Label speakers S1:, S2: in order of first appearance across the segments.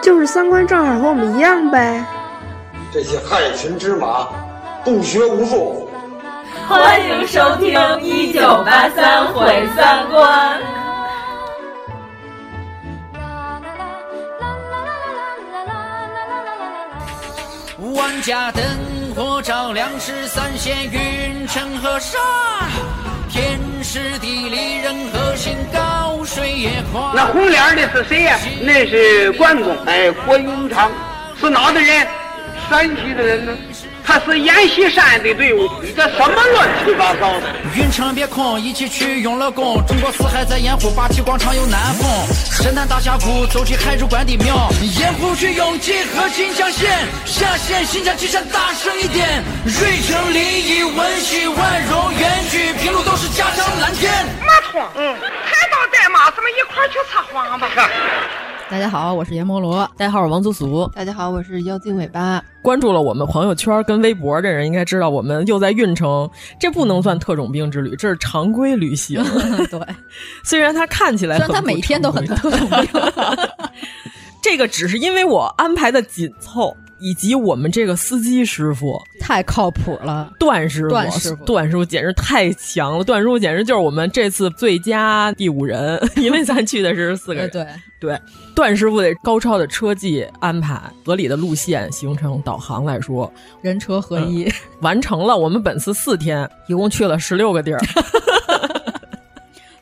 S1: 就是三观正好和我们一样呗。
S2: 这些害群之马，不学无术。
S3: 欢迎收听《一九八三毁三观》。
S4: 万家灯火照亮十三线云城河沙，天时地利人和心，高水也宽。
S5: 那红脸的是谁呀、啊？那是关公，哎，郭永昌是哪的人？山西的人呢？他是阎锡山的队伍，你这什么乱七八糟的！
S4: 云城别空，一起去永乐宫。中国四海在盐湖，八旗广场有南风。神探大峡谷，走进海主关帝庙。盐湖区永济和新疆县，下县新疆旗山大声一点。瑞城临沂闻喜万荣园区，平路都是家乡蓝天。
S6: 马桶，嗯，还当代码，咱们一块儿去擦黄吧。
S7: 大家好，我是阎摩罗，
S8: 代号王祖祖。
S9: 大家好，我是妖精尾巴。
S8: 关注了我们朋友圈跟微博的人应该知道，我们又在运城，这不能算特种兵之旅，这是常规旅 行。
S7: 对，
S8: 虽然他看起来，
S7: 虽然他每天都很特种兵，
S8: 这个只是因为我安排的紧凑。以及我们这个司机师傅
S7: 太靠谱了，
S8: 段师傅，
S7: 段师傅，
S8: 段师傅简直太强了，段师傅简直就是我们这次最佳第五人，因为咱去的是四个人，
S7: 哎对
S8: 对，段师傅得高超的车技安排、合理的路线、行程导航来说，
S7: 人车合一、嗯、
S8: 完成了。我们本次四天一共去了十六个地儿。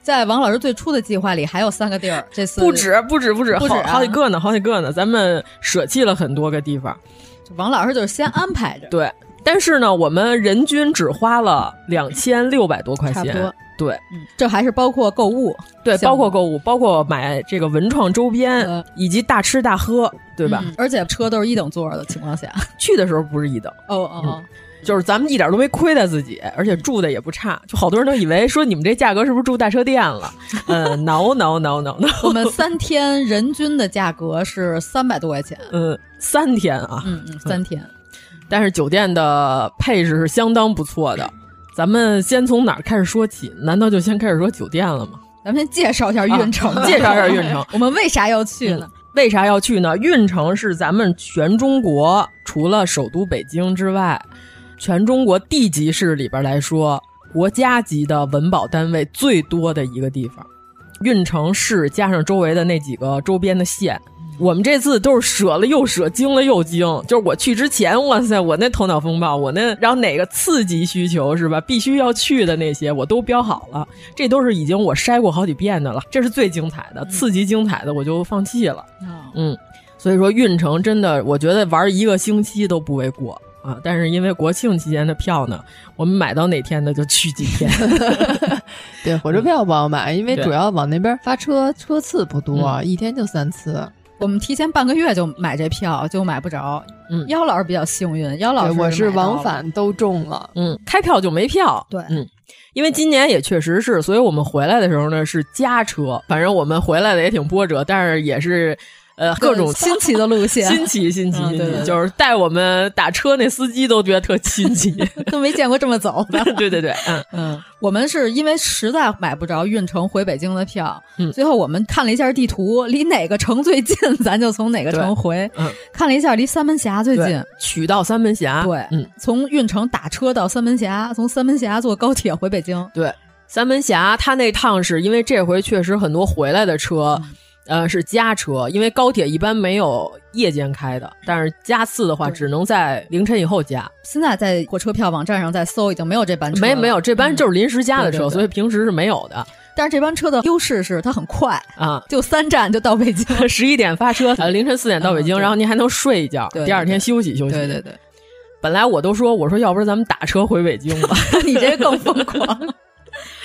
S7: 在王老师最初的计划里，还有三个地儿，这次
S8: 不止不止不止，
S7: 不止、
S8: 啊、好几个呢，好几个呢。咱们舍弃了很多个地方，
S7: 王老师就是先安排着。
S8: 对，但是呢，我们人均只花了两千六百多块钱，
S7: 差不多。
S8: 对、
S7: 嗯，这还是包括购物，
S8: 对，包括购物，包括买这个文创周边、呃、以及大吃大喝，对吧、
S7: 嗯？而且车都是一等座的情况下，
S8: 去的时候不是一等。
S7: 哦哦哦。嗯
S8: 就是咱们一点都没亏待自己，而且住的也不差。就好多人都以为说你们这价格是不是住大车店了？嗯挠挠 挠挠挠。
S7: 我们三天人均的价格是三百多块钱。
S8: 嗯，三天啊。
S7: 嗯嗯，三天、
S8: 嗯。但是酒店的配置是相当不错的。咱们先从哪儿开始说起？难道就先开始说酒店了吗？
S7: 咱们先介绍一下运城、啊，
S8: 介绍一下运城。
S7: 我们为啥要去呢？
S8: 嗯为啥要去呢？运城是咱们全中国除了首都北京之外，全中国地级市里边来说，国家级的文保单位最多的一个地方。运城市加上周围的那几个周边的县，我们这次都是舍了又舍，精了又精。就是我去之前，哇塞，我那头脑风暴，我那然后哪个刺激需求是吧？必须要去的那些，我都标好了。这都是已经我筛过好几遍的了，这是最精彩的，刺激精彩的我就放弃了。嗯，所以说运城真的，我觉得玩一个星期都不为过啊。但是因为国庆期间的票呢，我们买到哪天的就去几天。
S9: 对，火车票不好哦买，因为主要往那边发车车次不多、嗯，一天就三次。
S7: 我们提前半个月就买这票，就买不着。
S8: 嗯，
S7: 姚老师比较幸运，姚老师
S9: 我是往返都中了。
S8: 嗯，开票就没票。
S7: 对，
S8: 嗯。因为今年也确实是，所以我们回来的时候呢是加车，反正我们回来的也挺波折，但是也是，呃，各种
S7: 新奇的路线，
S8: 新奇新奇新奇、嗯对对，就是带我们打车那司机都觉得特新奇，
S7: 都没见过这么走的。
S8: 对对对，嗯
S7: 嗯，我们是因为实在买不着运城回北京的票，嗯、最后我们看了一下地图，离哪个城最近，咱就从哪个城回。
S8: 嗯、
S7: 看了一下，离三门峡最近，
S8: 取到三门峡。
S7: 对，
S8: 嗯，
S7: 从运城打车到三门峡，从三门峡坐高铁回北。京
S8: 对三门峡，他那趟是因为这回确实很多回来的车，嗯、呃是加车，因为高铁一般没有夜间开的，但是加次的话只能在凌晨以后加。
S7: 现在在火车票网站上在搜，已经没有这班车，
S8: 没没有这班就是临时加的车、
S7: 嗯对对对，
S8: 所以平时是没有的。
S7: 但是这班车的优势是它很快
S8: 啊，
S7: 就三站就到北京，
S8: 十一点发 车，呃凌晨四点到北京、嗯，然后您还能睡一觉，
S7: 第
S8: 二天休息休息。
S7: 对对对。
S8: 本来我都说，我说要不然咱们打车回北京吧
S7: 你这更 疯狂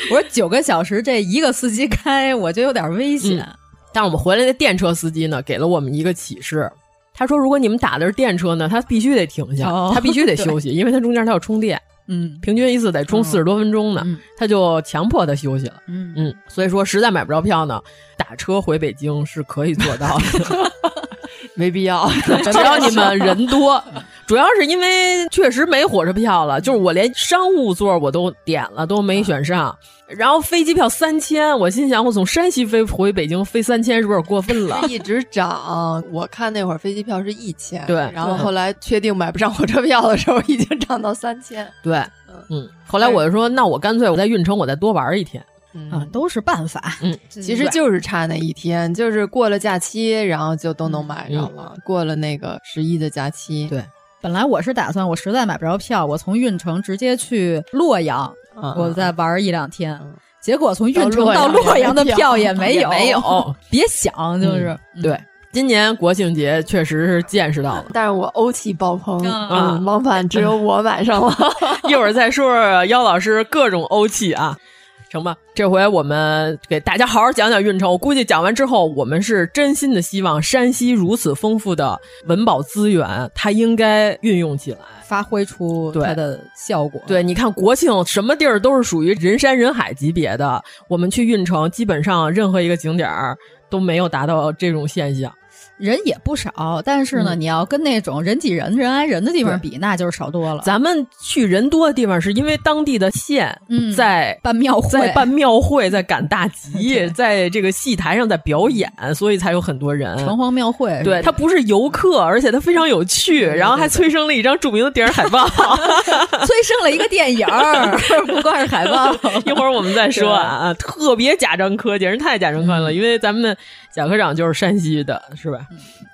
S7: 我说九个小时，这一个司机开，我觉得有点危险、嗯。
S8: 但我们回来的电车司机呢，给了我们一个启示。他说，如果你们打的是电车呢，他必须得停下，
S7: 哦
S8: 他必须得休息，因为他中间他要充电，
S7: 嗯
S8: 平均一次得充四十多分钟呢，
S7: 嗯
S8: 他就强迫他休息了。
S7: 嗯
S8: 嗯，所以说实在买不着票呢，打车回北京是可以做到的，
S9: 没必要
S8: 只要你们人多。主要是因为确实没火车票了，就是我连商务座我都点了，都没选上。然后飞机票三千，我心想我从山西飞回北京飞三千是不是有点过分了？
S9: 一直涨，我看那会儿飞机票是一千，
S8: 对
S9: 然后
S8: 对
S9: 后来确定买不上火车票的时候，已经涨到三 千。
S8: 对，嗯。后来我就说，那我干脆我在运城我再多玩一天。
S7: 啊，都是办法。
S8: 嗯，
S9: 其实就是差那一天，就是过了假期，然后就都能买上了。过了那个十一的假期，
S8: 对，
S7: 本来我是打算，我实在买不着票，我从运城直接去洛阳，
S9: 嗯
S7: 我再玩一两天。结果从运城
S8: 嗯
S7: 到
S8: 到洛
S7: 洛阳
S8: 阳
S7: 的票
S8: 也
S7: 也
S8: 没
S7: 没有，
S8: 有也 没有
S7: 别想就是
S8: 嗯对。今年国庆节确实是见识到 了，
S9: 但是我欧气爆棚，
S8: 啊
S9: 嗯，往返只有我买上了。
S8: 一会儿再说说姚老师各种欧气啊，成吧？这回我们给大家好好讲讲运城。我估计讲完之后，我们是真心的希望山西如此丰富的文保资源，它应该运用起来。
S7: 发挥出它的效果。
S8: 对，你看国庆什么地儿都是属于人山人海级别的，我们去运城，基本上任何一个景点儿都没有达到这种现象。
S7: 人也不少，但是
S8: 嗯
S7: 呢，你要跟那种人挤人、人挨人的地方比，那就是少多了。
S8: 咱们去人多的地方，是因为当地的县
S7: 嗯
S8: 在
S7: 办庙会
S8: 在办庙会，在赶大集，在这个戏台上在表演，所以才有很多人。
S7: 城隍庙会，
S8: 对，它不是游客，而且它非常有趣，然后还催生了一张著名的电影 海报。
S7: 催生了一个电影儿， 不 光是海报。
S8: 一会儿我们再说啊，啊特别贾樟柯，简直太贾樟柯了，因为咱们的贾科长就是山西的，是吧？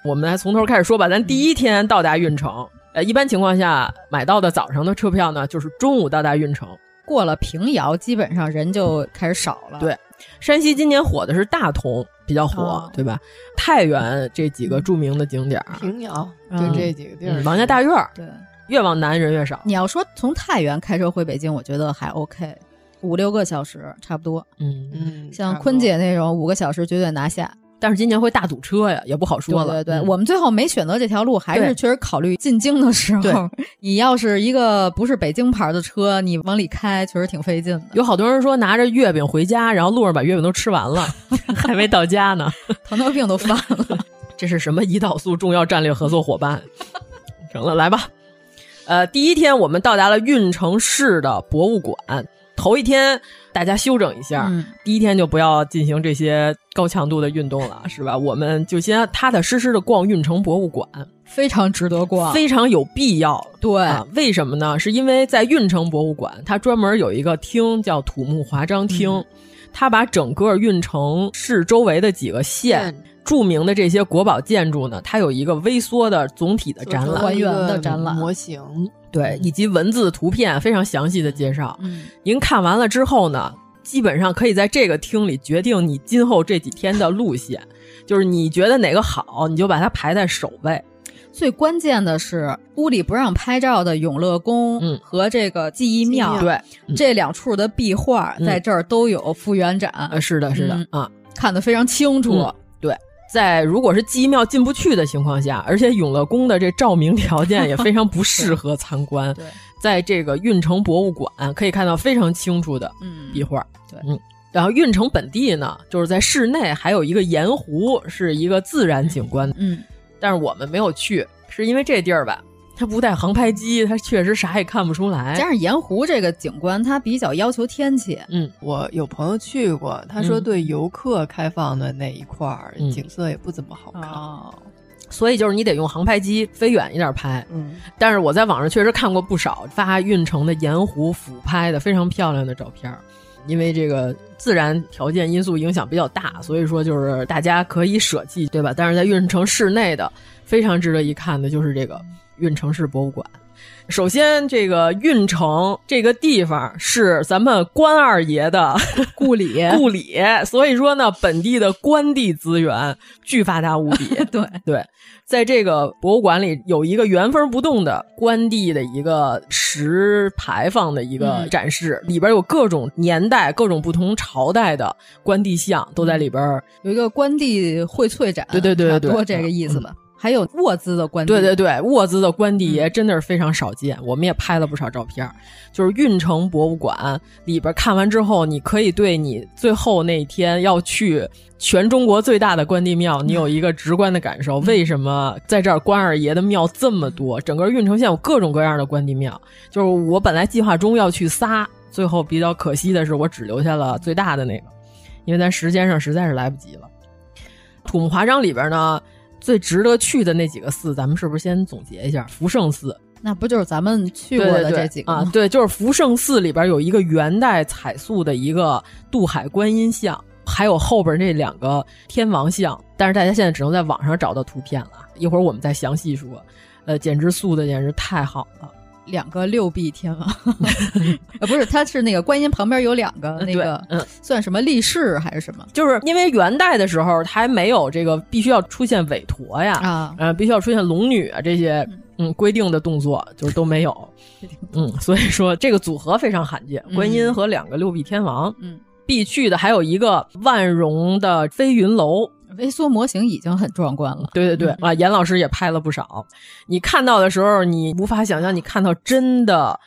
S8: 我们来从头开始说吧，咱第一天到达运城。呃，一般情况下买到的早上的车票呢，就是中午到达运城。
S7: 过了平遥，基本上人就开始少了。
S8: 对，山西今年火的是大同比较火，
S7: 哦
S8: 对吧？太原这几个著名的景点儿，
S9: 平遥
S8: 嗯
S9: 就这几个地儿
S8: 嗯，王家大院儿，
S7: 对，
S8: 越往南人越少。
S7: 你要说从太原开车回北京，我觉得还 OK，五六个小时差不多。
S8: 嗯
S9: 嗯，
S7: 像坤姐那种五个小时绝对拿下。
S8: 但是今年会大堵车呀，也不好说
S7: 对
S8: 了。
S7: 对对，
S8: 嗯
S7: 我们最后没选择这条路，还
S8: 对
S7: 是确实考虑进京的时
S8: 对
S7: 候，你要是一个不是北京牌的车，你往里开确实挺费劲的，
S8: 有好多人说拿着月饼回家，然后路上把月饼都吃完了， 还没到家呢。
S7: 糖尿病都犯 了。
S8: 这是什么胰岛素重要战略合作伙伴？成了，来吧。呃，第一天我们到达了运城市的博物馆。头一天大家休整一下，
S7: 嗯
S8: 第一天就不要进行这些高强度的运动了，是吧？我们就先踏踏实实的逛运城博物馆，
S7: 非常值得逛，
S8: 非常有必要。
S7: 对、
S8: 啊，为什么呢？是因为在运城博物馆，它专门有一个厅叫土木华章厅，
S7: 嗯
S8: 它把整个运城市周围的几个县
S9: 县。
S8: 著名的这些国宝建筑呢，它有一个微缩的总体的展览，
S7: 嗯还原的展览
S9: 模型，
S8: 对，以及文字、图片非常详细的介绍。
S7: 嗯，
S8: 您看完了之后呢，基本上可以在这个厅里决定你今后这几天的路线，就是你觉得哪个好，你就把它排在首位。
S7: 最关键的是屋里不让拍照的永乐
S8: 嗯
S7: 宫和这个记忆庙，
S8: 对，嗯
S7: 这两处的壁画
S8: 嗯
S7: 在这儿都有复原展，
S8: 呃，是的，是的、
S7: 嗯
S8: 啊。
S7: 看得非常清楚。
S8: 嗯对，在如果是记忆庙进不去的情况下，而且永乐宫的这照明条件也非常不适合参 观。
S7: 对，
S8: 在这个运城博物馆可以看到非常清楚的
S7: 嗯
S8: 壁画。
S7: 对
S8: 嗯。然后运城本地呢，就是在室内还有一个盐湖，是一个自然景观，
S7: 嗯，
S8: 但是我们没有去，是因为这地儿吧，它不带航拍机，它确实啥也看不出来
S7: 加。上盐湖这个景观，它比较要求天气，
S8: 嗯，
S9: 我有朋友去过，他说
S8: 嗯
S9: 对游客开放的那一块儿、
S8: 嗯
S9: 景色也不怎么好看。
S7: 哦，
S8: 所以就是你得用航拍机飞远一点拍。
S9: 嗯，
S8: 但是我在网上确实看过不少发运城的盐湖俯拍的非常漂亮的照片儿，因为这个自然条件因素影响比较大，所以说就是大家可以舍弃，对吧？但是在运城市内的非常值得一看的就是这个运城市博物馆。首先，这个运城这个地方是咱们关二爷 的
S7: 故里，
S8: 故里，所以说呢，本地的关帝资源巨发达无比。
S7: 对
S8: 对，在这个博物馆里有一个原封不动的关帝的一个石牌坊的一
S7: 嗯
S8: 个展示，里边有各种年代、各种不同朝代的关帝像都在里边。
S7: 有一个关帝荟萃展，
S8: 对对对对
S7: 差
S8: 对嗯
S7: 不多这个意思吧。还有沃兹的嗯关帝，
S8: 对对对，沃兹的关帝爷真的是非常少见，我们也拍了不少照片儿。就是运城博物馆里边看完之后，你可以对你最后那一天要去全中国最大的关帝庙，你有一个直观的感受。为什么在这儿关二爷的庙这么多？整个运城县有各种各样的关帝庙，就是我本来计划中要去仨，最后比较可惜的是，我只留下了最大的那个，因为咱时间上实在是来不及了。土木华章里边呢。最值得去的那几个寺，咱们是不是先总结一下？福圣寺，
S7: 那不就是咱们去过的这几个
S8: 对对对
S7: 吗
S8: 啊？对，就是福圣寺里边有一个元代彩塑的一个渡海观音像，还有后边这两个天王像，但是大家现在只能在网上找到图片了，一会儿我们再详细说。呃，简直塑的简直太好了，
S7: 两个六臂天王， 呃，不是，它是那个观音旁边有两个那个，算什么力士还是什么？
S8: 嗯就是因为元代的时候还没有这个必须要出现韦陀呀，
S7: 啊
S8: 呃，必须要出现龙女啊这些嗯规定的动作，就是都没有，嗯，所以说这个组合非常罕见，观音和两个六臂天王，
S7: 嗯，
S8: 必去的还有一个万荣的飞云楼。
S7: 微缩模型已经很壮观了，
S8: 对 对对、啊！严老师也拍了不少。你看到的时候，你无法想象，你看到真的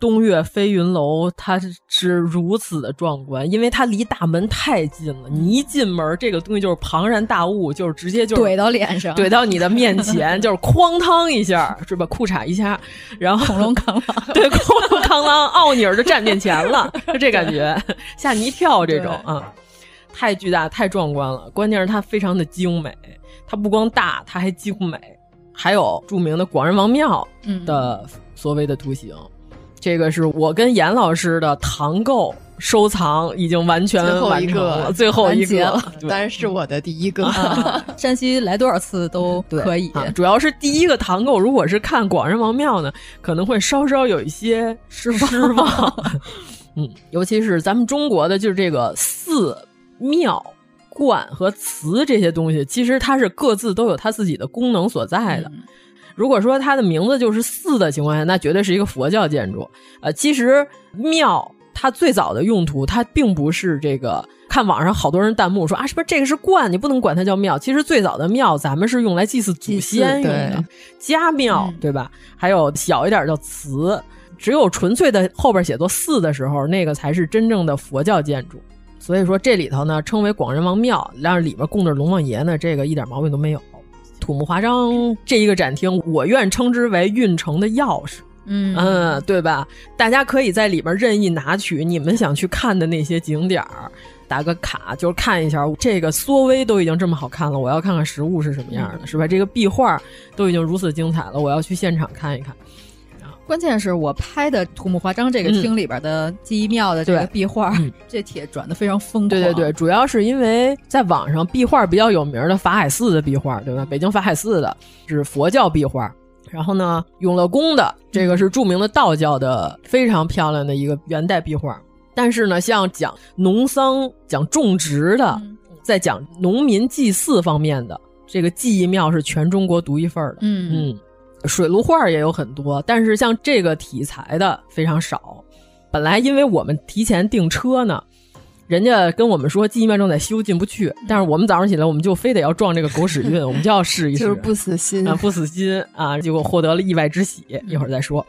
S8: 东岳飞云楼，它是是如此的壮观，因为它离大门太近了。你一进门，这个东西就是庞然大物，就是直接就是
S7: 怼到脸上，
S8: 怼到你的 面前，就是哐当一下，是吧？裤衩一下，然后恐
S7: 龙扛狼，
S8: 对，恐龙扛狼，奥尼尔就站面前了，就这感觉，吓你一跳这种啊，太巨大，太壮观了。关键是它非常的精美，它不光大，它还精美。还有著名的广仁王庙
S9: 嗯
S8: 的所谓的图形，这个是我跟严老师的唐构收藏已经完全
S9: 最后
S8: 完
S9: 一
S8: 成
S9: 个
S8: 了，最后一
S9: 完结
S8: 个
S9: 了
S8: 对
S9: 当然是我的第一个。
S7: 啊山西来多少
S8: 嗯
S7: 次都可以，
S8: 啊主要是第一个堂购，如果是看广仁王庙呢，可能会稍稍有一些失望。失望 嗯，尤其是咱们中国的，就是这个寺庙。观和祠这些东西，其实它是各自都有它自己的功能所在的。如果说它的名字就是寺的情况下，那绝对是一个佛教建筑。呃，其实庙它最早的用途，它并不是这个。看网上好多人弹幕说啊，是不是这个是观？你不能管它叫庙。其实最早的庙，咱们是用来祭祀嗯祖先用的
S9: 对，
S8: 家庙对吧？还有小一点叫祠。只有纯粹的后边写作寺的时候，那个才是真正的佛教建筑。所以说这里头呢，称为广仁王庙，但是里边供着龙王爷呢，这个一点毛病都没有。土木华章这一个展厅，我愿称之为运城的钥匙。
S7: 嗯
S8: 嗯，对吧？大家可以在里边任意拿取你们想去看的那些景点儿，打个卡，就是看一下哦这个缩微都已经这么好看了，我要看看实物是什么样的，是吧？这个壁画都已经如此精彩了，我要去现场看一看。
S7: 关键是我拍的土木华章这个厅里边的记忆庙的这个
S8: 对
S7: 壁画
S8: 嗯，
S7: 这帖转的非常疯狂。啊
S8: 对对对，，主要是因为在网上壁画比较有名的法海寺的壁画，对吧？北京法海寺的是佛教壁画，然后呢，永乐宫的这个是著名的道教的非常漂亮的一个元代壁画。但是呢，像讲农桑、讲种植的，
S7: 嗯
S8: 在讲农民祭祀方面的这个记忆庙是全中国独一份儿的。
S7: 嗯
S8: 嗯，水陆画儿也有很多，但是像这个题材的非常少。本来因为我们提前订车呢，人家跟我们说记忆面正在修，进不
S9: 嗯
S8: 去。但是我们早上起来，我们就非得要撞这个狗屎运，我们就要试一 试，
S9: 就是不死心
S8: 啊，不死心啊！结果获得了意外之喜，一会儿再说。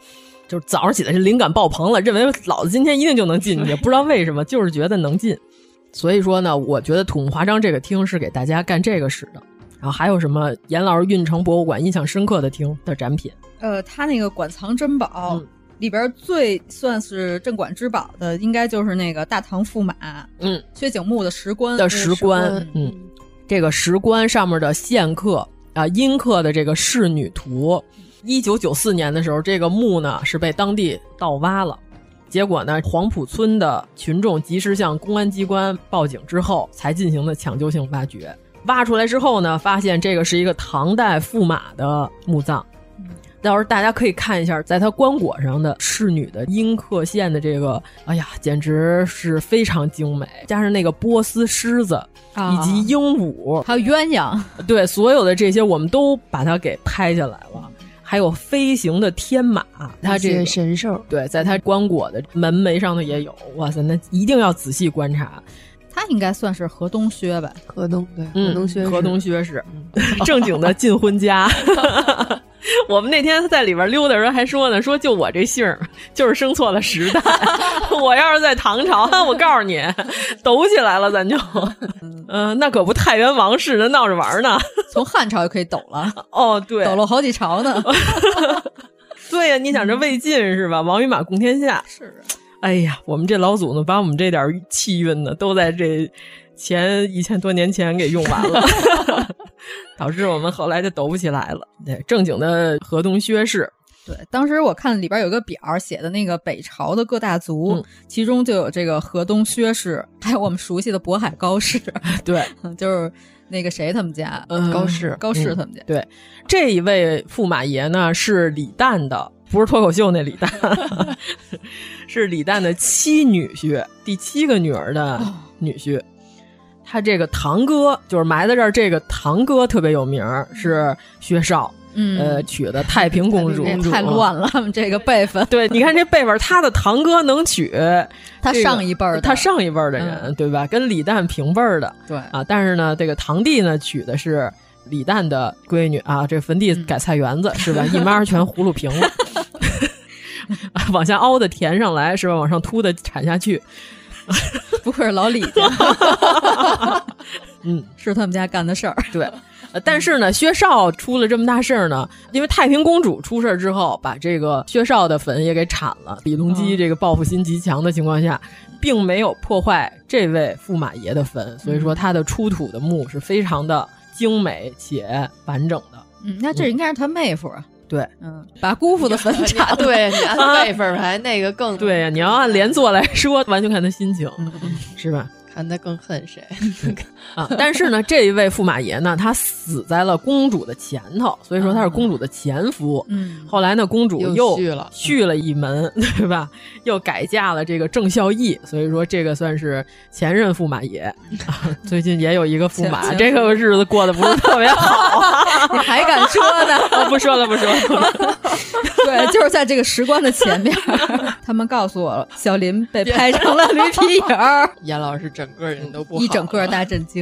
S8: 就是早上起来是灵感爆棚了，认为老子今天一定就能进去，不知道为什么，就是觉得能进。所以说呢，我觉得土木华章这个厅是给大家干这个使的。然后还有什么严老师运城博物馆印象深刻的厅的展品？
S7: 呃，他那个馆藏珍宝、
S8: 嗯
S7: 里边最算是镇馆之宝的，应该就是那个大唐驸马，
S8: 嗯，
S7: 薛景墓的石棺
S8: 的石棺，嗯，这个石棺上面的线刻啊，阴刻的这个仕女图，一九九四年的时候，这个墓呢是被当地盗挖了。结果呢，黄浦村的群众及时向公安机关报警之后，才进行的抢救性挖掘。挖出来之后呢，发现这个是一个唐代驸马的墓葬，到时候大家可以看一下，在它棺椁上的仕女的阴刻线的这个，哎呀，简直是非常精美，加上那个波斯狮子、
S7: 啊
S8: 以及鹦鹉，
S7: 还有鸳鸯，
S8: 对，所有的这些我们都把它给拍下来了。还有飞行的天马，它这
S9: 一
S8: 个
S9: 些神兽，
S8: 对，在它棺椁的门楣上的也有。哇塞，那一定要仔细观察。
S7: 它应该算是河东靴吧？
S9: 河东对，
S8: 嗯，
S9: 河东靴，
S8: 河东靴是正经的进婚家。我们那天在里边溜达的时候还说呢，说就我这姓儿就是生错了时代。 我要是在唐朝，我告诉你，抖起来了，咱就，嗯、那可不太原王氏那闹着玩儿呢。
S7: 从汉朝就可以抖了，
S8: 哦，对，
S7: 抖了好几朝 呢。
S8: 对呀、你想这魏晋是吧？王与马共天下。
S7: 是，啊
S8: 哎呀，我们这老祖宗把我们这点儿气运呢，都在这前一千多年前给用完了， 导致我们后来就抖不起来了。对，正经的河东薛氏，
S7: 对，当时我看里边有个表儿写的那个北朝的各大族，
S8: 嗯
S7: 其中就有这个河东薛氏，还有我们熟悉的渤海高氏，
S8: 对，
S7: 就是那个谁他们家，
S8: 嗯
S7: 高氏高氏他们家，
S8: 对，这一位驸马爷呢是李旦的，不是脱口秀那 李旦，是李旦的七女婿，第七个女儿的女婿。他这个堂哥就是埋在这儿，这个堂哥特别有名儿，是薛少，
S7: 嗯
S8: 呃，娶的太平公主，啊嗯
S7: 这太乱了，他们这个辈分，
S8: 对，你看这辈分，他的堂哥能娶
S7: 他
S8: 这个
S7: 上一辈儿的嗯
S8: 他上一辈儿的人，对吧？跟李旦平辈儿的，
S7: 对
S8: 啊。但是呢，这个堂弟呢，娶的是李旦的闺女啊。这坟
S7: 嗯
S8: 地改菜园 子、是吧？一妈全葫芦平了， 啊往下凹的填上来是吧？往上凸的铲下去，
S7: 不愧是老李家，
S8: 嗯，
S7: 是他们家干的事儿，
S8: 对。呃但是呢，薛少出了这么大事儿呢，因为太平公主出事儿之后，把这个薛少的坟也给铲了。李隆
S7: 哦
S8: 基这个报复心极强的情况下，并没有破坏这位驸马爷的坟，所以说他的出土的墓是非常的精美且完整的。
S7: 嗯，那这应该是他妹夫啊，
S8: 对，
S7: 嗯，把姑父的坟铲了，
S9: 对，你 按辈分还那个
S7: 嗯
S9: 更
S8: 对呀，你要按连坐来说，完全看他心情，是吧？
S9: 看他更恨谁。
S8: 啊，但是呢，这一位驸马爷呢，他死在了公主的前头，所以说他是公主的前夫。
S7: 啊嗯，
S8: 后来呢，公主
S9: 又
S8: 又
S9: 续了
S8: 续了一门， 对吧？又改嫁了这个郑孝义，所以说这个算是前任驸马 爷。啊最近也有一个驸马，
S7: 前前
S8: 这个日子过得不是特别 好啊。
S7: 你还敢说 呢？
S8: 啊不说了，不说了。
S7: 对，就是在这个石棺的前面， 他们告诉我了，小林被拍成了驴皮影 儿，
S9: 严老师整个人都不好了
S7: 一整个大震惊。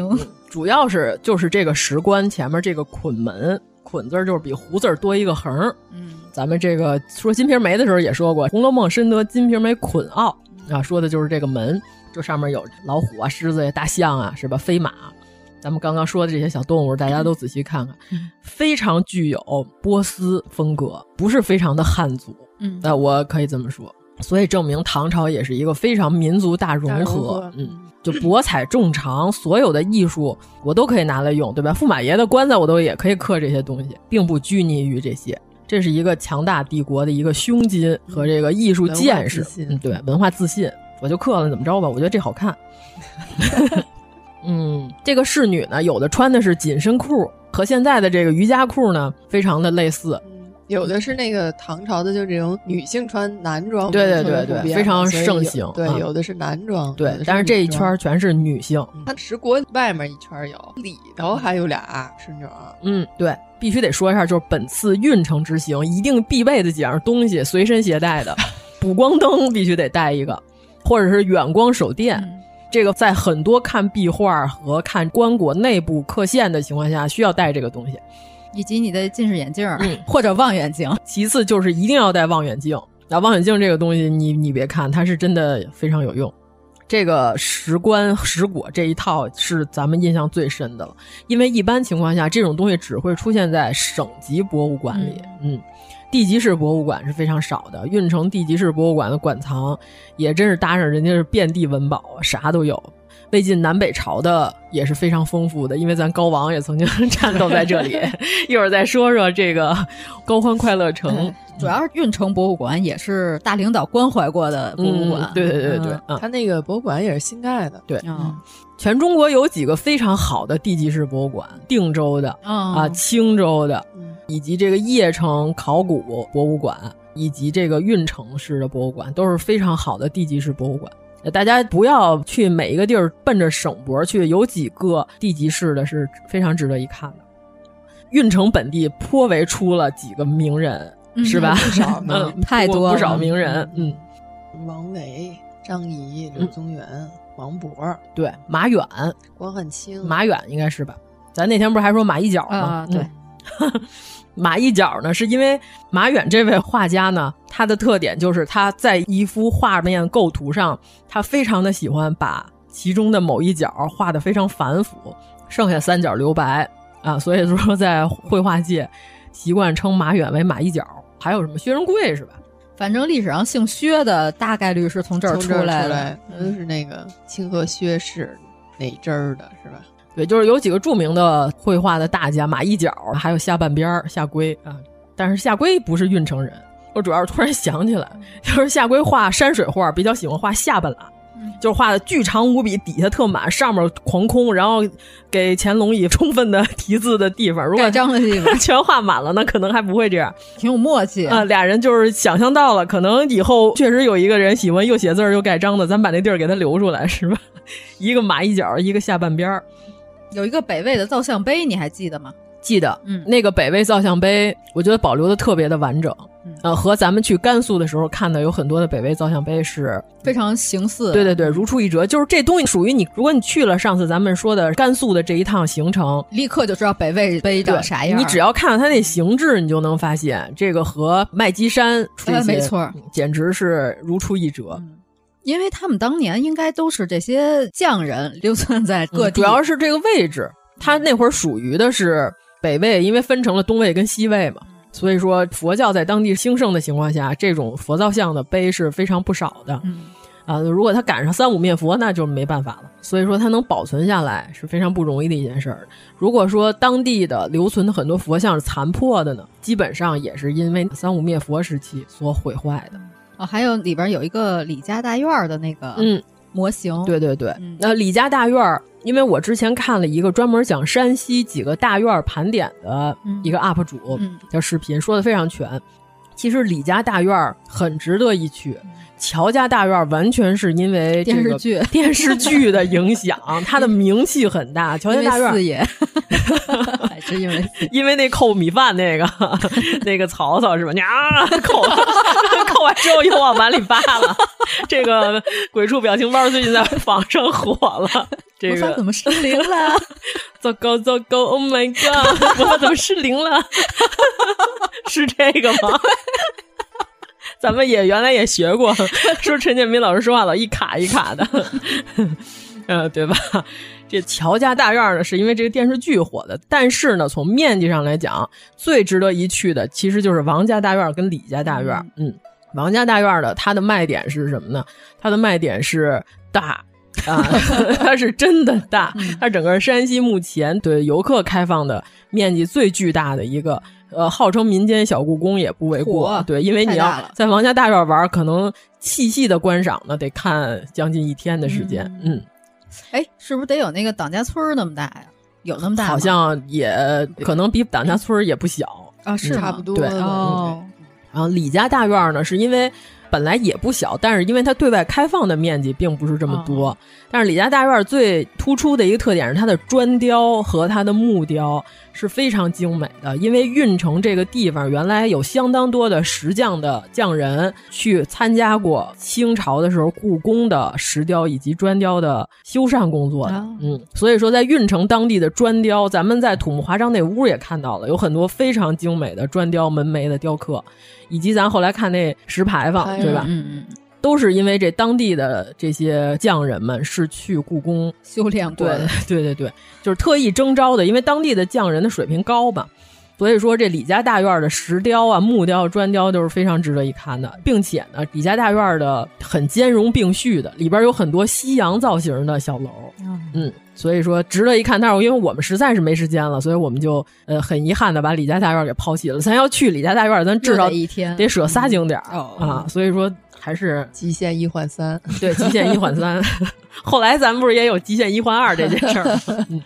S8: 主要是就是这个石棺前面这个捆门，捆字儿就是比胡字儿多一个横。
S7: 嗯，
S8: 咱们这个说《金瓶梅》的时候也说过，《红楼梦》深得《金瓶梅》捆奥啊，说的就是这个门，这上面有老虎啊、狮子呀、大象啊，是吧？飞马，咱们刚刚说的这些小动物，大家都仔细看看，
S9: 嗯
S8: 非常具有波斯风格，不是非常的汉族。
S7: 嗯
S8: 那我可以这么说。所以证明唐朝也是一个非常民族大融合，
S9: 大融合
S8: 嗯，就博采众长，所有的艺术我都可以拿来用，对吧？驸马爷的棺材我都也可以刻这些东西，并不拘泥于这些。这是一个强大帝国的一个胸襟和这个艺术见识
S9: 文化自，信
S8: 嗯，对，文化自信，我就刻了，怎么着吧？我觉得这好看。嗯，这个侍女呢，有的穿的是紧身裤，和现在的这个瑜伽裤呢，非常的类似。
S9: 有的是那个唐朝的，就这种女性哦穿男装，
S8: 对对
S9: 特别
S8: 对对
S9: 普遍
S8: 非常
S9: 所以
S8: 盛
S9: 有
S8: 行
S9: 对
S8: 啊，
S9: 有的是男装，有
S8: 对
S9: 的，
S8: 但是这一圈儿
S9: 女装，
S8: 全是女性。
S9: 它十国外面一圈有，里头还有俩侍女儿。
S8: 嗯，对，必须得说一下，就是本次运城之行一定必备的几样东西，随身携带的 补光灯必须得带一个，或者是远光手电。
S9: 嗯
S8: 这个在很多看壁画和看棺椁内部刻线的情况下，需要带这个东西。
S7: 以及你的近视眼镜儿、
S8: 嗯
S7: 或者望远镜，
S8: 其次就是一定要戴望远镜。那望远镜这个东西你，你别看它是真的非常有用。这个石棺石椁这一套是咱们印象最深的了，因为一般情况下这种东西只会出现在省级博物馆里，嗯地级市博物馆是非常少的。运城地级市博物馆的馆藏也真是搭上人家是遍地文宝，啥都有。魏晋南北朝的也是非常丰富的，因为咱高王也曾经 战斗在这 里。一会儿再说说这个高欢快乐
S9: 哎
S8: 城，
S7: 嗯主要是运城博物馆也是大领导关怀过的博物馆。
S8: 嗯对对对对
S7: 嗯
S8: 啊
S9: 它那个博物馆也是新盖的，
S8: 对，
S7: 嗯
S8: 全中国有几个非常好的地级市博物馆，定州的、
S7: 嗯
S8: 啊啊，青州的，
S9: 嗯
S8: 以及这个邺城考古博物馆，以及这个运城市的博物馆，都是非常好的地级市博物馆。呃大家不要去每一个地儿奔着省博去，有几个地级市的是非常值得一看的。运城本地颇为出了几个名人，
S9: 嗯
S8: 是吧？
S9: 不少呢
S8: 嗯
S9: 太多了
S8: 不少名人，嗯，
S9: 王维、张仪、柳宗元、王勃、
S8: 对，马远，
S9: 关汉卿、
S8: 马远应该是吧？咱那天不是还说马一角
S7: 嗯
S8: 吗？嗯
S9: 啊
S8: 对，马一角呢，是因为马远这位画家呢，他的特点就是他在一幅画面构图上，他非常的喜欢把其中的某一角画的非常繁复，剩下三角留白啊，所以说在绘画界习惯称马远为马一角。还有什么薛仁贵是吧？
S7: 反正历史上姓薛的大概率是从这儿
S9: 从
S7: 出
S9: 这儿出
S7: 来
S9: 来
S7: 的，，
S9: 就是那个清河薛氏那一支儿的，是吧？
S8: 对，就是有几个著名的绘画的大家，马一角，还有下半边儿夏圭啊。但是夏圭不是运城人，我主要是突然想起来，就是夏圭画山水画比较喜欢画下半拉，
S7: 嗯
S8: 就是画的巨长无比，底下特满，上面狂空，然后给乾隆以充分的 题字的地方。如果
S7: 盖章的地方
S8: 全画满了，那可能还不会这样。
S7: 挺有默契
S8: 啊，俩人就是想象到了，可能以后确实有一个人喜欢又写字儿又盖章的，咱把那地儿给他留出来，是吧？ 一个马一角，一个下半边儿。
S7: 有一个北魏的造像碑，你还记得吗？
S8: 记得，
S7: 嗯，
S8: 那个北魏造像碑，我觉得保留的特别的完整，
S7: 嗯
S8: 呃，和咱们去甘肃的时候看的有很多的北魏造像碑是，
S7: 非常形似。
S8: 对对对，如出一辙。就是这东西属于你，如果你去了上次咱们说的甘肃的这一趟行程，
S7: 立刻就知道北魏碑
S8: 对
S7: 长啥样。
S8: 你只要看到它那形制，你就能发现这个和麦积山这些、嗯
S7: 哎没错，
S8: 简直是如出一辙。
S7: 因为他们当年应该都是这些匠人流窜在各地，
S8: 嗯主要是这个位置，它那会儿属于的是北魏，因为分成了东魏跟西魏
S7: 嗯
S8: 嘛，所以说佛教在当地兴盛的情况下，这种佛造像的碑是非常不少的。
S7: 嗯
S8: 啊，如果他赶上三五灭佛，那就没办法了。所以说，他能保存下来是非常不容易的一件事儿。如果说当地的留存的很多佛像是残破的呢，基本上也是因为三五灭佛时期所毁坏的。啊
S7: 哦，还有里边有一个李家大院儿的那个
S8: 嗯
S7: 模型，
S8: 对对对，
S7: 嗯
S8: 那李家大院儿，因为我之前看了一个专门讲山西几个大院儿盘点的一个 UP 主
S7: 嗯
S8: 的视频，说的非常全。其实李家大院儿很值得一去，乔家大院儿完全是因为这个
S7: 嗯电视剧
S8: 电视剧的 影响，它的名气很大。乔家大院
S7: 因
S8: 儿
S7: 为四爷，还是因为四爷
S8: 因为那扣米饭那个 那个曹操是吧？娘扣 扣完之后又往碗里扒了。这个鬼畜表情包最近在网上火了。这
S7: 我
S8: 个
S7: 操怎么失灵了？
S8: 糟糕糟糕！Oh my god！我怎么失灵了？ 是这个吗？咱们也原来也学过，说陈建斌老师说话老一卡一卡的，嗯，对吧？这乔家大院呢，是因为这个电视剧火的，但是呢，从面积上来讲，最值得一去的其实就是王家大院跟李家大院。嗯，王家大院呢，它的卖点是什么呢？它的卖点是大。啊， 它是真的大，
S7: 嗯
S8: 它整个山西目前对游客开放的面积最巨大的一个，呃，号称民间小故宫也不为过
S7: 嚯。
S8: 对，因为你
S7: 太大
S8: 要
S7: 了
S8: 在王家大院玩，可能细细的观赏呢，得看将近一天的时间。嗯
S7: 哎，是不是得有那个党家村儿那么大呀？有那么大吗？
S8: 好像也呃可能比党家村儿也不小
S7: 啊是
S8: 嗯
S7: 吗差不多
S8: 对
S7: 了
S8: 嗯
S7: 哦
S8: 然后李家大院呢，是因为本来也不小，但是因为它对外开放的面积并不是这么多。但是李家大院最突出的一个特点是它的砖雕和它的木雕是非常精美的，因为运城这个地方原来有相当多的石匠的匠人去参加过清朝的时候故宫的石雕以及砖雕的修缮工作的。
S7: 哦
S8: 嗯，所以说在运城当地的砖雕，咱们在土木华章那屋也看到了，有很多非常精美的砖雕、门楣的雕刻，以及咱后来看那石牌坊，对吧？
S7: 嗯嗯，
S8: 都是因为这当地的这些匠人们是去故宫
S7: 修炼过
S8: 对
S7: 的。
S8: 对对对，就是特意征招的，因为当地的匠人的水平高嘛，所以说这李家大院的石雕啊、木雕、砖雕都是非常值得一看的，并且呢，李家大院的很兼容并蓄的，里边有很多西洋造型的小楼，嗯，所以说值得一看。但是因为我们实在是没时间了，所以我们就呃很遗憾的把李家大院给抛弃了。咱要去李家大院，咱至
S7: 又
S8: 少
S7: 得一天
S8: 得舍仨景点儿、
S7: 哦
S8: 啊，所以说还是
S9: 极限一换 三，
S8: 对， 极限一换三。后来咱们不是也有极限一换二这件事儿吗？嗯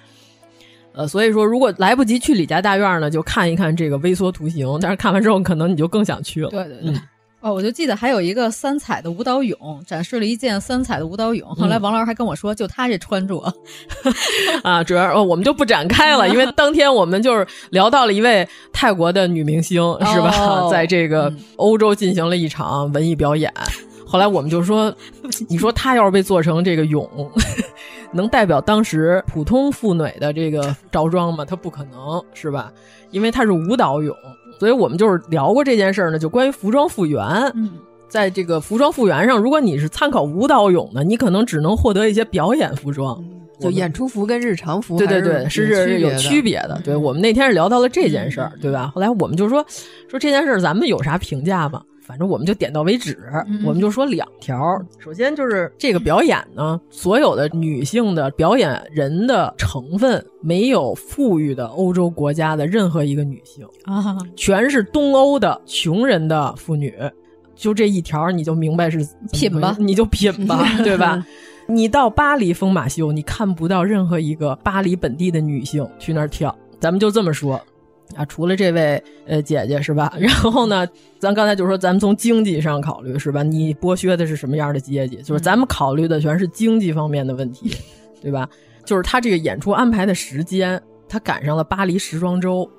S8: 呃，所以说如果来不及去李家大院呢，就看一看这个微缩图形。但是看完之后，可能你就更想去了。
S7: 对对对。
S8: 嗯
S7: 哦，我就记得还有一个三彩的舞蹈俑，展示了一件三彩的舞蹈俑。后
S9: 嗯
S7: 来王老师还跟我说，就他这穿
S9: 哦
S7: 着，
S8: 啊，主要哦我们就不展开了，因为当天我们就是聊到了一位泰国的女明星，是吧？
S7: 哦
S8: 在这个欧洲进行了一场文艺表演。后来我们就说，你说她要是被做成这个俑，能代表当时普通妇女的这个着装吗？她不可能，是吧？因为她是舞蹈俑，所以我们就是聊过这件事儿呢，就关于服装复原。在这个服装复原上，如果你是参考舞蹈俑呢，你可能只能获得一些表演服装，
S9: 嗯就演出服跟日常服
S8: 对
S9: 还
S8: 对对，是
S9: 是
S8: 是有区别的。
S9: 嗯
S8: 对我们那天是聊到了这件事儿，对吧？后来我们就说说这件事儿，咱们有啥评价吗？反正我们就点到为止，
S9: 嗯
S8: 我们就说两条。首先就是这个表演呢，所有的女性的表演人的成分没有富裕的欧洲国家的任何一个女性，
S7: 啊，
S8: 全是东欧的穷人的妇女。就这一条，你就明白是怎么回事
S7: 品吧
S8: 你就品 吧，对吧？你到巴黎疯马秀，你看不到任何一个巴黎本地的女性去那儿跳。咱们就这么说啊，除了这位呃姐姐是吧？ 然后呢，咱刚才就说，咱们从经济上考虑是吧？你剥削的是什么样的阶级？就是咱们考虑的全是经济方面的问题，对吧？就是他这个演出安排的时间，他赶上了巴黎时装周，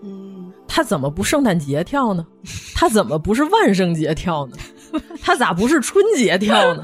S8: 他怎么不圣诞节跳呢？他怎么不是万圣节跳呢？他咋不是春节跳呢？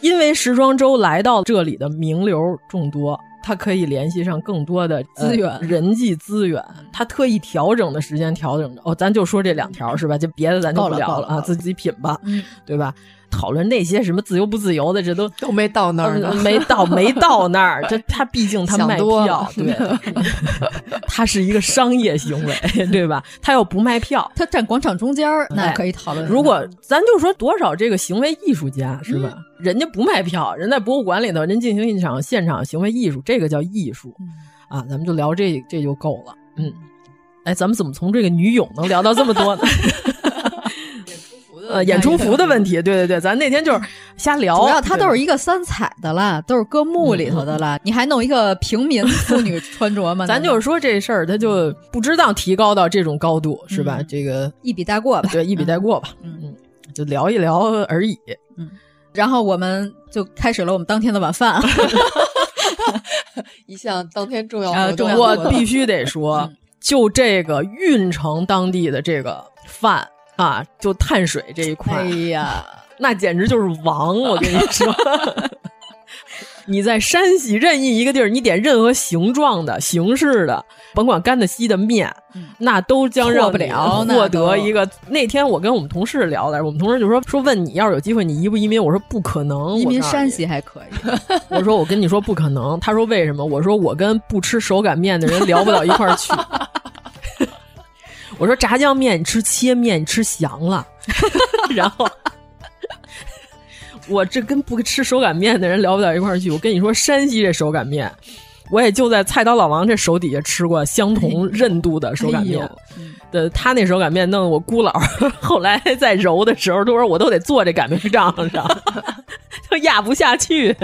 S8: 因为时装周来到这里的名流众多，他可以联系上更多的呃
S7: 资源
S8: 人际资源。他特意调整的时间调整的哦，咱就说这两条是吧？就别的咱就
S9: 够
S8: 不
S9: 了
S8: 聊
S9: 够
S8: 了
S9: 了
S8: 啊，
S9: 够
S8: 自己品吧，
S7: 嗯
S8: 对吧？讨论那些什么自由不自由的，这都
S9: 都没到那儿呢
S8: 嗯，没 到没到那儿，这他毕竟他
S9: 想
S8: 卖
S9: 多
S8: 票
S9: 了，
S8: 对， 他是一个商业行为，对吧？他要不卖票，
S7: 他站广场中间儿，那
S8: 哎
S7: 可以讨论。
S8: 如果咱就说多少这个行为艺术家是
S7: 嗯
S8: 吧？人家不卖票，人在博物馆里头，人进行一场现场行为艺术，这个叫艺术
S7: 嗯
S8: 啊。咱们就聊这这就够了，嗯。哎，咱们怎么从这个女俑能聊到这么多呢？呃，演出服的问题，对对对，咱那天就是瞎聊，
S7: 主要它
S8: 对吧
S7: 都是一个三彩的啦，都是搁墓
S9: 嗯
S7: 里头的啦，你还弄一个平民妇女穿着 吗？
S8: 咱就是说这事儿，他就不值当提高到这种高度，是
S7: 嗯
S8: 吧？这个
S7: 一笔带过吧。
S8: 对一笔带过吧，嗯，就聊一聊而已。
S7: 然后我们就开始了我们当天的晚饭，
S9: 一项当天重要
S7: 啊
S8: 呃
S9: 活动
S7: 重要嗯活
S8: 我
S7: 动
S8: 必须得说，就这个运城当地的这个饭啊，就碳水这一块，
S7: 哎呀，
S8: 那简直就是王！我跟你说。 你在山西任意一个地儿，你点任何形状的、形式的，甭管干的、稀的面，那都将
S7: 嗯
S8: 让
S7: 错不
S8: 你
S7: 了那
S8: 获
S7: 都
S8: 得一个。那天我跟我们同事聊来，我们同事就说说问你要是有机会你移不移民，我说不可能，
S7: 移民
S8: 我告诉
S7: 山
S8: 你
S7: 西还可以，
S8: 我说我跟你说不可能，他说为什么？我说我跟不吃手擀面的人聊不到一块儿去。 我说炸酱面你吃切面你吃翔了， 然后我这跟不吃手擀面的人聊不到一块儿去。我跟你说，山西这手擀面，我也就在菜刀老王这手底下吃过相同韧度的手擀面。对他那手擀面弄得我姑姥儿， 后来在揉的时候，都说我都得坐这擀面杖上， 就压不下去。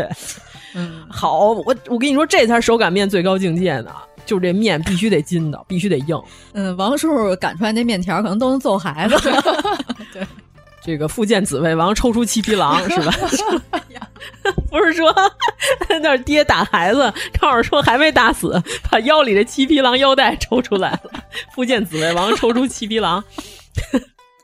S8: 好，我我跟你说，这才是手擀面最高境界呢，就是这面必须得筋道，必须得硬。
S7: 嗯，王叔叔擀出来那面条可能都能揍孩子，
S8: 这个复见子魏王抽出七匹狼是吧？
S7: 哎
S8: 不是说那儿爹打孩子，告诉说还没打死，把腰里的七匹狼腰带抽出来了。复见子魏王抽出七匹狼，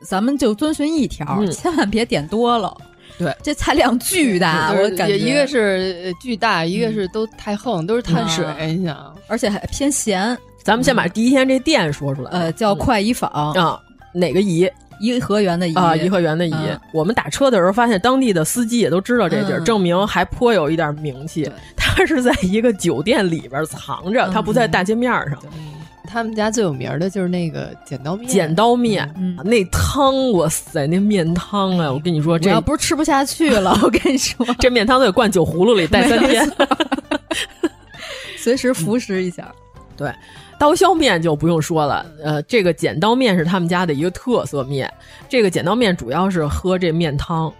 S7: 咱们就遵循一条，
S8: 嗯
S7: 千万别点多了。
S8: 对，
S7: 这菜量巨大，
S9: 就
S7: 啊
S9: 是
S7: 我感觉
S9: 也一个是呃巨大，一个是都太横，都是碳水
S7: 啊，
S9: 你想
S7: 而且还偏咸，
S8: 咱们先把第一天这店说出来。
S7: 呃，叫快一坊，
S8: 啊，哪个颐？
S7: 颐和园的颐
S8: 啊，颐和园的颐
S7: 嗯。
S8: 我们打车的时候发现，当地的司机也都知道这地儿，
S7: 嗯
S8: 证明还颇有一点名气。 他是在一个酒店里边藏
S7: 嗯
S8: 着，他不在大街面上。
S9: 他们家最有名儿的就是那个剪刀面，
S8: 剪刀面，啊
S7: 嗯
S8: 那汤，哇塞，那面汤啊！我跟你说，
S7: 我
S8: 这
S7: 要不是吃不下去了，我跟你说，
S8: 这面汤都得灌酒 葫芦里带三天。
S7: 随时
S9: 嗯
S7: 服食一下。
S8: 对，刀削面就不用说了，呃，这个剪刀面是他们家的一个特色面。这个剪刀面主要是喝这面汤，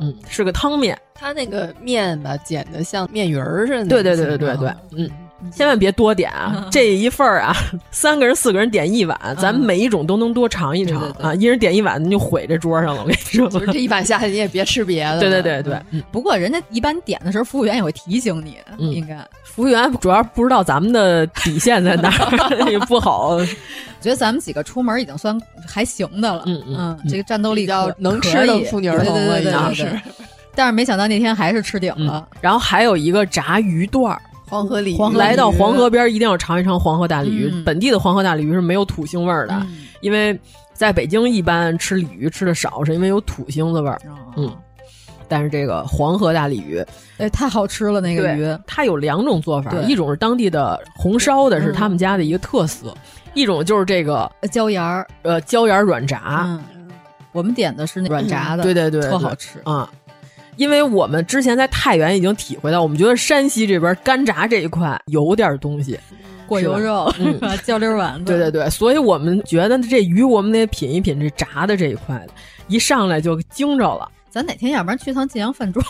S8: 嗯，是个汤面。
S9: 他那个面吧，剪的像面鱼儿似的，
S8: 对对对对对对
S9: 嗯，
S8: 嗯，千万别多点啊！这一份儿啊， 三个人、四个人点一碗，
S9: 嗯
S8: 咱们每一种都能多尝一尝啊！一人点一碗，咱就毁这桌上了。我跟你说，
S9: 就是这一碗下去，你也别吃别的。嗯
S8: 对对对对，
S7: 不过人家一般点的时候，服务员也会提醒你，应该
S8: 服务员主要不知道咱们的底线在哪 儿，也不好。
S7: 觉得咱们几个出门已经算还行的了，嗯嗯，这个战斗力
S9: 较能吃的妇女儿童了，已经是。
S7: 但是没想到那天还是吃
S8: 嗯
S7: 顶了。
S8: 然后还有一个炸鱼段儿。
S9: 黄河鲤鱼，
S8: 来到黄河边一定要尝一尝黄河大鲤鱼。嗯、本地的黄河大鲤鱼是没有土腥味儿的，嗯、因为在北京一般吃鲤鱼吃的少，是因为有土腥的味儿。哦、嗯，但是这个黄河大鲤鱼，
S7: 哎，太好吃了那个鱼。
S8: 它有两种做法，一种是当地的红烧的，是他们家的一个特色；嗯、一种就是这个
S7: 椒盐儿，
S8: 呃，椒盐软炸。
S7: 我们点的是那软炸的，
S8: 对,对对对，
S7: 特好吃
S8: 啊。因为我们之前在太原已经体会到，我们觉得山西这边干炸这一块有点东西，
S7: 过油肉、嗯、 焦溜丸子，
S8: 对对对，所以我们觉得这鱼我们得品一品这炸的这一块，一上来就惊着了。
S7: 咱哪天要不然去趟晋阳饭庄，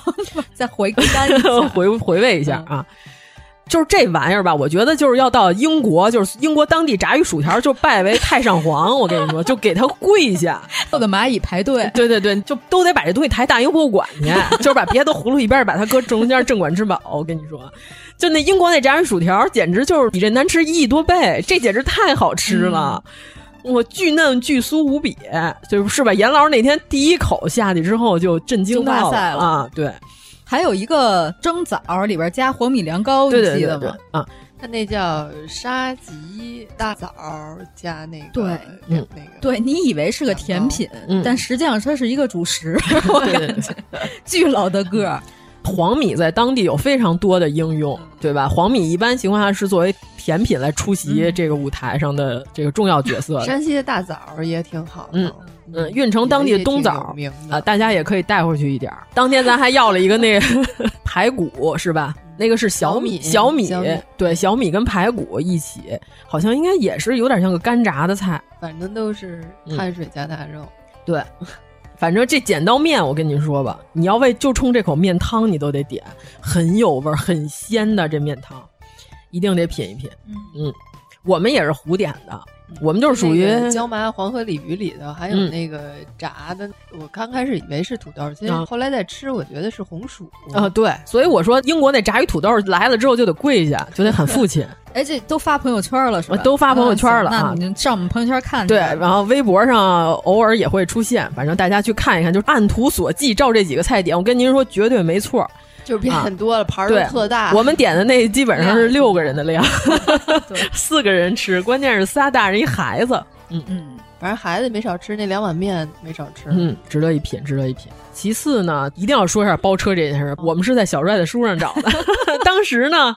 S7: 再回甘
S8: 回回味一下啊。嗯就是这玩意儿吧，我觉得就是要到英国，就是英国当地炸鱼薯条就拜为太上皇，我跟你说，就给他跪下，
S7: 坐的蚂蚁排队，
S8: 对对对，就都得把这东西抬大英博物馆去， 就是把别的葫芦一边把它搁中间镇馆之宝，我跟你说，就那英国那炸鱼薯条简直就是比这难吃一亿多倍，这简直太好吃了。嗯我巨嫩巨酥无比，就是吧？严老师那天第一口下去之后就震惊到
S7: 了
S8: 啊！对，
S7: 还有一个蒸枣里边加黄米凉糕，
S8: 对对
S7: 对你记
S8: 得
S7: 吗？
S8: 啊，
S9: 它那叫沙棘大枣加那个
S7: 对，
S8: 呃
S9: 嗯，那个
S7: 对你以为是个甜品，
S8: 嗯、
S7: 但实际上它是一个主食， 我感觉巨老的个儿。
S8: 嗯黄米在当地有非常多的应用，对吧？黄米一般情况下是作为甜品来出席这个舞台上的这个重要角色。
S9: 山西的大枣也挺好的，
S8: 嗯嗯，运城当地冬枣呃
S9: 啊，
S8: 大家也可以带回去一点儿。当天咱还要了一个 那个排骨，是吧？那个是小米，
S9: 小
S8: 米对，小米跟排骨一起，好像应该也是有点像个干炸的菜，
S9: 反正都是
S7: 嗯
S9: 碳水加大肉，
S8: 对。反正这剪刀面，我跟你说吧，你要为就冲这口面汤，你都得点，很有味儿，很鲜的这面汤，一定得品一品。嗯,嗯，我们也是糊点的，我们就是属于嗯
S9: 椒麻黄河鲤鱼里头还有那个炸的。嗯、我刚开始以为是土豆，其实后来再吃，我觉得是红薯
S8: 啊啊、呃。对，所以我说英国那炸鱼土豆来了之后就得跪下，就得喊父亲。
S7: 哎，这都发朋友圈了是吧？
S8: 呃都发朋友圈了
S7: 啊！那你上我们朋友圈看。
S8: 对，然后微博上偶尔也会出现，反正大家去看一看，就是按图索骥，照这几个菜点，我跟您说绝对没错，
S9: 就是变很多了，盘儿特大。
S8: 我们点的那基本上是六个人的 量， 四个人吃，关键是仨大人一孩子。嗯
S9: 嗯，反正孩子没少吃，那两碗面没少吃。
S8: 嗯，值得一品，值得一品。其次呢，一定要说一下包车这件
S7: 嗯
S8: 事，我们是在小帅的书上找的， 当时呢。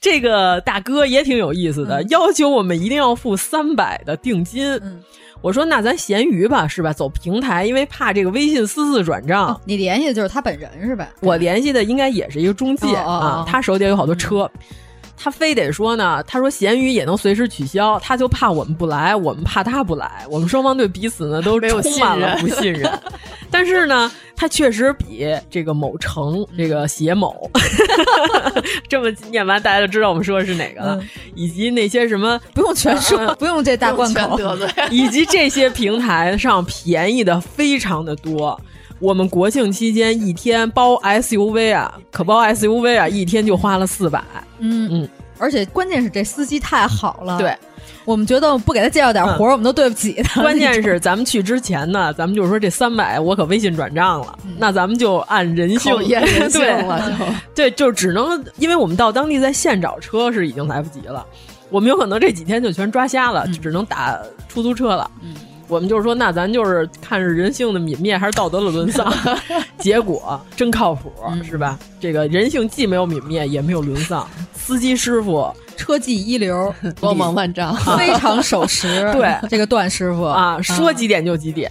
S8: 这个大哥也挺有意思的，嗯、要求我们一定要付三百的定金。嗯、我说那咱闲鱼吧，是吧？走平台，因为怕这个微信私自转账。哦、
S7: 你联系的就是他本人是吧？
S8: 我联系的应该也是一个中介、
S7: 哦、
S8: 啊，他手底下有好多车，嗯、他非得说呢，他说闲鱼也能随时取消，他就怕我们不来，我们怕他不来，我们双方对彼此呢都充满了不信 任。但是呢，它确实比这个某城这个携某， 这么念完大家就知道我们说的是哪个了，嗯、以及那些什么
S7: 不用全说，嗯、不用这大贯口，
S8: 以及这些平台上便宜的非常的多。我们国庆期间一天包 SUV 啊，可包 SUV 啊，一天就花了四百。
S7: 嗯嗯，而且关键是这司机太好了。
S8: 对。
S7: 我们觉得不给他介绍点活儿，嗯、我们都对不起他。
S8: 关键是咱们去之前呢，咱们就是说这三百我可微信转账了，嗯、那咱们就按人性
S9: 人性了，
S8: 对，就只能因为我们到当地在现找车是已经来不及了，我们有可能这几天就全抓瞎了，嗯、只能打出租车了。
S7: 嗯
S8: 我们就是说，那咱就是看是人性的泯灭还是道德的 沦丧，结果真靠谱
S7: 嗯
S8: 是吧？这个人性既没有泯灭，也没有沦丧， 司机师傅。
S7: 车技一 流，
S9: 光芒万丈，
S7: 非常守时。
S8: 对
S7: 这个段师傅嗯
S8: 啊，说几点就几点。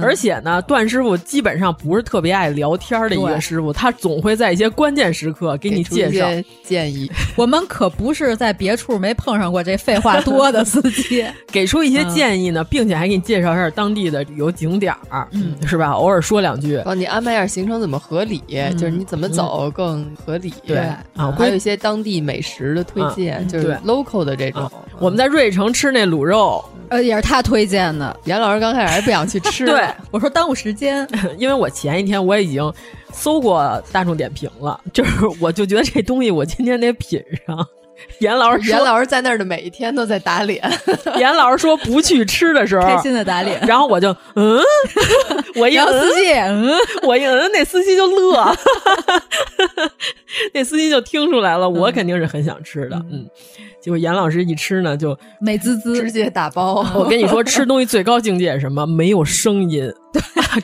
S8: 而且呢，段师傅基本上不是特别爱聊天的一个师傅，他总会在一些关键时刻给你介绍
S9: 建议。
S7: 我们可不是在别处没碰上过这废话多的司机，
S8: 给出
S7: 嗯
S8: 一些建议呢，并且还给你介绍一下当地的旅游景点儿，
S7: 嗯
S8: 是吧？偶尔说两句，
S9: 帮你安排一下行程怎么合理，就是你怎么走更合理。
S8: 对
S9: 啊，还有一些当地美美食的推荐，
S8: 嗯
S9: 就是
S8: 对
S9: local 的这种。
S8: 我们在瑞城吃那卤肉，
S7: 呃，也是他推荐的。
S9: 严老师刚开始还不想去吃，
S8: 对
S7: 我说耽误时间，
S8: 因为我前一天我已经搜过大众点评了， 就是我就觉得这东西我今天得品上。 严老师，
S9: 严老师在那儿的每一天都在 打脸，
S8: 师，严老师说不去吃的时候，
S7: 开心的 打脸。
S8: 然后我就嗯， 我一
S7: 然后
S8: 嗯
S7: 司机也嗯，
S8: 我一嗯，那司机就乐， 那司机就听出来了，我肯定是很想吃的，嗯。结果严老师一吃呢，就
S7: 美滋滋，
S9: 直接打包。
S8: 嗯 我跟你说，吃东西最高境界是什么？没有声音，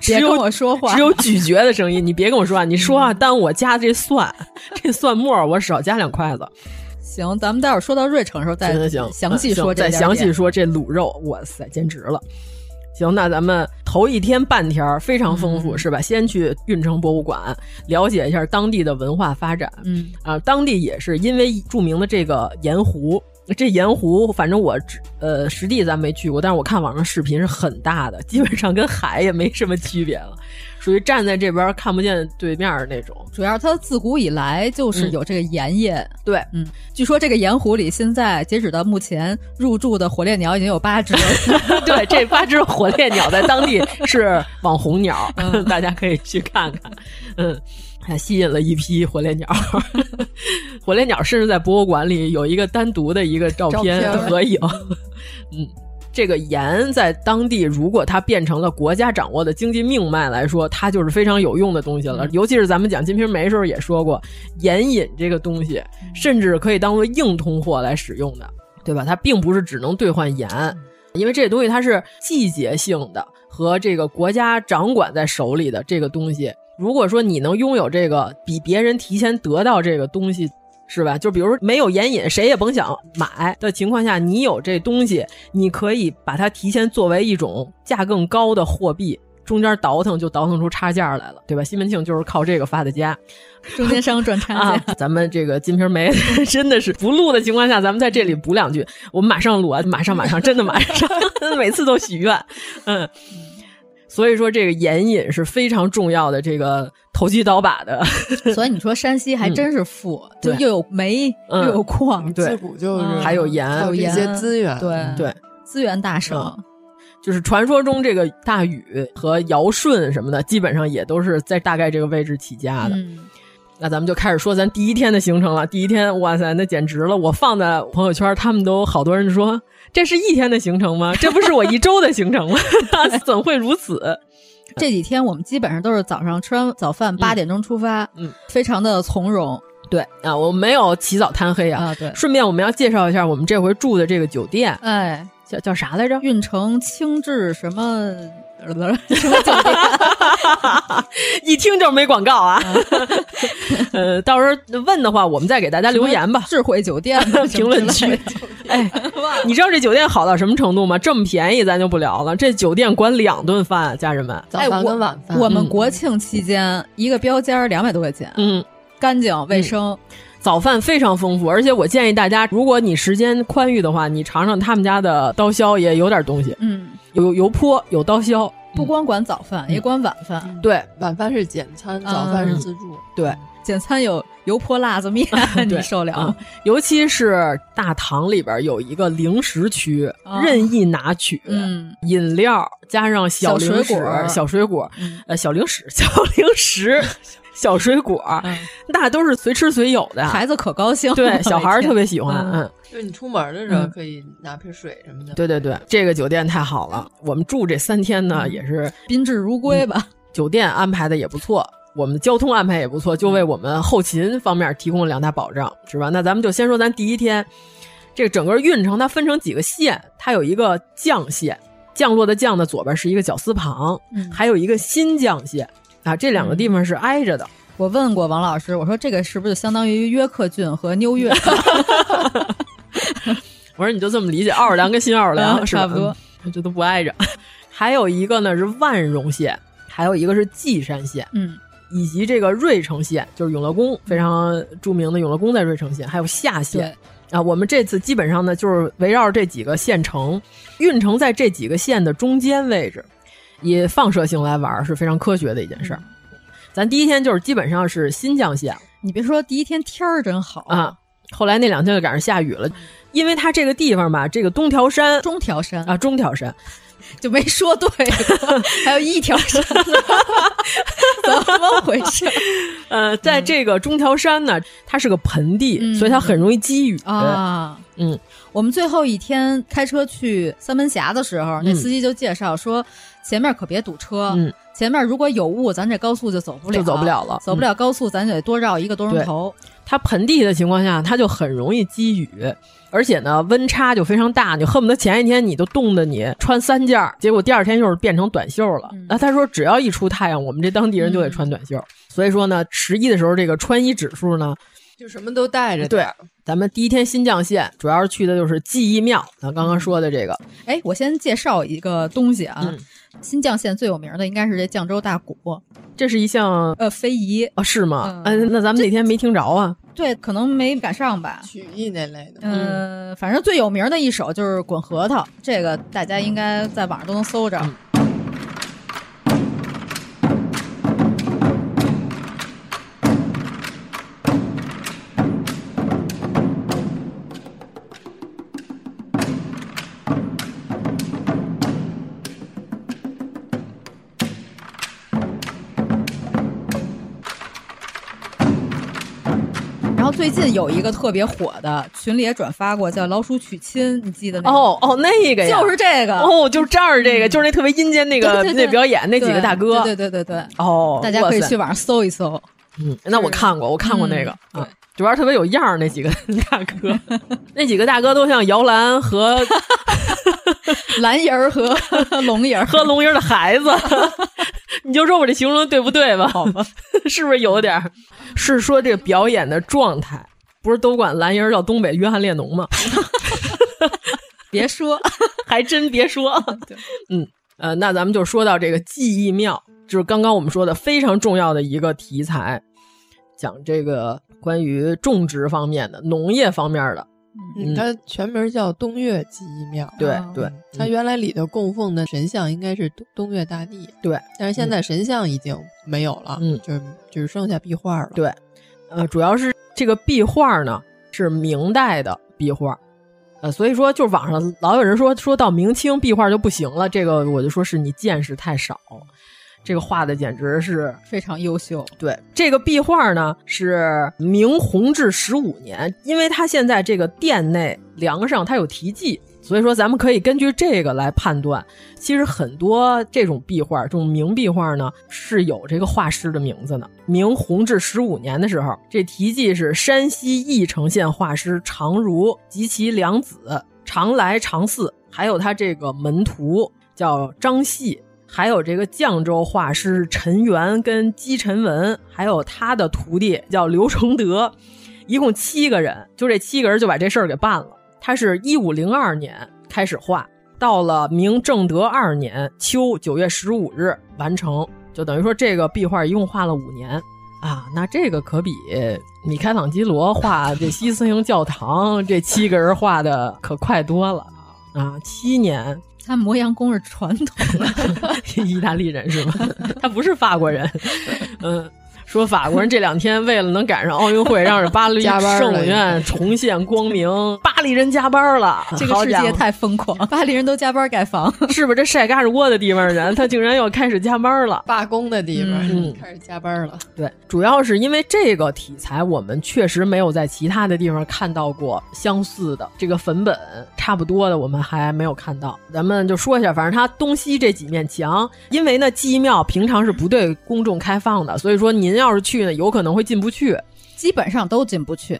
S8: 只
S7: 别跟
S8: 有
S7: 我说话，嗯
S8: 只有咀嚼的声音。你别跟我说啊，你说啊，但我加这蒜，这蒜末儿我少加两筷子。
S7: 行，咱们待会儿说到瑞城的时候再
S8: 行行行，
S7: 详细说
S8: 嗯行
S7: 这
S8: 再
S7: 两点
S8: 详细说这卤肉，哇塞，简直了！行，那咱们头一天半天儿非常丰
S7: 嗯
S8: 富，是吧？先去运城博物馆了解一下当地的文化发展，
S7: 嗯
S8: 啊，当地也是因为著名的这个盐湖，这盐湖，反正我只呃实地咱没去过，但是我看网上视频是很大的，基本上跟海也没什么区别了，属于站在这边儿看不见对面儿那种。
S7: 主要是它自古以来
S8: 嗯
S7: 就是有这个盐业，
S8: 对，
S7: 嗯，据说这个盐湖里现在截止到目前入住的火烈鸟已经有八只了，
S8: 对，这八只火烈鸟在当地是网红鸟， 大家可以去看看。嗯，还吸引了一批火烈鸟。 火烈鸟甚至在博物馆里有一个单独的一个照片
S9: 照片
S8: 合影。 嗯，这个盐在当地，如果它变成了国家掌握的经济命脉来说，它就是非常有用的东西了。尤其是咱们讲《金瓶梅》时候也说过，盐引这个东西，甚至可以当做硬通货来使用的，对吧？它并不是只能兑换盐，因为这东西它是季节性的和这个国家掌管在手里的这个东西。如果说你能拥有这个，比别人提前得到这个东西，是吧？就比如说没有盐引，谁也甭想买的情况下，你有这东西，你可以把它提前作为一种价更高的货币，中间倒腾就倒腾出差价来了，对吧？西门庆就是靠这个发的家。
S7: 中间商赚差
S8: 啊
S7: 价。，
S8: 咱们这个《金瓶梅》 真的是不录的情况下，咱们在这里补两句。我们马上录啊，马上马上，真的马上， 每次都许愿。嗯，所以说这个盐引是非常重要的，这个投机倒把的。
S7: 所以你说山西还真是富，就
S8: 嗯对
S7: 又有煤、
S8: 嗯
S7: 又有 矿，
S8: 对嗯
S9: 自古就是
S7: 嗯
S8: 还有盐
S9: 还
S7: 还有
S9: 有这
S7: 盐
S9: 些资源，
S7: 对，
S8: 对，嗯
S7: 资源大省。
S8: 就是传说中这个大禹和尧舜什么的，基本上也都是在大概这个位置起家的。
S7: 嗯，
S8: 那咱们就开始说咱第一天的行程了。第一天，哇塞，那简直了！我放在朋友圈，他们都好多人说，这是一天的行程吗？这不是我一周的行程吗？ 怎会如此？
S7: 这几天我们基本上都是早上吃完早饭八点钟出发，
S8: 嗯，
S7: 非常的从容
S8: 对啊，我没有起早贪黑啊。
S7: 啊，对，
S8: 顺便，我们要介绍一下我们这回住的这个酒店，
S7: 哎，
S8: 叫叫啥来着？
S7: 运城清治什么 什么酒店？
S8: 一听就是没广告啊。呃，到时候问的话，我们再给大家留言吧。
S7: 智慧酒店
S8: 评论 区。哎，你知道这酒店好到什么程度吗？这么便宜，咱就不聊了。这酒店管两顿饭，家人们。
S9: 早饭跟晚
S7: 哎
S9: 饭，
S7: 我们国庆期间一个标间两百多块钱，
S8: 嗯，
S7: 干净卫生。
S8: 早饭非常丰富，而且我建议大家，如果你时间宽裕的话，你尝尝他们家的刀削也有点东西，
S7: 嗯，
S8: 有油泼，有刀削。
S7: 不光管早饭，
S8: 嗯
S7: 也管晚饭。
S8: 对
S9: 晚饭是简餐，早饭是自助。
S8: 对，
S7: 嗯简餐有油泼辣子面，你
S8: 对
S7: 受了
S8: 啊
S7: 吗？
S8: 尤其是大堂里边有一个零食区，
S7: 啊
S8: 任意拿取。
S7: 嗯，
S8: 饮料加上小
S7: 小
S8: 零
S7: 水
S8: 食、小
S7: 果儿
S8: 水果，
S7: 嗯
S8: 呃，小零食、 小零 食、小水果，那都是随吃随有的。
S7: 孩子可高兴了，
S8: 啊对小孩儿特别喜欢，
S7: 嗯
S8: 嗯，
S9: 就是你出门的时候
S8: 嗯
S9: 可以拿瓶水什么的。
S8: 对对对，这个酒店太好了。我们住这三天
S7: 嗯
S8: 呢，也是
S7: 宾至如归
S8: 嗯
S7: 吧。
S8: 酒店安排的也不错，我们的交通安排也不错，就为
S7: 嗯
S8: 我们后勤方面提供了两大保障，是吧？那咱们就先说咱第一天，这个整个运城它分成几个县，它有一个绛县，降落的降的左边是一个绞丝旁，
S7: 嗯
S8: 还有一个新绛县啊，这两个地方是挨着的。
S7: 我问过王老师，我说这个是不是就相当于约克郡和纽约？
S8: 我说你就这么理解，奥尔良跟新奥尔良、
S7: 嗯
S8: 是吧
S7: 差不多，
S8: 嗯这都不挨着。 还有一个呢是万荣县，还有一个是稷山县。
S7: 嗯，
S8: 以及这个芮城县，就是永乐宫非常著名的永乐宫在芮城县，还有夏县
S7: 对。
S8: 啊，我们这次基本上呢，就是围绕这几个县城，运城在这几个县的中间位置，以放射性来玩儿是非常科学的一件事儿。
S7: 嗯
S8: 咱第一天就是基本上是新绛县
S7: 你别说，第一天天儿真好
S8: 啊，后来那两天就赶上下雨了，因为它这个地方吧，这个东条山、
S7: 嗯中条山
S8: 啊，中条山
S7: 就没说对过， 还有一条山， 怎么回事？
S8: 呃，在这个中条山呢，它是个盆地，
S7: 嗯
S8: 所以它很容易积雨
S7: 啊。
S8: 嗯，
S7: 我们最后一天开车去三门峡的时候，那司机就介绍说，前面可别堵车，
S8: 嗯
S7: 前面如果有雾，咱这高速就走不了，
S8: 就走不了嗯了
S7: 走不了高速，咱就得多绕一个多钟头。
S8: 它盆地的情况下，它就很容易积雨，而且呢温差就非常大，你恨不得前一天你都冻得你穿三件儿，结果第二天又是变成短袖
S7: 嗯
S8: 了。那、他说只要一出太阳，我们这当地人就得穿短袖。所以说呢，十一的时候这个穿衣指数呢，
S9: 就什么都带着。
S8: 对，咱们第一天新绛县主要是去的就是记忆庙，咱刚刚说的这个，
S7: 哎，我先介绍一个东西啊，
S8: 嗯
S7: 新绛县最有名的应该是这绛州大鼓，
S8: 这是一项
S7: 呃非遗。
S8: 啊是吗？嗯、那咱们那天没听着啊，
S7: 对，可能没赶上吧。
S9: 曲艺那类的，
S7: 嗯、反正最有名的一首就是《滚核桃》，这个大家应该在网上都能搜
S8: 嗯
S7: 着。然后最近有一个特别火的，群里也转发过，叫《老鼠娶亲》，你记得那个吗？
S8: 哦哦那个呀
S7: 就是这个嗯
S8: 哦，就是这儿这个，就是那特别阴间那个
S7: 对对对
S8: 那表演那几个大哥，
S7: 对对对对对，
S8: 哦，
S7: 大家可以去嗯
S8: 玩。
S7: 网上搜一搜。
S8: 嗯，那我看过，我看过那个，啊，主要是特别有样儿那几个大哥， 那几个大哥都像摇篮和
S7: 蓝人儿和龙人儿，
S8: 和龙英的孩子， 你就说我这形容的对不对吧？好吧， 是不是有点儿？是说这个表演的状态，不是都管蓝英儿叫东北约翰列侬吗？
S7: 别说，
S8: 还真别说，嗯呃，那咱们就说到这个记忆庙，就是刚刚我们说的非常重要的一个题材，讲这个关于种植方面的、农业方面的。嗯
S9: 嗯，它全名叫东岳记忆庙。
S8: 对
S9: 嗯
S8: 对
S9: 它原来里头供奉的神像应该是东东岳大帝，
S8: 对，
S9: 但是现在神像已经没有了，
S8: 嗯
S9: 就是只剩下壁画了。
S8: 对，呃，主要是这个壁画呢是明代的壁画，呃，所以说就网上老有人说说到明清壁画就不行了，这个我就说是你见识太少，这个画的简直是
S7: 非常优秀。
S8: 对，这个壁画呢是明弘治十五年，因为它现在这个殿内梁上它有题记，所以说咱们可以根据这个来判断。其实很多这种壁画，这种明壁画呢是有这个画师的名字的。明弘治十五年的时候，这题记是山西翼城县画师常如及其两子常来、常祀，还有他这个门徒叫张系。还有这个绛州画师陈元跟姬晨文，还有他的徒弟叫刘承德，一共七个人，就这七个人就把这事儿给办了。他是一五零二年开始画，到了明正德二年秋九月十五日完成，就等于说这个壁画一共画了五年啊。那这个可比米开朗基罗画这西斯廷教堂这七个人画的可快多了啊，七年
S7: 他磨洋工是传统 的，
S8: 意大利人 是吗？他不是法国人。嗯，说法国人这两天为了能赶上奥运会，让这巴黎
S9: 加班了
S8: 圣母院重现光明，巴黎人加班了。
S7: 这个
S8: 好
S7: 世
S8: 家
S7: 界
S8: 伙
S7: 太疯狂，巴黎人都加班盖房。
S8: 是不是这晒嘎吱窝的地方人，他竟然又开始加班了？
S9: 罢工的地方、
S8: 嗯
S9: 开始加班了，
S8: 对，主要是因为这个题材，我们确实没有在其他的地方看到过相似的这个粉本差不多的，我们还没有看到。咱们就说一下，反正它东西这几面墙，因为呢记忆庙平常是不对公众开放的，所以说您要是去呢，有可能会进不去，
S7: 基本上都进不去，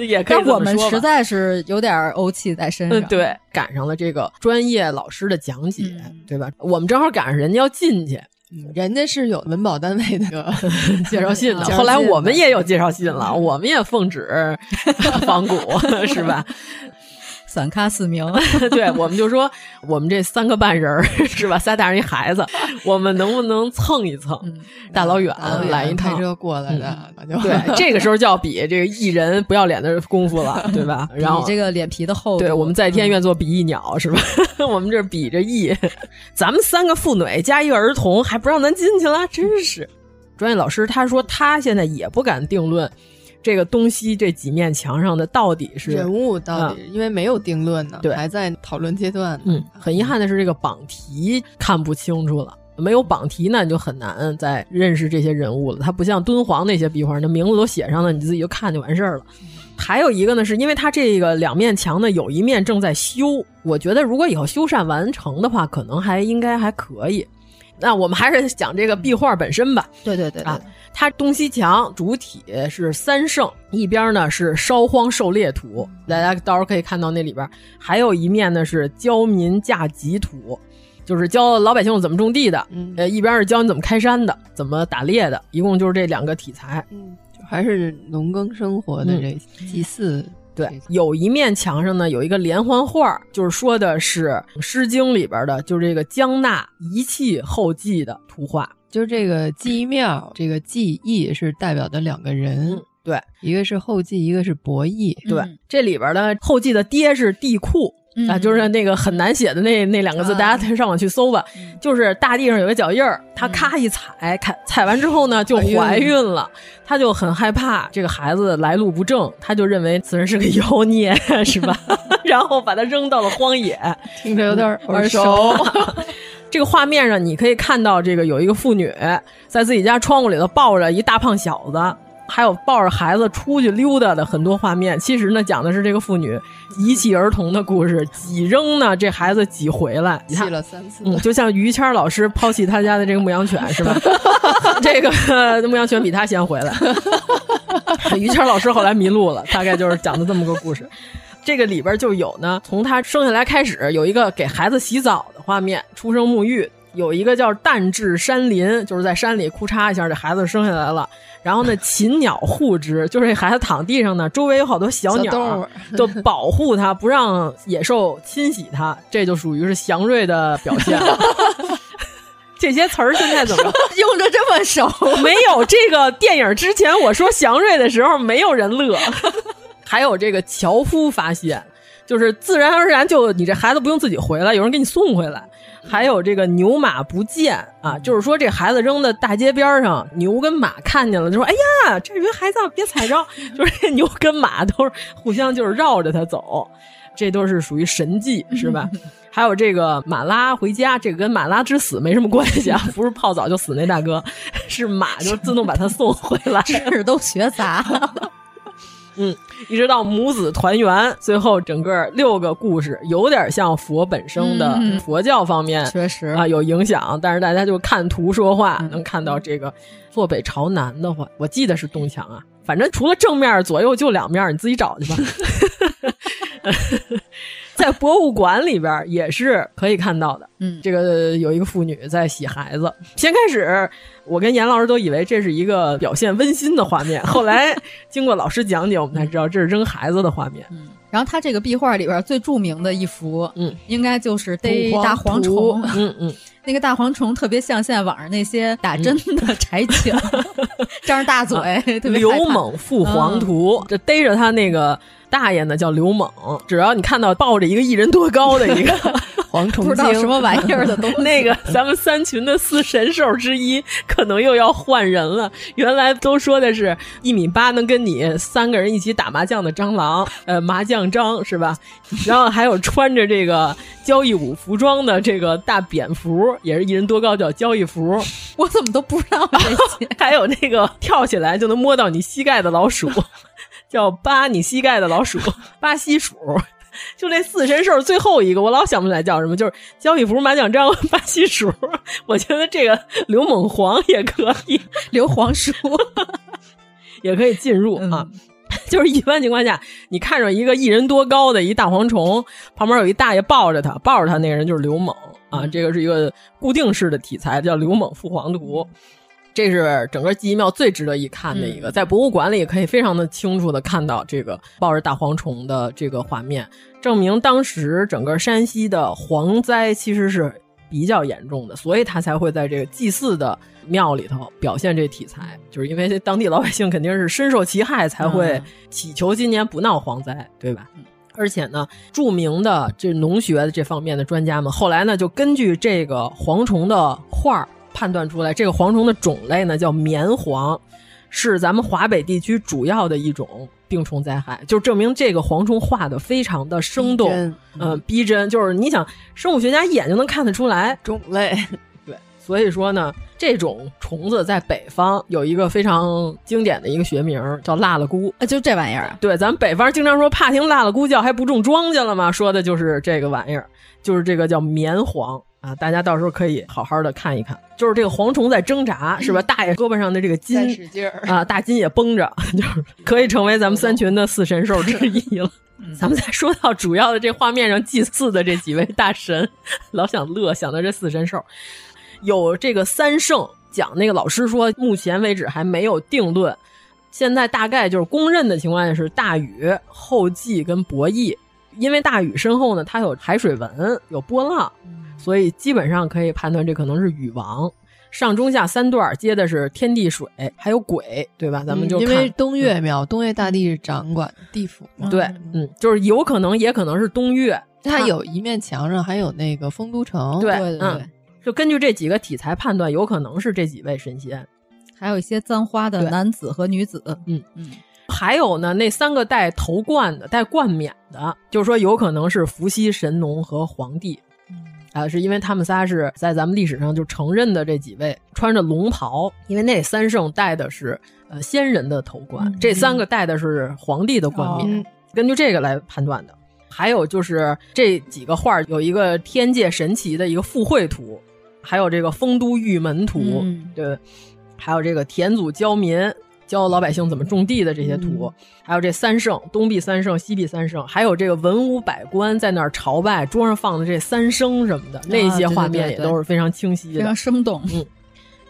S8: 也可以
S7: 但
S8: 这么
S7: 我们
S8: 说吧
S7: 实在是有点儿欧气在身上。
S8: 嗯，对，赶上了这个专业老师的讲解，
S7: 嗯
S8: 对吧？我们正好赶上人家要进去，
S9: 嗯人家是有文保单位 的
S8: 介绍
S7: 嗯
S8: 信了
S9: 介绍信。
S8: 后来我们
S9: 的
S8: 也有介绍信了，我们也奉旨 仿古，是吧？
S7: 散咖四名，
S8: 对，我们就说我们这三个半人儿是吧？仨大人一孩子，我们能不能蹭一蹭？大老远
S9: 老
S8: 来一
S9: 远哦开
S8: 趟。
S9: 车过来的，就
S8: 对，这个时候就要比这个一人不要脸的功夫了，对吧？然后
S7: 你这个脸皮的厚度，
S8: 对，我们在天愿做比翼鸟，是吧？ 我们这儿比着翼，咱们三个妇女加一个儿童，还不让咱进去了，真是。专业老师他说他现在也不敢定论，这个东西这几面墙上的到底是
S9: 人物到底，
S8: 嗯
S9: 因为没有定论呢，
S8: 对
S9: 还在讨论阶段呢。
S8: 嗯，很遗憾的是，这个榜题看不清楚了。没有榜题呢，你就很难再认识这些人物了。它不像敦煌那些壁画，那名字都写上了，你自己就看就完事儿了。还有一个呢，是因为它这个两面墙呢，有一面正在修。我觉得如果以后修缮完成的话，可能还应该还可以。那我们还是讲这个壁画本身吧。
S7: 对对对对
S8: 啊，它东西墙主体是三圣，一边呢是烧荒狩猎图，大家到时候可以看到那里边，还有一面呢是教民稼瘠图，就是教老百姓怎么种地的，
S9: 嗯
S8: 呃，一边是教你怎么开山的，怎么打猎的，一共就是这两个题材。
S9: 嗯，还是农耕生活的这祭祀，
S8: 嗯对，有一面墙上呢有一个连环画儿，就是说的是《诗经》里边的，就是这个江纳遗弃后稷的图画。
S9: 就是这个祭庙，这个祭艺是代表的两个人，
S8: 嗯对，嗯
S9: 一个是后稷，一个是伯弈，
S8: 对，
S7: 嗯
S8: 这里边呢，后继的爹是地库。啊，就是那个很难写的那那两个字，大家上网去搜吧。就是大地上有个脚印儿，他咔一踩，踩踩完之后呢，就嗯怀孕了，他就很害怕这个孩子来路不正，他就认为此人是个妖孽， 是吧？然后把他扔到了荒野，
S9: 听着有点
S8: 嗯 耳
S9: 熟
S8: 熟。这个画面上，你可以看到这个有一个妇女在自己家窗户里头抱着一大胖小子，还有抱着孩子出去溜达的很多画面。其实呢，讲的是这个妇女遗弃儿童的故事，几扔呢，这孩子几回来，
S9: 祭了三 次，
S8: 嗯，就像于谦儿老师抛弃他家的这个牧羊犬是吧？ 这个呃牧羊犬比他先回来。 于谦儿老师后来迷路了，大概就是讲的这么个故事。这个里边就有呢，从他生下来开始，有一个给孩子洗澡的画面，出生沐浴；有一个叫淡至山林，就是在山里哭嚓一下，这孩子生下来了。然后呢，禽鸟护之，就是这孩子躺地上呢，周围有好多小
S9: 小
S8: 鸟
S9: 动物
S8: 儿，就保护它，不让野兽侵袭它，这就属于是祥瑞的表现了。 这些词儿现在怎么
S7: 用着这么熟？
S8: 没有这个电影之前，我说祥瑞的时候，没有人乐。还有这个樵夫发现，就是自然而然就你这孩子不用自己回来，有人给你送回来。还有这个牛马不见啊，就是说这孩子扔在大街边上，牛跟马看见了就说：“哎呀，这人孩子别踩着。” 就是这牛跟马都是互相就是绕着他走，这都是属于神迹，是吧？ 还有这个马拉回家，这个跟马拉之死没什么关系啊，不是泡澡就死那大哥， 是马就自动把他送回来，
S7: 知识都学杂了。
S8: 嗯，一直到母子团圆，最后整个六个故事有点像佛本生的
S7: 嗯嗯
S8: 佛教方面，
S7: 确实嗯
S8: 啊有影响，但是大家就看图说话，能看到这个坐北朝南的话，我记得是东墙啊，反正除了正面左右就两面，你自己找 去吧。 在博物馆里边也是可以看到的。
S7: 嗯，
S8: 这个有一个妇女在洗孩子。先开始，我跟严老师都以为这是一个表现温馨的画面，后来经过老师讲解，我们才知道这是扔孩子的画面。
S7: 嗯然后他这个壁画里边最著名的一幅，
S8: 嗯，
S7: 应该就是逮
S8: 土黄
S7: 大蝗
S8: 图
S7: 虫，
S8: 嗯嗯，
S7: 那个大蝗虫特别像现在网上那些打针的柴犬，张着大嘴，特别害
S8: 刘
S7: 怕嗯
S8: 猛赴黄图，这逮着他那个大爷呢叫刘猛，只要你看到抱着一个一人多高的一个
S9: 蝗虫
S8: 精
S7: 不知道什么玩意儿的东西
S8: 那个咱们三群的四神兽之一，可能又要换人了。原来都说的是一米八能跟你三个人一起打麻将的蟑螂，呃，麻将张是吧？然后还有穿着这个交谊舞服装的这个大蝙蝠，也是一人多高，叫交谊服。
S7: 我怎么都不知道 这些。
S8: 还有那个跳起来就能摸到你膝盖的老鼠，叫扒你膝盖的老鼠，巴西鼠。就那四神兽最后一个，我老想不起来叫什么，就是交易服、麻将章、巴西鼠。我觉得这个刘猛黄也可以，
S7: 刘皇叔
S8: 也可以进入啊。 就是一般情况下，你看着一个一人多高的一大蝗虫，旁边有一大爷抱着他，抱着他那个人就是刘猛啊。这个是一个固定式的题材，叫《刘猛赴黄图》，这是整个记忆庙最值得一看的一个，在博物馆里也可以非常的清楚的看到这个抱着大蝗虫的这个画面，证明当时整个山西的蝗灾其实是比较严重的，所以他才会在这个祭祀的庙里头表现这题材，就是因为这当地老百姓肯定是深受其害，才会祈求今年不闹蝗灾，对吧？而且呢，著名的这农学的这方面的专家们，后来呢就根据这个蝗虫的画儿判断出来，这个蝗虫的种类呢叫棉蝗，是咱们华北地区主要的一种病虫灾害，就证明这个蝗虫画的非常的生动，
S9: 逼真
S8: 嗯，逼真，就是你想生物学家一眼就能看得出来
S9: 种类。
S8: 对，所以说呢，这种虫子在北方有一个非常经典的一个学名儿叫辣了菇，
S7: 啊，就这玩意儿啊，
S8: 对，咱们北方经常说怕听辣了咕叫还不种庄稼了吗？说的就是这个玩意儿，就是这个叫棉蝗啊，大家到时候可以好好的看一看，就是这个蝗虫在挣扎，是吧？
S9: 嗯
S8: 大爷胳膊上的这个
S7: 嗯
S8: 筋
S9: 在使劲儿
S8: 啊，大筋也绷着， 就是可以成为咱们三群的四神兽之一了。咱们再说到主要的这画面上祭祀的这几位大神，老想乐，想到这四神兽，有这个三圣讲，那个老师说，目前为止还没有定论。现在大概就是公认的情况下是大禹、后稷跟伯益，因为大禹身后呢，它有海水纹，有波浪，
S9: 嗯
S8: 所以基本上可以判断这可能是禹王。上中下三段接的是天地水，还有鬼，对吧？咱们就
S9: 嗯因
S8: 看
S9: 为东岳庙，东岳大帝是掌管地府嘛，
S8: 对，嗯，就是有可能，也可能是东岳，
S9: 它有一面墙上还有那个丰都城，
S8: 对嗯，就根据这几个题材判断，有可能是这几位神仙。
S7: 还有一些簪花的男子和女子，
S8: 嗯嗯，还有呢，那三个戴头冠的、戴冠冕的，就是说有可能是伏羲、神农和黄帝。啊，是因为他们仨是在咱们历史上就承认的这几位穿着龙袍，因为那三圣戴的是呃仙人的头冠，这三个戴的是皇帝的冠冕，
S9: 哦
S8: 根据这个来判断的。还有就是这几个画儿有一个天界神奇的一个附会图，还有这个丰都玉门图，
S7: 嗯
S8: 对，还有这个田祖教民教老百姓怎么种地的这些图，还有这三圣东壁三圣西壁三圣，还有这个文武百官在那儿朝拜，桌上放的这三牲什么的，那
S7: 啊
S8: 些画面也都是非常清晰的，
S7: 非常生动。
S8: 嗯，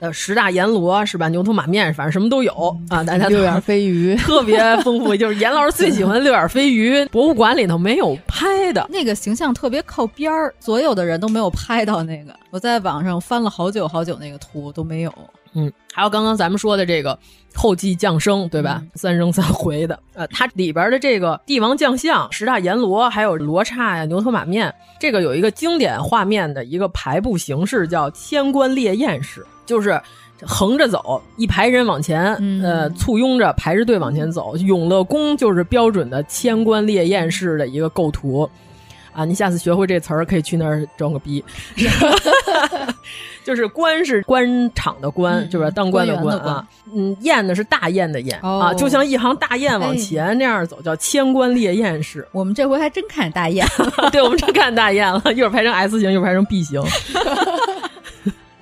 S8: 呃，十大阎罗是吧？牛头马面，反正什么都有
S7: 嗯
S8: 啊，大家都
S9: 六眼飞鱼
S8: 特别丰富，就是严老师最喜欢的六眼飞鱼，博物馆里头没有拍的。
S7: 那个形象特别靠边儿，所有的人都没有拍到那个。我在网上翻了好久好久，那个图都没有。
S8: 嗯，还有刚刚咱们说的这个后继降生，对吧？三生三回的，呃，它里边的这个帝王将相、十大阎罗，还有罗刹呀、牛头马面，这个有一个经典画面的一个排布形式，叫千官列宴式，就是。横着走，一排人往前，呃，簇拥着排着队往前走。永乐宫就是标准的千官列宴式的一个构图，啊，你下次学会这词儿，可以去那儿装个逼。 就是官是官场的官，就是当官的
S7: 嗯官员的哦
S8: 啊。嗯，宴呢是大宴的宴、啊，就像一行大雁往
S7: 哎
S8: 前那样走，叫千官列雁式。
S7: 我们这回还真看大雁，
S8: 对，我们真看大雁了， 一会儿排成 S 型，一会儿排成 B 型。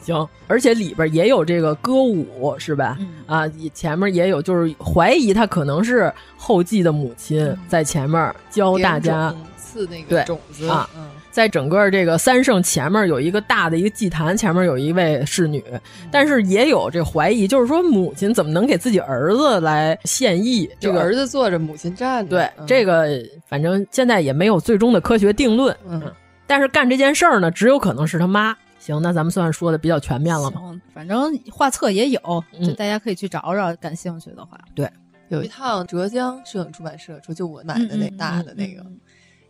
S8: 行，而且里边也有这个歌舞，是吧？
S7: 嗯
S8: 啊，也前面也有，就是怀疑她可能是后继的母
S7: 嗯
S8: 亲在前面教 大家。
S9: 点种刺那个
S8: 对
S9: 种子
S8: 啊
S9: 嗯，
S8: 在整个这个三圣前面有一个大的一个祭坛，前面有一位侍女，但是也有这怀疑，就是说母亲怎么能给自己儿子来献艺？这
S9: 就
S8: 个
S9: 儿子坐着，母亲站着，嗯
S8: 对、这个，反正现在也没有最终的科学定论。
S9: 嗯，
S8: 但是干这件事儿呢，只有可能是他妈。行，那咱们算说的比较全面了嘛？
S7: 嗯反正画册也有，
S8: 嗯
S7: 就大家可以去找找，感兴趣的话。
S8: 对，
S9: 有一趟浙江摄影出版社出，就我买的那
S7: 嗯嗯嗯
S9: 大的那个，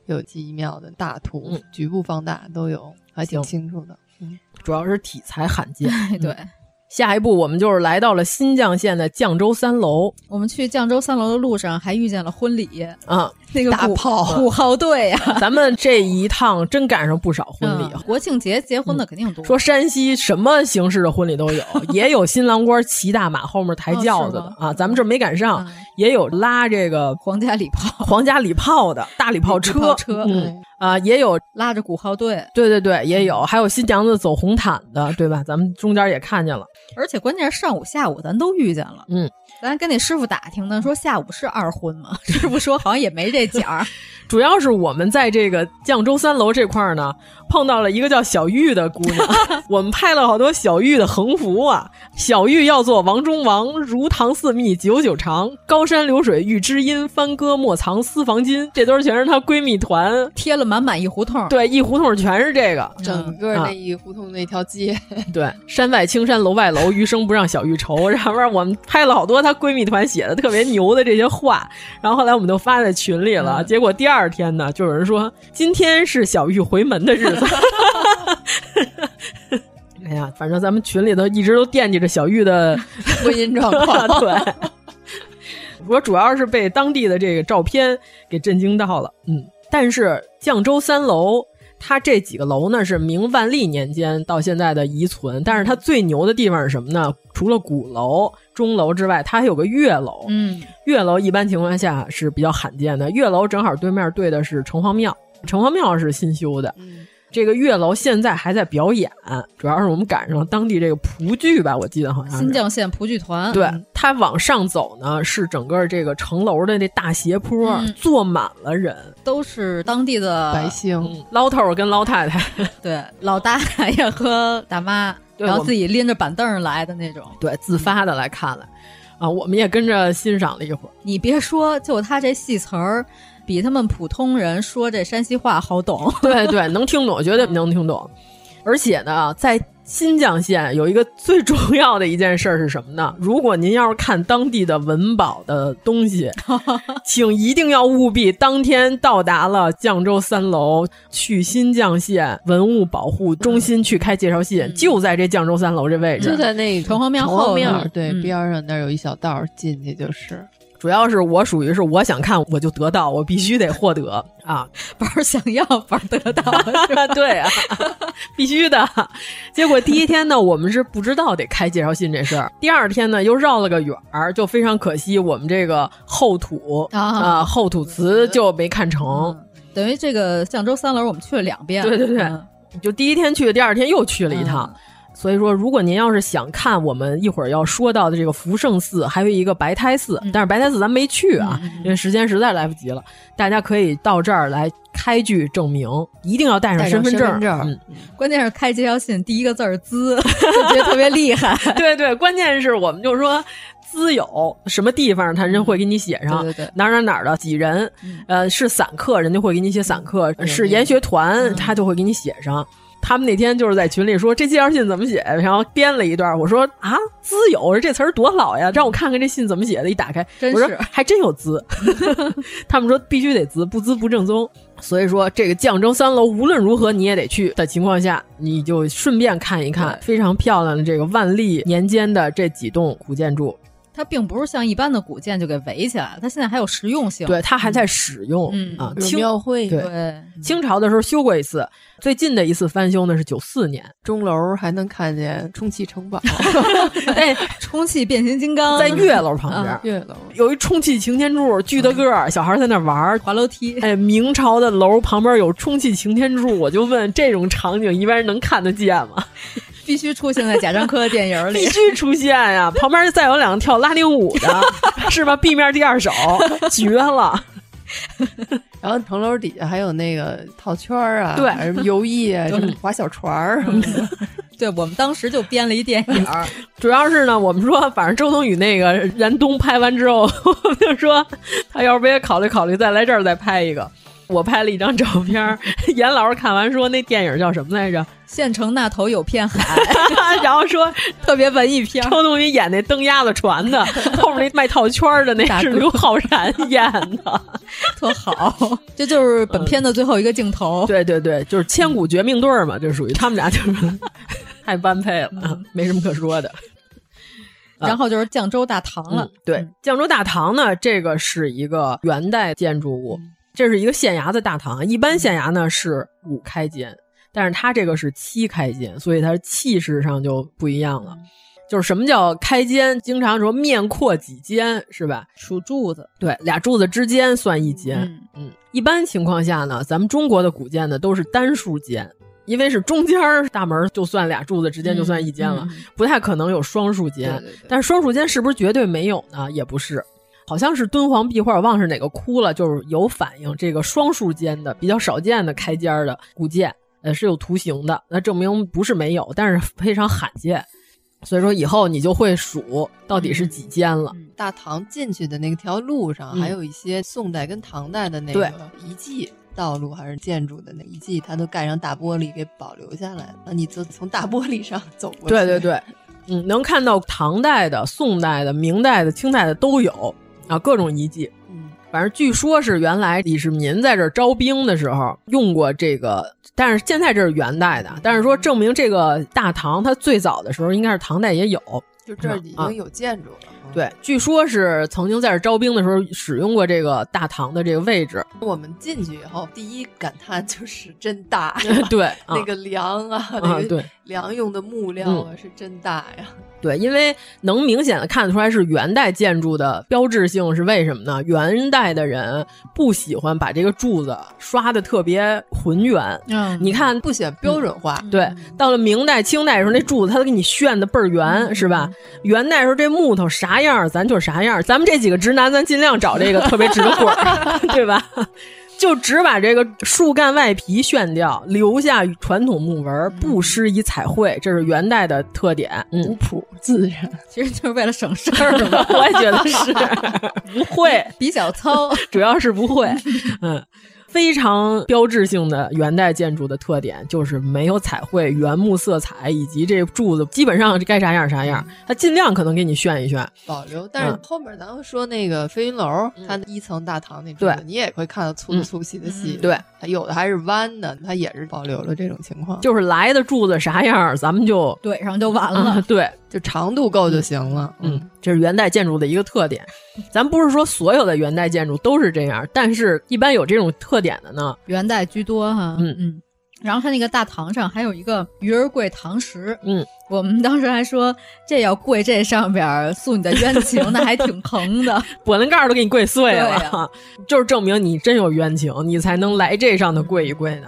S9: 有记忆庙的大图，局部放大都有，还挺清楚的。
S8: 主要是题材罕见。
S7: 对，
S8: 下一步我们就是来到了新绛县的绛州三楼
S7: 我们去绛州三楼的路上还遇见了婚 礼，
S8: 啊，
S7: 那个
S8: 大
S7: 鼓
S8: 炮
S7: 鼓号队呀、
S8: 咱们这一趟真赶上不少 婚礼啊嗯
S7: 嗯国庆节结婚的肯定多。
S8: 说山西什么形式的婚礼都 有，也有新郎官骑大马后面抬轿子的、
S7: 哦嗯
S8: 啊，咱们这没赶上，也有拉这个
S7: 皇家礼炮、
S8: 皇家礼炮的大礼炮车，
S7: 礼炮车
S8: 嗯
S7: 对
S8: 啊，也有
S7: 拉着鼓号队，
S8: 对对对，也有，还有新娘子走红毯的，对吧？咱们中间也看见了，
S7: 而且关键是上午、下午咱都遇见了。
S8: 嗯，
S7: 咱跟那师傅打听呢，说下午是二婚吗？师傅说好像也没这讲 儿。
S8: 主要是我们在这个绛州三楼这块儿呢，碰到了一个叫小玉的姑娘，我们拍了好多小玉的横幅啊。小玉要做王中王，如堂四蜜九九长，高山流水遇知音，翻歌莫藏私房金。这都是全是她闺蜜团
S7: 贴了满满一胡同，
S8: 对，一胡同全是这个，
S9: 整个
S8: 啊
S9: 那一胡同那条街，
S8: 对，山外青山楼外楼，余生不让小玉愁。然后我们拍了好多她闺蜜团写的特别牛的这些话，然后后来我们都发在群里了。结果第二天呢，就有人 说今天是小玉回门的日子。哎呀，啊，反正咱们群里头一直都惦记着小玉的
S9: 婚姻状况
S8: 对，我主要是被当地的这个照片给震惊到了。嗯，但是绛州三楼。它这几个楼呢是明万历年间到现在的遗存，但是它最牛的地方是什么呢？除了鼓楼、钟楼之外，它还有个月楼。
S7: 嗯，
S8: 月楼一般情况下是比较罕见的。月楼正好对面对的是城隍庙，城隍庙是新修的。这个月楼现在还在表演，主要是我们赶上当地这个蒲剧吧，我记得好像是
S7: 新绛县蒲剧团。
S8: 对，它往上走呢，是整个这个城楼的那大斜坡、
S7: 嗯
S8: 坐满了人，啊
S7: 都是当地的
S9: 百姓、嗯
S8: 老头儿跟老太太。
S7: 对，老大爷和大妈，
S8: 对
S7: 然后
S8: 我们
S7: 自己拎着板凳儿来的那种。
S8: 对，自发的来看了，啊，我们也跟着欣赏了一会儿。
S7: 你别说，就他这戏词儿，比他们普通人说这山西话好懂。
S8: 对对，能听懂，绝对能听懂。而且呢，在新绛县有一个最重要的一件事儿是什么呢？ 如果您要是看当地的文保的东西，请一定要务必当天到达了绛州三楼，去新绛县文物保护中心去开介绍信，就在这绛州三楼这位置，
S9: 就在那个
S7: 城隍庙
S9: 城
S7: 后
S9: 隍
S7: 面
S9: 庙对
S7: 嗯
S9: 边儿上那儿有一小道儿进去就是。
S8: 主要是我属于是我想看我就得到，我必须得获得啊！
S7: 玩儿想要，玩儿得 到。
S8: 对啊，必须的。结果第一天呢，我们是不知道得开介绍信这事儿；第二天呢，又绕了个远儿，就非常可惜，我们这个后土
S7: 啊
S8: 啊后土祠就没看
S9: 啊
S8: 成。
S7: 等于这个绛州三楼，我们去了两遍。
S8: 对对对
S7: 嗯
S8: 就第一天去，第二天又去了一趟。
S9: 嗯
S8: 所以说，如果您要是想看我们一会儿要说到的这个福圣寺，还有一个白胎寺，
S9: 嗯
S8: 但是白胎寺咱没去啊，因为时间实在来不及了。大家可以到这儿来开具证明，一定要带上
S9: 带上
S8: 身份证。
S9: 身份证
S8: 嗯，
S7: 关键是开这条信第一个字儿“滋”，就觉得特别厉害。
S8: 对对，关键是我们就说。资有什么地方，他人会给你写上、
S7: 对对嗯对
S8: 哪儿哪儿哪儿的几人，呃，是散客，人家会给你写散客；
S7: 嗯
S8: 是研学团，他就会给你写上。他们那天就是在群里说这介绍信怎么写，然后编了一段。我说啊，资有这词儿多老呀，让我看看这信怎么写的。一打开，
S7: 真
S8: 我说
S7: 是
S8: 还真有资。他们说必须得资，不资不正宗。所以说，这个绛州三楼无论如何你也得去的情况下，你就顺便看一看非常漂亮的这个万历年间的这几栋古建筑，
S7: 它并不是像一般的古建就给围起来，它现在还有实用性。
S8: 对，它还在使用、
S7: 嗯
S8: 啊。
S9: 有
S8: 清
S9: 庙会，
S8: 对
S7: 对，
S8: 清朝的时候修过一次，最近的一次翻修呢是九四年。
S9: 钟楼还能看见充气城 堡，
S8: 哎，
S7: 充气变形金刚啊
S8: 在月楼旁
S7: 嗯
S8: 边、
S9: 月楼
S8: 有一充气擎天柱，巨大个儿，小孩在那玩儿。
S7: 滑楼梯，
S8: 哎，明朝的楼旁边有充气擎天柱，我就问这种场景一般人能看得见吗？
S7: 必须出现在贾樟柯的电影里
S8: 必。须出现呀、 旁边再有两个跳拉丁舞的， 是吧？B 面第二首，绝了！
S9: 然后城楼底下还有那个套圈儿啊，
S8: 对嗯
S9: 什么游艺 啊，什么划小船儿什么的，
S7: 对我们当时就编了一电影儿，
S8: 主要是呢，我们说，反正周冬雨那个燃冬拍完之后，我们就说他要不也考虑考虑，再来这儿再拍一个。我拍了一张照片儿，严老师看完说那电影叫什么来着？
S7: 县城那头有片海，
S8: 然后说
S7: 特别文艺 片儿。
S8: 周冬雨演那蹬鸭子船 的，后面那卖套圈儿的那是刘昊然演的。
S7: 特好， 这就是本片的最后一个镜头。
S8: 嗯对对对，就是千古绝命对儿嘛，这属于他们俩就是 太般配了，没什么可说的。
S7: 然后就是绛州大堂了
S8: 嗯，，对，绛州大堂呢，这个是一个元代建筑物，
S7: 嗯
S8: 这是一个县衙的大堂。啊一般县衙呢是五开间，但是它这个是七开间，所以它气势上就不一样
S7: 嗯
S8: 了。就是什么叫开间？经常说面阔几间，是吧？
S7: 数柱子。
S8: 对，俩柱子之间算一间。
S7: 嗯
S8: 嗯，一般情况下呢，咱们中国的古建呢都是单数间，因为是中间儿大门儿就算俩柱子之间就算一间了，
S7: 嗯嗯
S8: 不太可能有双数间。
S9: 对对对
S8: 但是双数间是不是绝对没有呢？也不是。好像是敦煌壁画，我忘是哪个窟了，就是有反映这个双数间的比较少见的开间儿的古建，呃，是有图形的，那证明不是没有，但是非常罕见。所以说以后你就会数到底是几间了。
S9: 大堂进去的那条路上，
S8: 嗯
S9: 还有一些宋代跟唐代的那
S8: 对
S9: 个遗迹。道路还是建筑的那遗迹，它都盖上大玻璃给保留下来了。你就从大玻璃上走过去。
S8: 对对 对，嗯，能看到唐代的、宋代的、明代的、清代的都有啊，各种遗迹。
S9: 嗯，
S8: 反正据说是原来李世民在这儿招兵的时候用过这个，但是现在这是元代的，但是说证明这个大唐它最早的时候应该是唐代也有，
S9: 就这儿已经有建筑了。嗯
S8: 嗯啊对，据说是曾经在这儿招兵的时候使用过这个大唐的这个位置。，
S9: 我们进去以后，第一感叹 就是真大
S8: 对啊
S9: 那个梁啊，
S8: 啊
S9: 那个
S8: 对
S9: 梁用的木料
S8: 嗯
S9: 啊，是真大呀。
S8: 对，因为能明显的看得出来是元代建筑的标志性是为什么呢？元代的人不喜欢把这个柱子刷的特别浑圆，
S9: 嗯
S8: 你看
S9: 不显标准化，
S8: 对，到了明代、清代的时候，那柱子它都给你炫的倍儿圆，是吧？元代时候这木头啥样儿，咱就啥样儿。咱们这几个直男，咱尽量找这个特别直的棍儿， 对吧？就只把这个树干外皮炫掉，留下传统木纹儿，不施以彩绘，这是元代的特点。嗯，。
S9: 古朴自然，
S7: 其实就是为了省事儿嘛
S8: 我也觉得是 不会，
S7: 比较糙，
S8: 主要是不会。 嗯，非常标志性的元代建筑的特点就是没有彩绘、原木色彩，以及这柱子基本上该啥样啥样，它尽量可能给你炫一炫。
S9: 保留。但是
S8: 嗯
S9: 后面咱会说那个飞云楼，它一层大堂那
S8: 对嗯
S9: 种，你也会看到粗的粗细的细的。
S8: 对，
S9: 它有的还是弯的，它也是保留了这种情况，
S8: 就是来的柱子啥样，咱们 就
S7: 怼上就完
S8: 啊
S7: 了。
S8: 对，
S9: 就长度够就行了。
S8: 嗯，这是元代建筑的一个特点。咱不是说所有的元代建筑都是这样，但是一般有这种特点的呢，
S7: 元代居多哈，
S8: 嗯
S7: 嗯。然后它那个大堂上还有一个鱼儿跪堂石，
S8: 嗯，
S7: 我们当时还说这要跪这上边儿诉你的冤情，那还挺疼 的。
S8: 波棱盖儿都给你跪碎了，
S7: 对
S8: 就是证明你真有冤情，你才能来这上头跪一跪呢。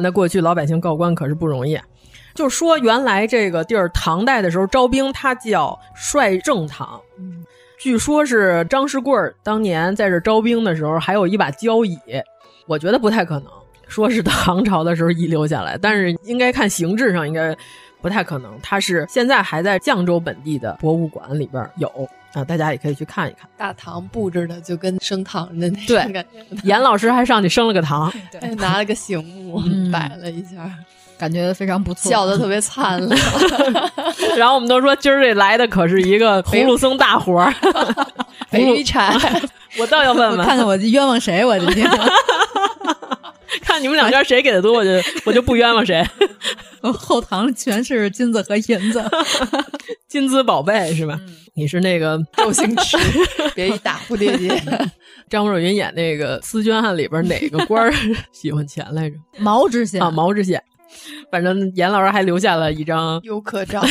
S8: 那过去老百姓告官可是不容易。就说原来这个地儿，唐代的时候招兵，它叫率正堂。据说是张士贵儿当年在这招兵的时候，还有一把交椅，我觉得不太可能，说是唐朝的时候遗留下来，但是应该看形制上应该不太可能。它是现在还在绛州本地的博物馆里边儿有啊，大家也可以去看一看。
S9: 大堂布置的就跟升堂的那
S8: 对
S9: 种感觉，
S8: 严老师还上去升了个堂，
S9: 哎拿了个醒目
S8: 嗯
S9: 摆了一下，
S7: 感觉非常不错，
S9: 笑得特别灿 烂。
S8: 然后我们都说今儿这来的可是一 个葫芦僧大活儿，
S9: 肥柴，
S8: 我倒要问
S7: 我
S8: 问，
S7: 看看我冤枉谁，我今 天
S8: 看你们两家谁给的多，我就我就不冤 枉谁，
S7: 我后堂全是金子和银 子，
S8: 金子宝贝是吧？
S7: 嗯
S8: 你是那个
S9: 周星驰， 别一打蝴蝶 结。
S8: 张若昀演那个《思捐案》里边哪个官儿 喜欢钱来着？
S7: 毛知县
S8: 啊，毛知县。反正严老师还留下了一张
S9: 游 客照，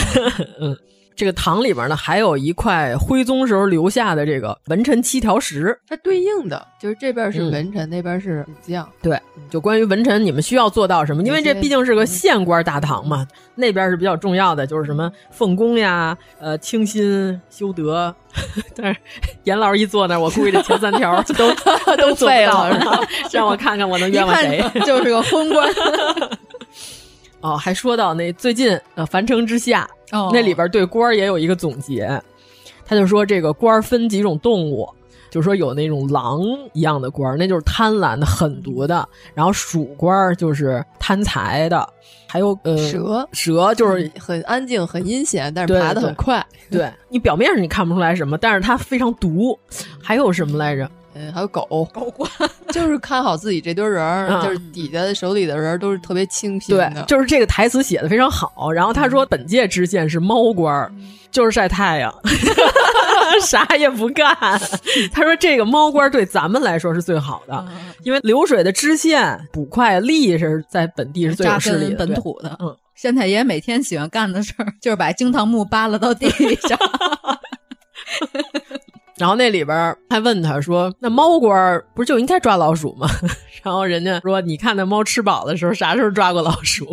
S8: 这个堂里边呢，还有一块徽宗时候留下的这个文臣七条石，
S9: 它对应的就是这边是
S8: 嗯
S9: 文臣，那边是武将。
S8: 对，就关于文臣，你们需要做到什么？因为这毕竟是个县官大堂嘛，那边是比较重要的，就是什么奉公呀、呃清心修德。但是严老师一坐那儿，我估计这前三条 就 都都做不到
S7: 废了 是吧
S8: 让我看看我能
S7: 一
S8: 冤枉谁。
S7: 看就是个昏官。
S8: 哦，还说到那最近呃《樊城之下》
S7: 哦
S8: 那里边对官儿也有一个总结，他就说这个官儿分几种动物，就说有那种狼一样的官儿，那就是贪婪的、狠毒的；然后鼠官儿就是贪财的，还有呃
S9: 蛇
S8: 蛇就是
S9: 很安静、很阴险，但是
S8: 对
S9: 爬得
S8: 对
S9: 很快。
S8: 对你表面上你看不出来什么，但是它非常毒。还有什么来着？
S9: 嗯，还有狗，狗 就是看好自己这堆人儿，
S8: 嗯
S9: 就是底下手里的人儿都是特别清贫
S8: 对
S9: 的，，
S8: 就是这个台词写的非常好。然后他
S7: 嗯
S8: 说，本届知县是猫官儿，就是晒太 阳，啥也不干。他说，这个猫官儿对咱们来说是最好的，
S7: 嗯
S8: 因为流水的知县、捕快、吏是在本地是最有
S7: 扎
S8: 势力
S7: 根
S8: 的
S7: 本
S8: 对
S7: 土的。
S8: 嗯，
S7: 山太爷每天喜欢干的事儿就是把惊堂木扒拉到地 上。
S8: 然后那里边儿还问他说：“那猫官儿不是就应该抓老鼠吗？” 然后人家说：“你看那猫吃饱的时候，啥时候抓过老鼠？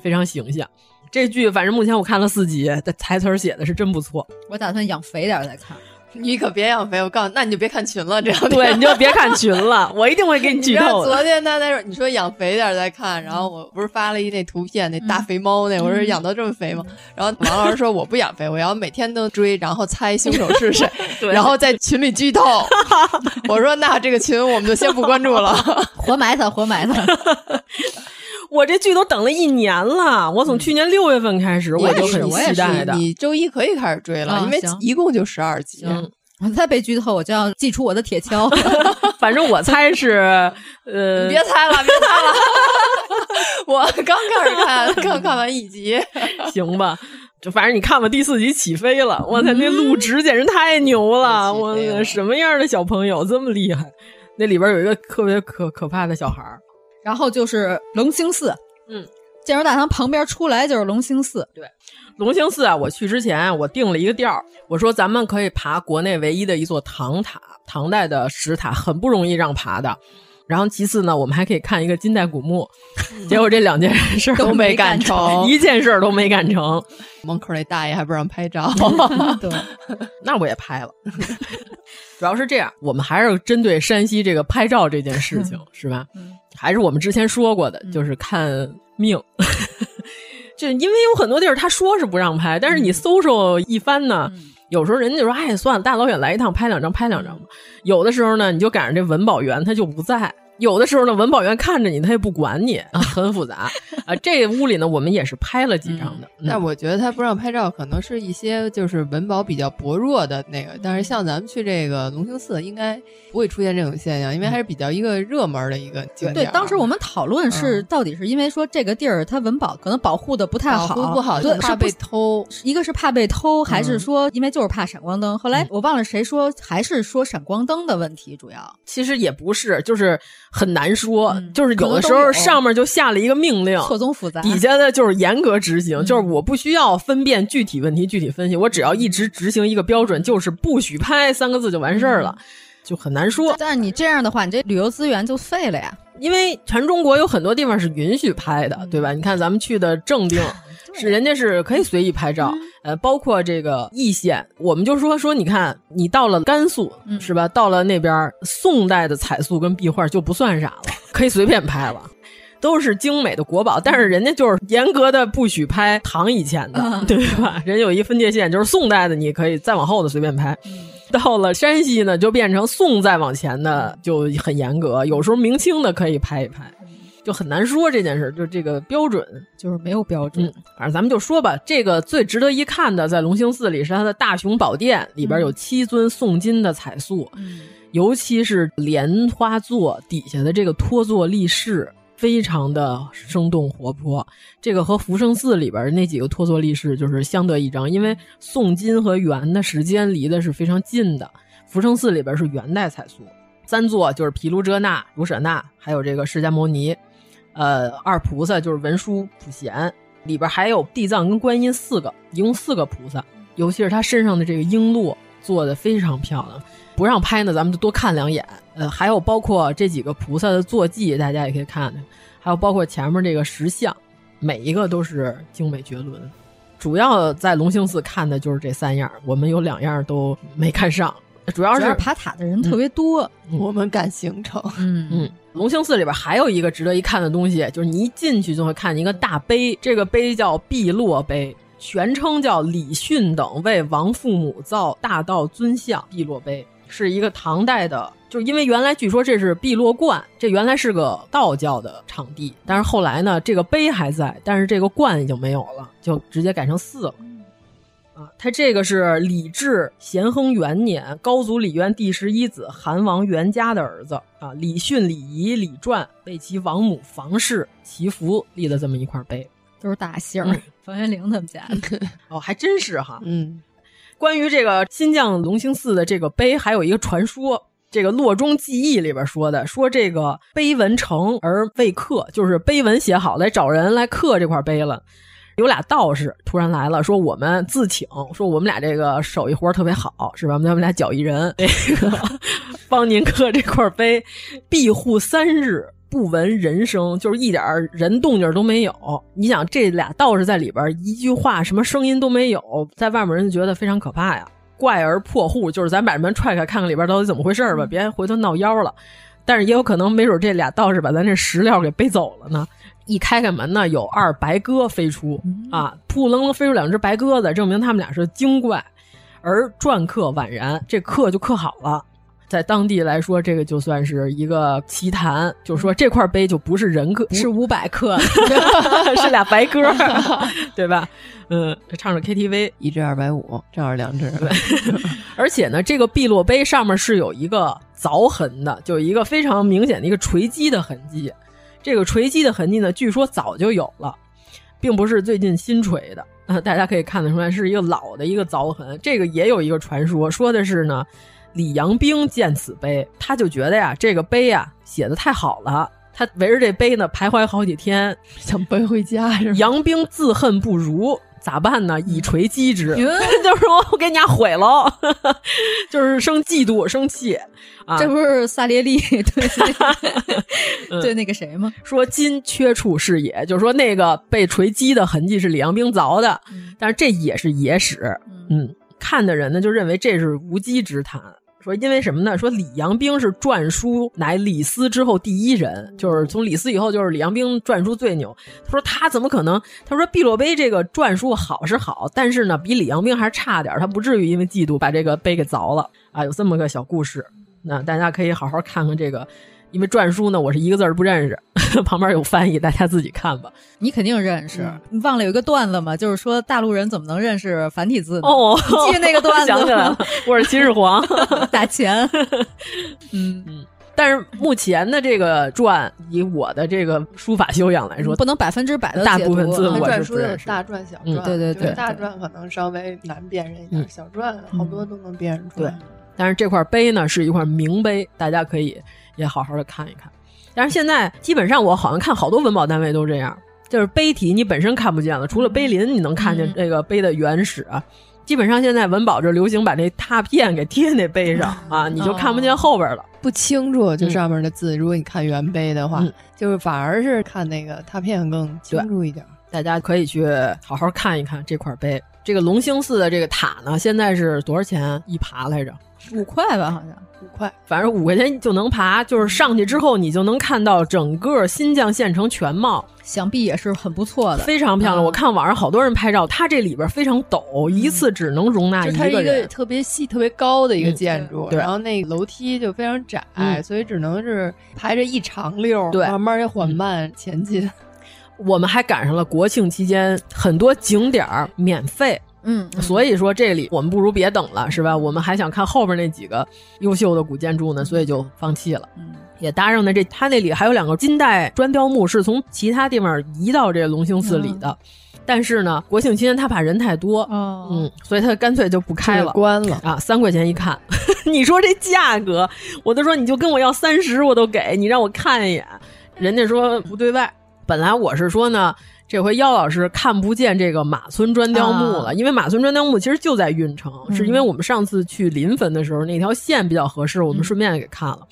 S8: 非常形象。”这剧反正目前我看了四集，这台词儿写的是真不错。
S7: 我打算养肥点儿再看。
S9: 你可别养肥，我告诉你，那你就别看群了，这样
S8: 对，你就别看群了，我一定会给你
S9: 你
S8: 剧
S9: 知道
S8: 透
S9: 昨
S8: 的。
S9: 天他在说，你说养肥点儿再看，然后我不是发了一那图片，那大肥猫
S7: 嗯
S9: 那，我说养到这么肥 吗？然后王老师说我不养肥，我要每天都追，然后猜凶手 是谁，
S8: 对
S9: 然后在群里剧透。我说那这个群我们就先不关注了。
S7: 活埋他，活埋他！
S8: 我这剧都等了一年了，我从去年六月份开始，
S9: 嗯我
S8: 就很期待的。
S9: 你周一可以开始追了，
S7: 啊
S9: 因为
S7: 行
S9: 一共就十二集。
S8: 嗯，
S7: 我再被剧透，我就要祭出我的铁 锹。
S8: 反正我猜是，呃，
S9: 你 别猜了，别猜了。 我刚开始看， 刚看完一集，
S8: 行吧。就反正你看吧，第四集起飞了，我操，那陆植简直太牛了！
S9: 嗯
S8: 我
S9: 起飞了
S8: 什么样的小朋友这么厉害？那里边有一个特别可可怕的小孩儿，
S7: 然后就是龙兴寺，
S8: 嗯，
S7: 建筑大堂旁边出来就是龙兴寺，
S8: 对，龙兴寺啊，我去之前我定了一个调儿，我说咱们可以爬国内唯一的一座唐塔，唐代的石塔很不容易让爬的。然后其次呢，我们还可以看一个金代古墓，结果这两件事儿
S9: 嗯都没干成
S8: 一件事儿都没干成。
S9: 门口那大爷还不让拍照，
S7: 对，
S8: 那我也拍了， 主要是这样，我们还是针对山西这个拍照这件事情，是吧？还是我们之前说过的，就是看命。 就因为有很多地儿他说是不让拍，但是你搜搜一番呢，有时候人家就说：“哎，算了，大老远来一趟，拍两张，拍两张吧。”有的时候呢，你就赶上这文保员他就不在；有的时候呢，文保员看着你，他也不管你， 啊、很复杂啊。这屋里呢，我们也是拍了几张的。嗯
S9: 但我觉得他不让拍照，可能是一些就是文保比较薄弱的那个。但是像咱们去这个龙兴寺，应该不会出现这种现象，因为还是比较一个热门的一个景点
S7: 对
S9: 儿。，啊
S7: 当时我们讨论是到底是因为说这个地儿它文保可能保护的不太好，
S9: 保护不好
S7: 对，
S9: 怕
S7: 是不
S9: 被偷。
S7: 一个是怕被偷，还是说因为就是怕闪光灯？后来我忘了谁说，还是说闪光灯的问题主要。
S8: 其实也不是，就是很难说，就是
S7: 嗯可
S8: 有
S7: 能
S8: 的时
S7: 都
S8: 候
S7: 有
S8: 上面就下了一个命令，
S7: 错综复杂嗯
S8: 底下的就是严格执行，就是我不需要分辨具体问题具体分析，我只要一直执行一个标准，就是不许拍三个字就完事儿
S7: 嗯
S8: 了，就很难说。
S7: 但是你这样的话，你这旅游资源就废了呀。
S8: 因为全中国有很多地方是允许拍的，对吧？你看咱们去的正定。是人家是可以随意拍照，呃，包括这个易县，我们就说说，你看你到了甘肃、是吧？到了那边儿宋代的彩塑跟壁画就不算啥了，可以随便拍了。都是精美的国宝，但是人家就是严格的不许拍唐以前的，对吧？人有一分界线，就是宋代的你可以再往后的随便拍。 到了山西呢，就变成宋再往前的就很严格，有时候明清的可以拍一拍，就很难说这件事，就这个标准嗯
S7: 就是没有标准。
S8: 反正咱们就说吧，这个最值得一看的，在隆兴寺里是它的大雄宝殿，里边有七尊宋金的彩塑，
S7: 嗯
S8: 尤其是莲花座底下的这个托座立式。非常的生动活泼，这个和福生寺里边那几个托座立式就是相得益彰，因为宋金和元的时间离的是非常近的。福生寺里边是元代彩塑，三座就是毗卢遮那、卢舍那，还有这个释迦牟尼，呃，二菩萨就是文殊、普贤，里边还有地藏跟观音四个，一共四个菩萨，尤其是他身上的这个璎珞做的非常漂亮。不让拍呢，咱们就多看两眼。呃，还有包括这几个菩萨的坐骑，大家也可以看看，还有包括前面这个石像，每一个都是精美绝伦。主要在隆兴寺看的就是这三样，我们有两样都没看上，主要
S7: 主要
S8: 是
S7: 是爬塔的人特别多，
S9: 我们赶行程，
S7: 嗯
S8: 嗯，隆兴寺里边还有一个值得一看的东西，就是你一进去就会看见一个大碑，这个碑叫碧落碑，全称叫李训等为王父母造大道尊像碧落碑，是一个唐代的，就是因为原来据说这是碧落观，这原来是个道教的场地，但是后来呢，这个碑还在，但是这个观已经没有了，就直接改成寺了。啊，他这个是李治咸亨元年高祖李渊第十一子韩王元嘉的儿子啊，李训、李仪、李传为其王母房氏祈福立的这么一块碑。
S7: 都是大姓儿。冯元玲他们家的，
S8: 哦，还真是哈。
S9: 嗯，
S8: 关于这个新疆隆兴寺的这个碑，还有一个传说。这个《洛中记忆》里边说的，说这个碑文成而未刻，就是碑文写好来找人来刻这块碑了。有俩道士突然来了，说我们自请，说我们俩这个手艺活儿特别好，是吧？我们咱们俩脚一人，这个帮您刻这块碑，庇护三日，不闻人声，就是一点儿人动静儿都没有。你想，这俩道士在里边儿一句话什么声音都没有，在外面人就觉得非常可怕呀。怪而破户，就是咱把门踹开，看看里边到底怎么回事儿吧，别回头闹妖了。但是也有可能，没准这俩道士把咱这石料给背走了呢。一开开门呢，有二白鸽飞出
S7: 嗯
S8: 啊，扑棱棱飞出两只白鸽子，证明他们俩是精怪。而篆刻宛然，这刻就刻好了。在当地来说，这个就算是一个奇谈，就是说这块碑就不是人刻，
S7: 是五百克，
S8: 是俩白鸽， 对吧？嗯，唱着 KTV，
S9: 一只二百五，正好两只。
S8: 而且呢，这个碧落碑上面是有一个凿痕的，就一个非常明显的一个锤击的痕迹。这个锤击的痕迹呢，据说早就有了，并不是最近新锤的。啊、呃，大家可以看得出来，是一个老的一个凿痕。这个也有一个传说，说的是呢，李阳冰见此碑，他就觉得呀，这个碑呀写的太好了。他围着这碑呢徘徊好几天，
S9: 想背回家是吧？
S8: 杨冰自恨不如，咋办呢？以锤击之， 就是我给你家毁了， 就是生嫉妒、生气啊！
S7: 这不是萨列利 对对那个谁吗？
S8: 说今缺处是也，就是说那个被锤击的痕迹是李阳冰凿的，嗯、但是这也是野史，嗯，看的人呢就认为这是无稽之谈。说，因为什么呢？说李阳冰是篆书乃李斯之后第一人，就是从李斯以后就是李阳冰篆书最牛。他说他怎么可能？他说碧落碑这个篆书好是好，但是呢比李阳冰还差点，他不至于因为嫉妒把这个碑给凿了啊！有这么个小故事，那大家可以好好看看这个。因为篆书呢，我是一个字儿不认识 呵呵，旁边有翻译，大家自己看吧。
S7: 你肯定认识，嗯、你忘了有一个段子嘛，就是说大陆人怎么能认识繁体字呢？
S8: 哦，
S7: 记得那个段子
S8: 想起来了， 我是秦始皇
S7: 打 钱。
S8: 嗯嗯，但是目前的这个篆，以我的这个书法修养来说，
S7: 嗯不能百分之百的
S8: 大部分字我
S9: 是
S8: 不认识。
S9: 大篆、小篆，
S7: 对对对，
S9: 大篆可能稍微难辨认一点，小篆好多都能辨认出来。
S8: 但是这块碑呢是一块名碑，大家可以也好好的看一看。但是现在基本上我好像看好多文保单位都这样，就是碑体你本身看不见了，除了碑林你能看见这个碑的原始啊。基本上现在文保就流行把这拓片给贴那碑上啊，你就看不见后边了，哦、
S9: 不清楚就上面的字。嗯、如果你看原碑的话，
S8: 嗯、
S9: 就是反而是看那个拓片更清楚一点。
S8: 大家可以去好好看一看这块碑。这个龙兴寺的这个塔呢，现在是多少钱一爬来着？
S7: 五块吧，好像
S9: 五块，
S8: 反正五块钱就能爬。就是上去之后，你就能看到整个新疆县城全貌，
S7: 想必也是很不错的，
S8: 非常漂亮。嗯、我看网上好多人拍照，它这里边非常陡，一次只能容啊纳一
S9: 个人。就它是
S8: 一个
S9: 特别细、特别高的一个建筑，
S8: 嗯、
S9: 然后那个楼梯就非常窄，嗯、所以只能是排着一长溜，慢慢也缓慢前进。
S8: 我们还赶上了国庆期间，很多景点儿免费。
S7: 嗯，嗯
S8: 所以说这里我们不如别等了，是吧？我们还想看后边那几个优秀的古建筑呢，所以就放弃了。
S7: 嗯，
S8: 也搭上了这，它那里还有两个金代砖雕墓是从其他地方移到这隆兴寺里的，
S7: 嗯、
S8: 但是呢，国庆期间他怕人太多，
S7: 哦、
S8: 嗯，所以他干脆就不开 了，
S9: 关了
S8: 啊，三块钱一看。 你说这价格，我都说你就跟我要三十，我都给你让我看一眼，人家说不对外。本来我是说呢。这回妖老师看不见这个马村砖雕墓了，
S7: 啊、
S8: 因为马村砖雕墓其实就在运城，
S7: 嗯、
S8: 是因为我们上次去临汾的时候那条线比较合适，我们顺便给看了。
S7: 嗯、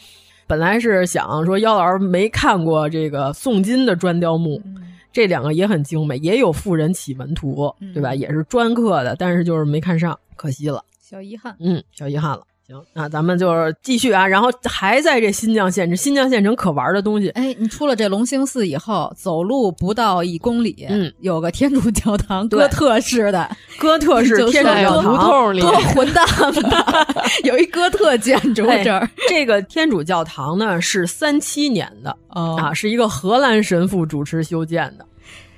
S8: 本来是想说妖老师没看过这个宋金的砖雕墓，
S7: 嗯、
S8: 这两个也很精美，也有富人启门图，
S7: 嗯
S8: 对吧？也是专刻的，但是就是没看上，可惜了，
S7: 小遗憾。
S8: 嗯，小遗憾了。行，那咱们就是继续啊，然后还在这新疆县城，新疆县城可玩的东西。
S7: 哎，你出了这隆兴寺以后，走路不到一公里，
S8: 嗯，
S7: 有个天主教堂，哥特式的，
S8: 哥特式天主教堂，
S9: 胡同里
S7: 多混蛋吧！ 有一哥特建筑这儿、哎。
S8: 这个天主教堂呢是三七年的、
S7: 哦、
S8: 啊，是一个荷兰神父主持修建的。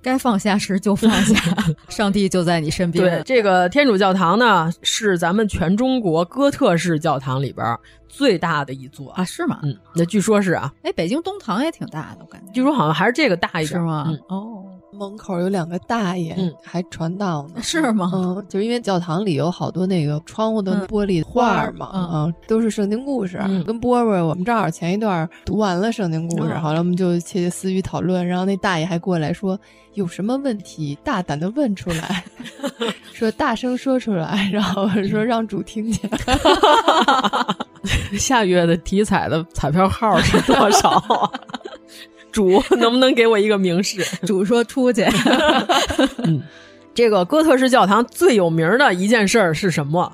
S7: 该放下时就放下， 上帝就在你身边。
S8: 对，这个天主教堂呢，是咱们全中国哥特式教堂里边最大的一座
S7: 啊，是吗？
S8: 嗯，那据说是啊。
S7: 哎，北京东堂也挺大的，我感觉。
S8: 据说好像还是这个大一点，
S7: 是吗？
S8: 嗯、
S7: 哦，
S9: 门口有两个大爷，
S8: 嗯、
S9: 还传道呢，
S7: 是吗？
S9: 嗯，就是因为教堂里有好多那个窗户的玻璃画嘛，
S7: 嗯，
S9: 嗯都是圣经故事。跟波波，我们正好前一段读完了圣经
S7: 嗯
S9: 故事，好了，我们就窃窃私语讨论，然后那大爷还过来说。有什么问题，大胆的问出 来，说大声说出来，然后
S7: 嗯
S9: 说让主听见。
S8: 下月的体彩的彩票号是多少、 啊？主能不能给我一个明 示？
S7: 主说出 去。
S8: 嗯，这个哥特式教堂最有名的一件事儿是什么？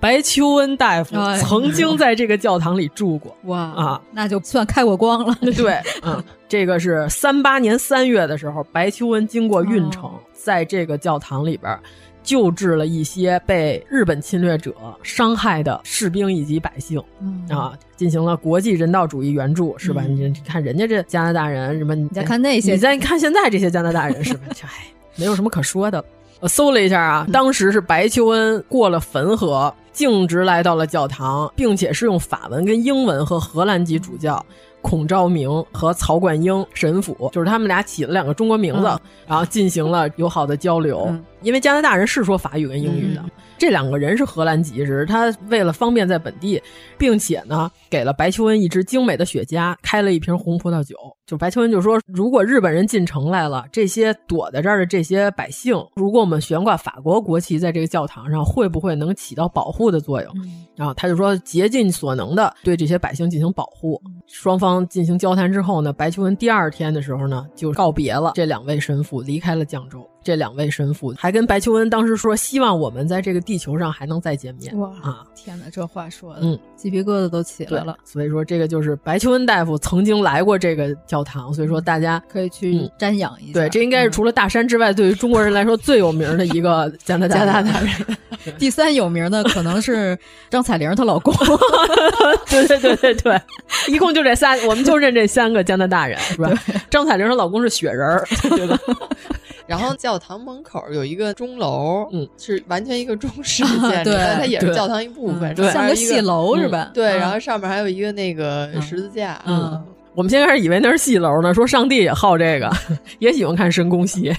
S8: 白求恩大夫
S7: 哎
S8: 曾经在这个教堂里住 过。
S7: 哇
S8: 啊，
S7: 那就算开过光了。
S8: 对，嗯，这个是三八年三月的时候，白求恩经过运城，在这个教堂里边救治了一些被日本侵略者伤害的士兵以及百姓。
S7: 嗯
S8: 啊，进行了国际人道主义援助，是吧？
S7: 嗯
S8: 你看人家这加拿大人什么，你
S7: 再看那些
S8: 你再看现在这些加拿大人是吧？ 这哎，没有什么可说的。我搜了一下啊，
S7: 嗯
S8: 当时是白求恩过了汾河，径直来到了教堂，并且是用法文跟英文和荷兰籍主教孔昭明和曹冠英神父，就是他们俩起了两个中国名字，
S7: 嗯
S8: 然后进行了友好的交流。
S7: 嗯
S8: 因为加拿大人是说法语跟英语的，这两个人是荷兰籍人，他为了方便在本地，并且呢给了白求恩一支精美的雪茄，开了一瓶红葡萄酒。就白求恩就说，如果日本人进城来了，这些躲在这儿的这些百姓，如果我们悬挂法国国旗在这个教堂上，会不会能起到保护的作用？然后他就说，竭尽所能的对这些百姓进行保护。
S7: 嗯
S8: 双方进行交谈之后呢，白求恩第二天的时候呢，就告别了这两位神父，离开了绛州。这两位神父还跟白求恩当时说，希望我们在这个地球上还能再见面。
S7: 哇
S8: 啊，
S7: 天哪，这话说的，
S8: 嗯，
S7: 鸡皮疙瘩都起来了。
S8: 所以说这个就是白求恩大夫曾经来过这个教堂，所以说大家
S7: 可以去
S8: 嗯
S7: 瞻仰一下。
S8: 对，这应
S7: 嗯
S8: 该是除了大山之外，对于中国人来说最有名的一个加拿大
S7: 加拿大
S8: 人。
S7: 第三有名的可能是张彩玲她老公， 嗯
S8: 对对对对对，一共就这仨，我们就认这三个加拿大人，是吧？张彩玲她老公是雪人儿，对吧？
S9: 然后教堂门口有一个钟楼，
S8: 嗯，
S9: 是完全一 个中式建筑，
S7: 对
S9: 但它也是
S7: 对
S9: 教堂一部分，
S7: 嗯
S9: 中间
S7: 像个
S9: 有一
S7: 戏楼是吧
S9: 嗯对，
S7: 嗯
S9: 然后上面还有一个那个十字架，
S8: 嗯，我们先开始以为那是戏楼呢，说上帝也好这个， 也喜欢看神功戏。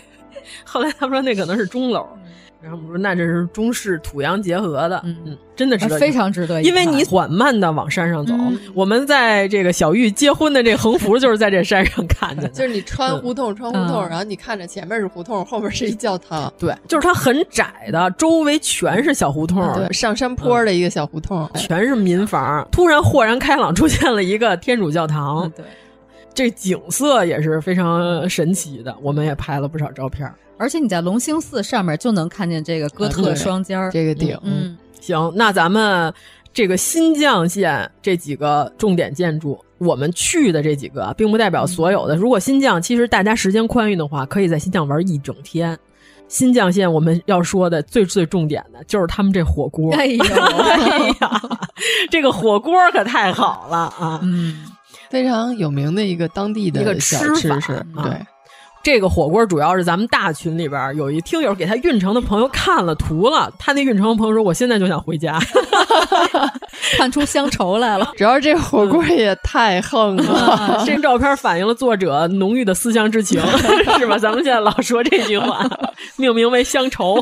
S8: 后来他们说那可能是钟楼，然后我们说那这是中式土洋结合的，嗯，真的值得
S7: 啊呃
S8: 一看，
S7: 非常值得一
S8: 因
S7: 看
S8: 为你缓慢的往山上走，
S7: 嗯
S8: 我们在这个小玉结婚的这横幅就是在这山上看见 的，
S9: 就是你穿胡同穿胡同，
S8: 嗯
S9: 然后你看着前面是胡同，后面是一教堂，
S8: 对，就是它很窄的，周围全是小胡同，
S9: 对，上山坡的一个小胡同，
S8: 嗯全是民房，突然豁然开朗，出现了一个天主教堂。
S7: 嗯对，
S8: 这景色也是非常神奇的，我们也拍了不少照片。
S7: 而且你在龙兴寺上面就能看见这个
S8: 啊
S7: 哥特双尖儿、
S9: 哎这个顶，
S7: 嗯，
S8: 行，那咱们这个新绛县这几个重点建筑，我们去的这几个啊，并不代表所有的。如果新绛其实大家时间宽裕的话，可以在新绛玩一整天。新绛县我们要说的最最重点的就是他们这火锅，
S7: 哎呦
S8: 哎 呀，这个火锅可太好了啊！
S7: 嗯，
S9: 非常有名的一个当地
S8: 一个
S9: 的
S8: 吃
S9: 小
S8: 法
S9: 吃食，
S8: 啊
S9: 对。。
S8: 这个火锅主要是咱们大群里边儿有一听友给他运城的朋友看了图了，他那运城的朋友说：“我现在就想回家。
S7: 看出乡愁来了
S9: 主要这火锅也太横了，”
S8: 嗯这照片反映了作者浓郁的思乡之情，是吧？咱们现在老说这句话，命名为乡愁。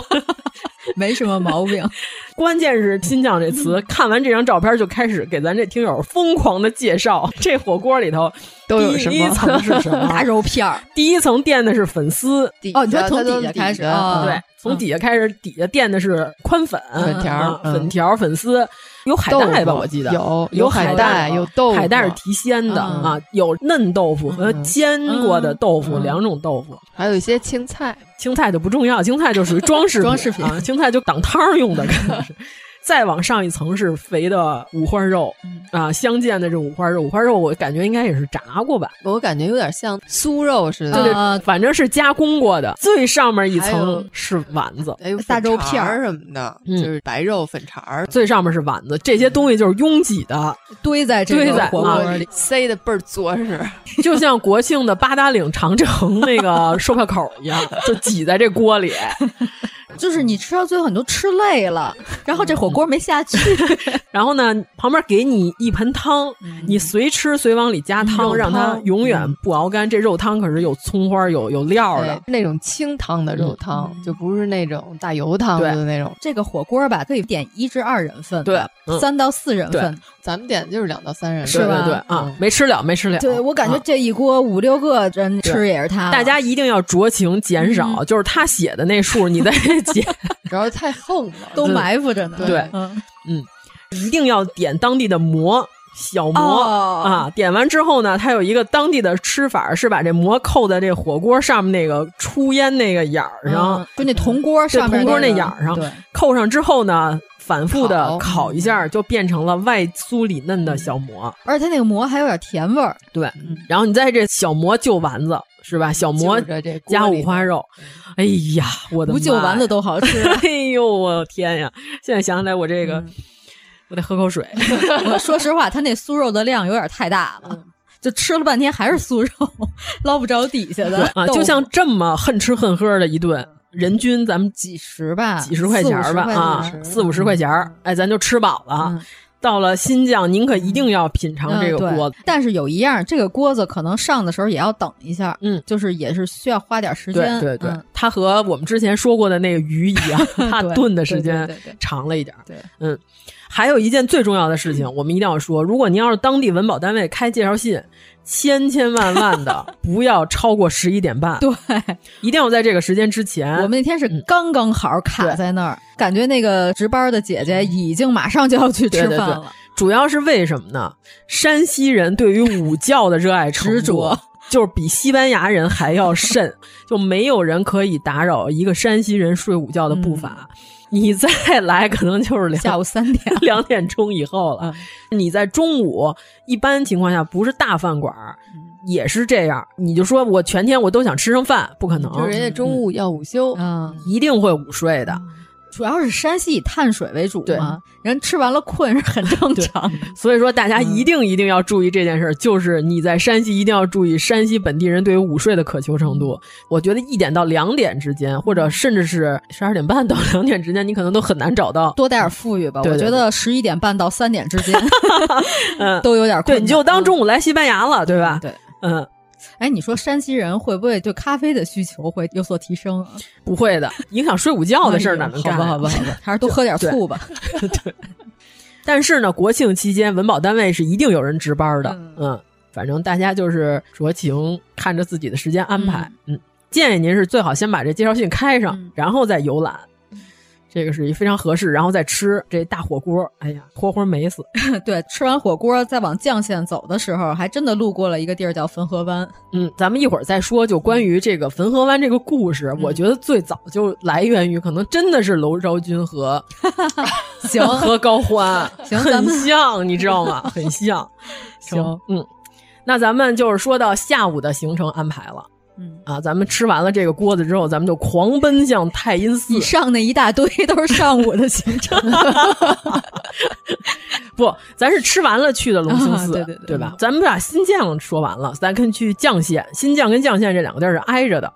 S7: 没什么毛 病，
S8: 关键是“新疆”这词，看完这张照片就开始给咱这听友疯狂的介绍这火锅里头
S9: 都有什么
S8: 第一层是什
S7: 大
S8: 么？
S7: 肉片儿，
S8: 第一层垫的是粉丝，
S9: 底
S7: 哦你说
S9: 下
S7: 从
S9: 它
S7: 底
S9: 都
S7: 下开始
S9: 底下
S7: 啊
S8: 对，从底下开始，底下垫的是宽粉、
S9: 嗯粉条
S8: 啊
S9: 嗯
S8: 粉条、粉丝，有海带吧？
S9: 豆腐
S8: 我记得
S9: 有
S8: 有
S9: 有海
S8: 带，
S9: 带有豆腐
S8: 海带是提鲜的
S9: 嗯
S8: 啊，有嫩豆腐和煎过的豆腐两种豆腐。
S9: 还有一些青菜，
S8: 青菜就不重要，青菜就属于装饰
S7: 装饰品
S8: 啊，青菜就挡汤儿 用的，可能是。再往上一层是肥的五花肉
S7: 嗯
S8: 啊，相间的这五花肉，五花肉我感觉应该也是炸过吧，
S9: 我感觉有点像酥肉似
S8: 对
S9: 的，
S7: 嗯
S8: 对，
S7: 呃
S8: 反正是加工过的。最上面一
S9: 还有
S8: 层是丸子，
S9: 还有
S7: 大肉片
S9: 儿
S7: 儿
S9: 什么的，
S8: 嗯
S9: 就是白肉粉肠儿，
S8: 最上面是丸子，这些东西就是拥挤的，
S7: 堆在这
S8: 堆
S7: 个
S8: 在啊
S7: 火锅里，
S9: 塞的倍儿着实。
S8: 就像国庆的八达岭长城那 个售票口一样，就挤在这锅里。
S7: 就是你吃到最后你都吃累了，
S8: 嗯
S7: 然后这火锅没下去，
S8: 然后呢，旁边给你一盆汤，你随吃随往里加汤，
S7: 嗯肉汤嗯
S8: 让它永远不熬干。这肉汤可是有葱花、有有料的
S9: 对，，哎那种清汤的肉汤，就不是那种大油汤
S8: 对
S9: 的那种。
S7: 这个火锅吧可以点一至二人份
S8: 对
S7: 的，
S8: 嗯
S7: 三到四人份
S9: 咱们点的就是两到三人份，
S7: 是吧嗯
S8: 对对啊，没吃了，没吃了。
S7: 对我感觉
S8: 啊
S7: 这一锅五六个人吃也是他，
S8: 大家一定要酌情减
S7: 嗯
S8: 少，就是他写的那数，你再 减。
S9: 主要是太横了，
S7: 都埋伏着呢。
S8: 对
S7: 嗯，
S8: 一定要点当地的馍，小馍、
S7: 哦
S8: 啊，点完之后呢，它有一个当地的吃法，是把这馍扣在这火锅上面那个出烟那个眼儿上，
S7: 嗯就那铜锅
S8: 这
S7: 上面
S8: 铜锅
S7: 那
S8: 那
S7: 个
S8: 眼儿上
S7: 对，
S8: 扣上之后呢，反复的
S7: 烤嗯
S8: 烤一下，就变成了外酥里嫩的小馍。
S7: 而且它那个馍还有点甜味儿，
S8: 对，然后你在这小馍就丸子是吧？小馍
S7: 嗯就着这锅
S8: 加
S7: 里嗯
S8: 五花肉，哎呀，我的
S7: 不就
S8: 妈呀
S7: 丸子都好吃
S8: 哎呦，我天呀！现在想起来，我这个、
S7: 嗯
S8: 我得喝口水。
S7: 我说实话，它那酥肉的量有点太大了，
S8: 嗯
S7: 就吃了半天还是酥肉，捞不着底下的
S8: 啊，
S7: 豆腐
S8: 就像这么恨吃恨喝的一顿，人均咱们
S7: 几十吧，
S8: 几十块钱儿
S7: 四五
S8: 吧
S7: 十块嗯
S8: 啊
S7: 四五，十
S8: 四五十块钱儿，哎，咱就吃饱了。到了新疆，您可一定要品尝这
S7: 嗯
S8: 个
S7: 嗯对
S8: 锅子。
S7: 但是有一样，这个锅子可能上的时候也要等一下，
S8: 嗯，
S7: 就是也是需要花点时
S8: 对
S7: 间，
S8: 对对
S7: 嗯，
S8: 它和我们之前说过的那个鱼一 样，它
S7: 对
S8: 炖的时间
S7: 对对对对
S8: 长了一点儿。
S7: 对，
S8: 嗯，还有一件最重要的事情，我们一定要说：如果您要是当地文保单位开介绍信，千千万万 的不要超过十一点半，
S7: 对，
S8: 一定要在这个时间之前。
S7: 我们那天是
S8: 嗯
S7: 刚刚好卡在那儿，感觉那个值班的姐姐已经马上就要去吃
S8: 对
S7: 饭
S8: 对
S7: 了。
S8: 对，主要是为什么呢？山西人对于午觉的热爱程
S7: 执
S8: 度
S7: 着。
S8: 就是比西班牙人还 要甚，就没有人可以打扰一个山西人睡午觉的步伐。你再来，可能就是两
S7: 嗯下午三 点、
S8: 两点钟以后了。
S7: 嗯
S8: 你在中午，一般情况下不是大饭馆儿，
S7: 嗯
S8: 也是这样。你就说我全天我都想吃上饭，不可能。
S9: 就是人家中午要午休，
S7: 嗯，
S8: 一定会午睡的。
S7: 主要是山西以碳水为主嘛，人吃完了困是很正常的。
S8: 所以说，大
S7: 嗯
S8: 家一定一定要注意这件事儿，就是你在山西一定要注意山西本地人对于午睡的渴求程
S7: 嗯
S8: 度。我觉得一点到两点之间，或者甚至是十二点半到两点之间，你可能都很难找到。
S7: 多带点富裕吧，
S8: 对对对
S7: 我觉得十一点半到三点之 间
S8: 嗯，
S7: 都有点困
S8: 对，
S7: 难
S8: 你就当中午来西班牙了，对吧？
S7: 对，
S8: 嗯，
S7: 哎，你说山西人会不会对咖啡的需求会有所提升啊？
S8: 不会的，影响睡午觉的事儿哪能干、
S7: 哎
S8: 啊
S7: 呦好吧好吧 好吧还是多喝点醋吧。
S8: 对。对但是呢，国庆期间文保单位是一定有人值班的，嗯反正大家就是酌情看着自己的时间安排，嗯建议您是最好先把这介绍信开上，
S7: 嗯
S8: 然后再游览，这个是一非常合适，然后再吃这大火锅，哎呀，活活美死，
S7: 对，吃完火锅再往绛县走的时候，还真的路过了一个地儿叫汾河 湾。
S8: 嗯，咱们一会儿再说，就关于这个汾河湾这个故事，
S7: 嗯
S8: 我觉得最早就来源于可能真的是娄昭君和
S7: 行
S8: 和高欢，
S7: 行咱
S8: 很
S7: 们
S8: 像，你知道吗？很像。行，嗯，那咱们就是说到下午的行程安排了。
S7: 嗯
S8: 啊，咱们吃完了这个锅子之后，咱们就狂奔向太阴寺。
S7: 以上那一大堆都是上午的行 程，
S8: 嗯不，咱是吃完了去的隆兴寺，
S7: 啊对对对
S8: 吧？咱们把新绛说完了，咱跟去绛县，新绛跟绛县这两个地儿是挨着的，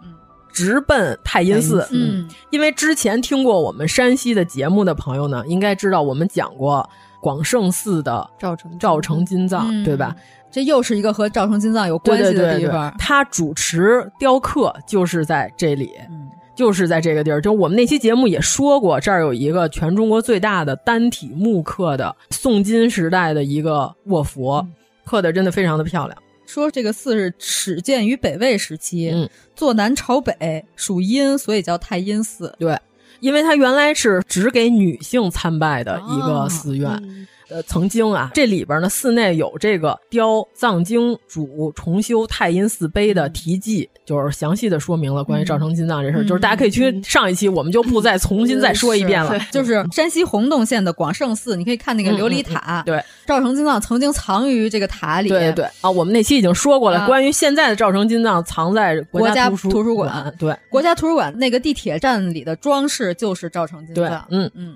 S8: 直奔太阴寺。
S7: 嗯，
S8: 因为之前听过我们山西的节目的朋友呢，应该知道我们讲过广胜寺的
S9: 赵成
S8: 赵成金藏，
S7: 嗯
S8: 对吧？
S7: 这又是一个和赵成金藏有
S8: 对
S7: 关系
S8: 对
S7: 的
S8: 对
S7: 地
S8: 对
S7: 方，。
S8: 他主持雕刻就是在这里，
S7: 嗯
S8: 就是在这个地儿。就我们那期节目也说过，这儿有一个全中国最大的单体木刻的宋金时代的一个卧佛，
S7: 嗯
S8: 刻的真的非常的漂亮。
S7: 说这个寺是始建于北魏时期，
S8: 嗯
S7: 坐南朝北，属阴，所以叫太阴寺。
S8: 对，因为它原来是只给女性参拜的
S7: 哦
S8: 一个寺院。
S7: 嗯
S8: 呃，曾经啊，这里边呢，寺内有这个雕藏经主重修太阴寺碑
S7: 嗯
S8: 的题记，就是详细的说明了关于赵成金藏这事儿。就是大家可以去上一期，我们就不再重新再说一遍
S7: 嗯
S8: 了。嗯
S7: 是就是山西洪洞县的广胜寺，你可以看那个琉璃塔。
S8: 对，
S7: 赵成金藏曾经藏于这个塔里。
S8: 对对对啊，我们那期已经说过了，
S7: 啊
S8: 关于现在的赵成金藏藏在
S7: 国家
S8: 图书
S7: 图书
S8: 馆，对
S7: 国家图书馆那个地铁站里的装饰就是赵成金
S8: 对
S7: 藏，。
S8: 嗯
S7: 嗯。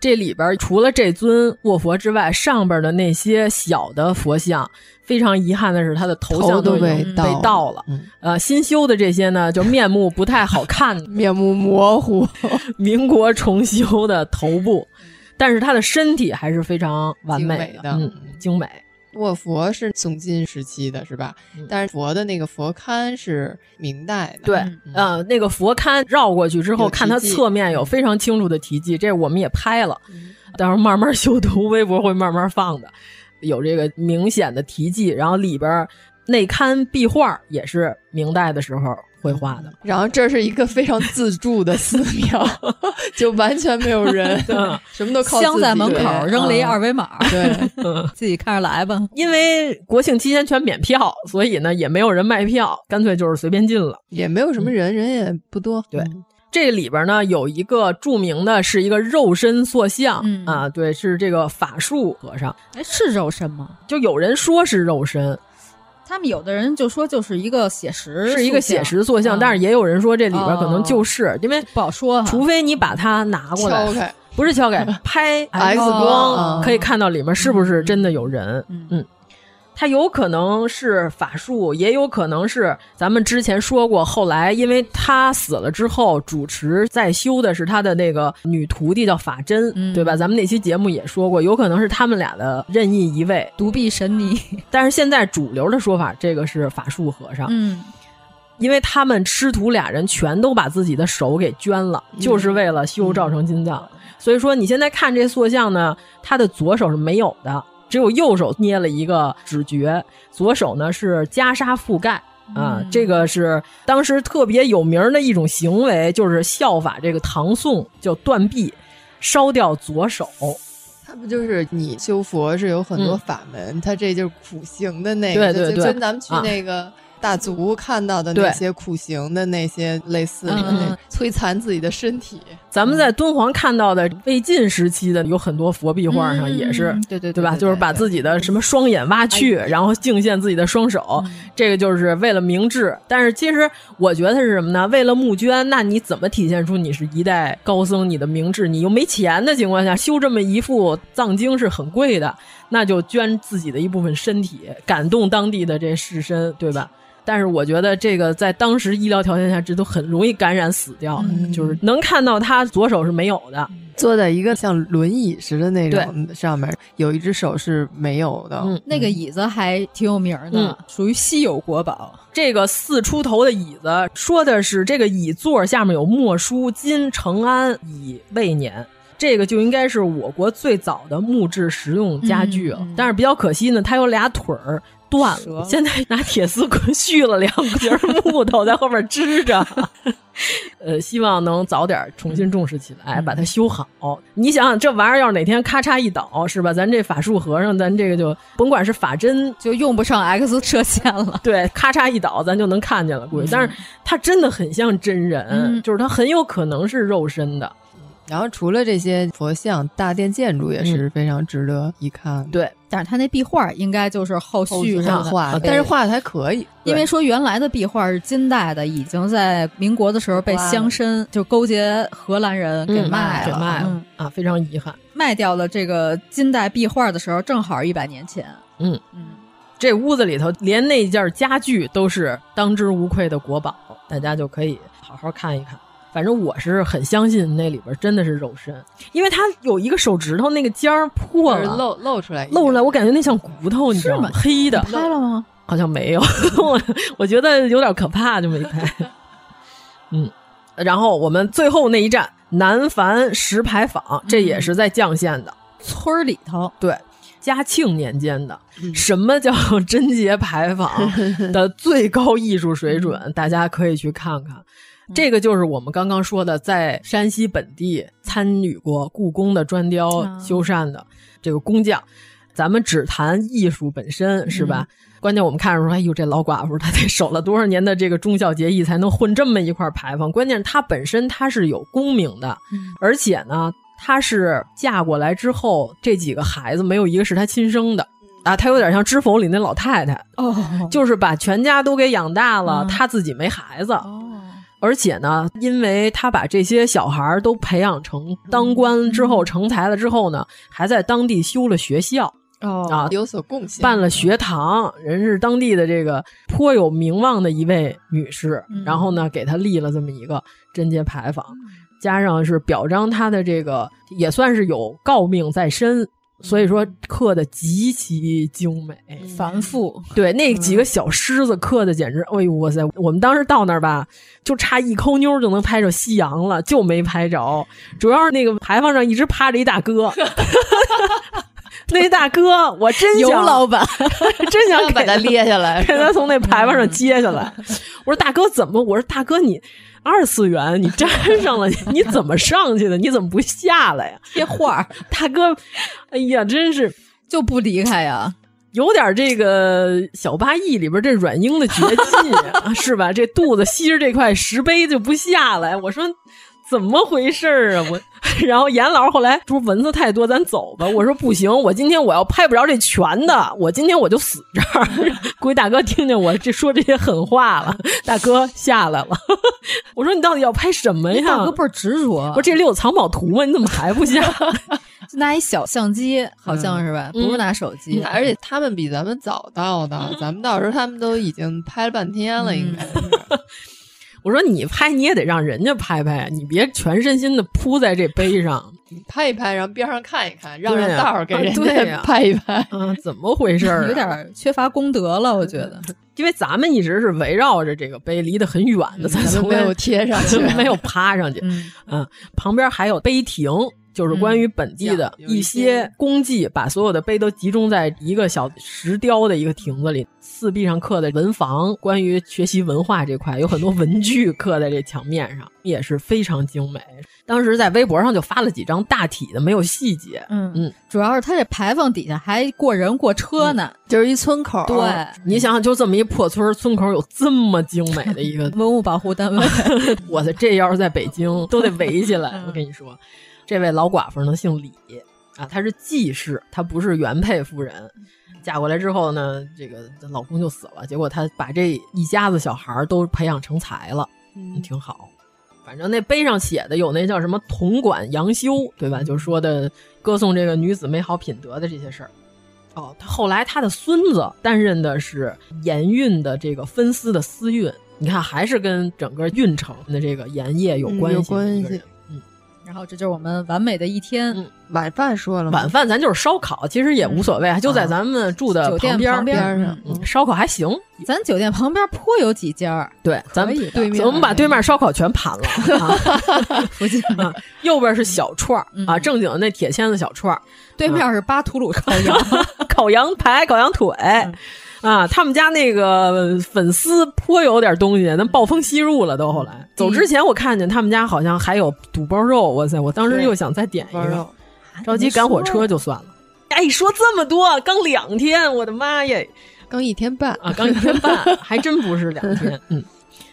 S8: 这里边除了这尊卧佛之外，上边的那些小的佛像，非常遗憾的是，它的头像
S9: 头都
S8: 已经
S9: 被
S8: 被
S9: 盗了嗯
S8: 盗了。呃，新修的这些呢，就面目不太好看，
S9: 面目模糊。
S8: 民国重修的头部，但是他的身体还是非常完美
S9: 精美的
S8: 的，嗯，精美。
S9: 卧佛是宋金时期的是吧？但是佛的那个佛龛是明代的，
S8: 嗯对，呃，那个佛龛绕过去之后，
S9: 嗯有题
S8: 看它
S9: 记嗯
S8: 侧面有非常清楚的题记，这我们也拍了，到时候慢慢修图，微博会慢慢放的，有这个明显的题记，然后里边儿内龛壁画也是明代的时候绘画的。
S9: 然后这是一个非常自助的寺庙， 就完全没有人，
S8: 嗯
S9: 什么都靠
S7: 镶在门口，
S9: 嗯
S7: 扔了一二维码，
S9: 对，
S8: 嗯
S7: 自己看着来吧。
S8: 因为国庆期间全免票，所以呢也没有人卖票，干脆就是随便进了，
S9: 也没有什么人，人也不多。
S8: 嗯
S9: 嗯
S8: 对。这里边呢有一个著名的是一个肉身塑像、嗯、啊，对，是这个法术和尚。
S7: 哎，是肉身吗？
S8: 就有人说是肉身，
S7: 他们有的人就说就是一个写实，
S8: 是一个写实塑像，
S7: 啊、
S8: 但是也有人说这里边可能就是，哦、因为
S7: 嗯不好说，
S8: 除非你把它拿过来。
S9: 敲
S8: 不是 敲开，拍 X
S7: 嗯
S8: 光、哦、可以看到里面是不是真的有人。嗯。嗯它有可能是法术，也有可能是咱们之前说过，后来因为他死了之后，主持在修的是他的那个女徒弟叫法真，嗯、对吧？咱们那期节目也说过，有可能是他们俩的任意一位
S7: 独臂神尼。
S8: 但是现在主流的说法，这个是法术和尚。
S7: 嗯，
S8: 因为他们师徒俩人全都把自己的手给捐了，嗯、就是为了修赵成金藏。嗯、所以说，你现在看这塑像呢，他的左手是没有的。只有右手捏了一个指诀，左手呢是袈裟覆盖啊，嗯、这个是当时特别有名的一种行为，就是效法这个唐宋叫断臂，烧掉左手。
S9: 他不就是你修佛是有很多法门，嗯、他这就是苦行的那
S8: 个，对对对，
S9: 跟咱们去那个。啊大足看到的那些苦行的那些类似的，嗯、摧残自己的身体。
S8: 咱们在敦煌看到的魏晋时期的有很多佛壁画上也是，
S7: 嗯对对
S8: 对吧？就是把自己的什么双眼挖去，然后敬献自己的双手，
S7: 嗯
S8: 这个就是为了明志。但是其实我觉得是什么呢？为了募捐，那你怎么体现出你是一代高僧？你的明志，你又没钱的情况下，修这么一副藏经是很贵的，那就捐自己的一部分身体，感动当地的这士绅，对吧？但是我觉得这个在当时医疗条件下，这都很容易感染死掉。嗯、就是能看到他左手是没有的，
S9: 坐在一个像轮椅似的那种上面，有一只手是没有的。
S7: 嗯，那个椅子还挺有名的，嗯、属于稀有国宝。
S8: 这个四出头的椅子，说的是这个椅座下面有墨书“今成安以未年”。这个就应该是我国最早的木质实用家具了，嗯、但是比较可惜呢，它有俩腿儿断了，现在拿铁丝棍续了两节木头在后面支着。 呃，希望能早点重新重视起来，嗯、把它修好。你想想，这玩意儿要是哪天咔嚓一倒，是吧？咱这法术和尚，咱这个就甭管是法针，
S7: 就用不上 X 射线了。
S8: 对，咔嚓一倒，咱就能看见了，估计。嗯、但嗯是它真的很像真人，就是它很有可能是肉身的。
S9: 然后除了这些佛像，大殿建筑也是非常值得一看的、嗯。
S8: 对，
S7: 但是他那壁画应该就是后续上啊
S9: 画哦的，但是画的还可以。
S7: 因为说原来的壁画是金代的，已经在民国的时候被乡绅就勾结荷兰人给卖
S8: 了，嗯、卖了、嗯、啊，非常遗憾。
S7: 卖掉了这个金代壁画的时候，正好一百年前。
S8: 嗯嗯，这屋子里头连那件家具都是当之无愧的国宝，大家就可以好好看一看。反正我是很相信那里边真的是肉身，因为它有一个手指头那个尖儿破了，
S9: 露露出来，
S8: 露出来，我感觉那像骨头，你知道吗？黑的，
S7: 拍了吗？
S8: 好像没有， 我我觉得有点可怕，就没拍。 嗯，然后我们最后那一站南繁石牌坊，这也是在绛县的、嗯、
S7: 村里头，
S8: 对。嗯嘉庆年间的，什么叫贞节牌 坊的最高艺术水准？大家可以去看看。这个就是我们刚刚说的，在山西本地参与过故宫的砖雕修缮的这个工匠。咱们只谈艺术本身，是吧？嗯、关键我们看着说，哎呦，这老寡妇她得守了多少年的这个忠孝节义，才能混这么一块牌坊？关键是她本身她是有功名的，嗯、而且呢。她是嫁过来之后，这几个孩子没有一个是她亲生的啊，她有点像《知否》里那老太太
S7: 哦，
S8: 就是把全家都给养大了，嗯她、嗯、自己没孩子。
S7: 哦
S8: 而且呢，因为他把这些小孩都培养成当官之后、嗯、成才了之后呢，还在当地修了学校
S7: 哦
S8: 啊，
S9: 有所贡献，
S8: 办了学堂，人是当地的这个颇有名望的一位女士，嗯、然后呢，给她立了这么一个贞节牌坊。
S7: 嗯
S8: 加上是表彰他的这个也算是有诰命在
S7: 嗯
S8: 身，所以说刻的极其精美
S7: 嗯繁复。嗯
S8: 对那几个小狮子刻的简直，哎呦哇塞！我们当时到那儿吧，就差一抠妞就能拍着夕阳 了，就没拍着。主要是那个牌坊上一直趴着一大哥。 那大哥，我真
S7: 尤
S8: 想
S7: 老 板，
S8: 真想
S7: 要把
S8: 给
S7: 他列下来嗯
S8: 给他从那牌坊上揭下来。我说大哥怎么？我说大哥你二次元你粘上了，你怎么上去的？你怎么不下来呀？
S7: 贴画，
S8: 大哥，哎呀，真是
S7: 就不离开呀。
S8: 有点这个小八义里边这软英的绝技啊 是吧？这肚子吸着这块石碑就不下来。我说怎么回事儿啊？我然后严老师后来说蚊子太多，咱走吧。我说不行，我今天我要拍不着这全的，我今天我就死这儿。 估计大哥听见我这说这些狠话了，大哥下来了。 我说你到底要拍什么呀？
S7: 大哥倍儿执着。
S8: 我说这里有藏宝图吗？你怎么还不下？
S7: 就拿一小相机，好像是吧？
S9: 嗯
S7: 不是拿手机，
S9: 而且他们比咱们早到的，
S8: 嗯
S9: 咱们到时候他们都已经拍了半天了，应该是。
S8: 我说你拍你也得让人家拍拍，啊你别全身心的扑在这碑上，
S9: 拍一拍，然后边上看一看，让让
S8: 对呀
S9: 道儿给
S8: 啊
S9: 人
S8: 对呀
S9: 家拍一拍。
S8: 啊，怎么回事儿、
S7: 有点，儿缺乏功德了，我觉得。
S8: 因为咱们一直是围绕着这个碑离得很远的，咱
S9: 咱们
S8: 从来
S9: 没有贴上去
S8: 咱 们没有爬上去。嗯，旁边还有碑亭，就是关于本地的
S9: 嗯有
S8: 一
S9: 一些
S8: 些功绩，把所有的碑都集中在一个小石雕的一个亭子里。四壁上刻的文房，关于学习文化这块，有很多文具刻在这墙面上，也是非常精美。当时在微博上就发了几张大体的，没有细节。
S7: 嗯
S8: 嗯，
S7: 主要是他这牌坊底下还过人过车呢，
S9: 就是一村口
S7: 对，
S8: 你想想，就这么一破村儿，村口有这么精美的一个
S7: 文物保护单位。
S8: 我的这要是在北京都得围起来。
S9: 嗯
S8: 我跟你说，这位老寡妇呢姓李啊，她是季氏，她不是原配夫人。嫁过来之后呢，这个老公就死了，结果她把这一家子小孩儿都培养成才了，
S9: 嗯
S8: 挺好。反正那碑上写的有那叫什么“同管杨修”，对吧？就说的歌颂这个女子美好品德的这些事儿。哦，他后来他的孙子担任的是盐运的这个分司的司运，你看还是跟整个运城的这个盐业有关系、
S9: 嗯有关系。。
S7: 然后这就是我们完美的一天，
S9: 晚饭说了吗
S8: 晚饭咱就是烧烤，其实也无所谓，就在咱们住的
S7: 酒店
S8: 边儿
S7: 旁边儿
S8: 嗯嗯烧烤还行。
S7: 咱酒店旁边颇有几家儿，
S8: 对，咱们
S7: 可以的
S8: 咱们把对面嗯烧烤全盘了， 啊、
S7: 附近
S8: 啊，右边是小串儿、啊，正经的那铁签子小串儿，
S7: 对面是巴图鲁烤羊，
S8: 烤羊排、烤羊腿。啊，他们家那个粉丝颇有点东西，那暴风吸入了都。后来走之前，我看见他们家好像还有肚包肉，哇塞！我当时又想再点一
S9: 包
S8: 个
S9: 肉，
S8: 着急赶火车就算了。哎，说这么多，刚两天，我的妈耶！
S9: 刚一天半
S8: 啊，刚一天半，还真不是两天。嗯，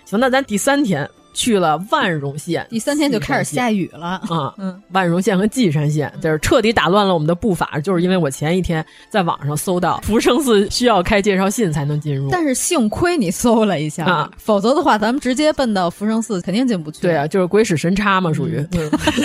S8: 行，那咱第三天去了万荣 县，
S7: 第三天就开始下雨了。
S8: 啊，
S7: 嗯，
S8: 万荣县和稷山县，就是彻底打乱了我们的步伐，就是因为我前一天在网上搜到福生寺需要开介绍信才能进 入。
S7: 但是幸亏你搜了一下，
S8: 嗯啊
S7: 否则的话，咱们直接奔到福生寺肯定进不去。
S8: 对啊，就是鬼使神差嘛，属于。
S7: 嗯
S8: 嗯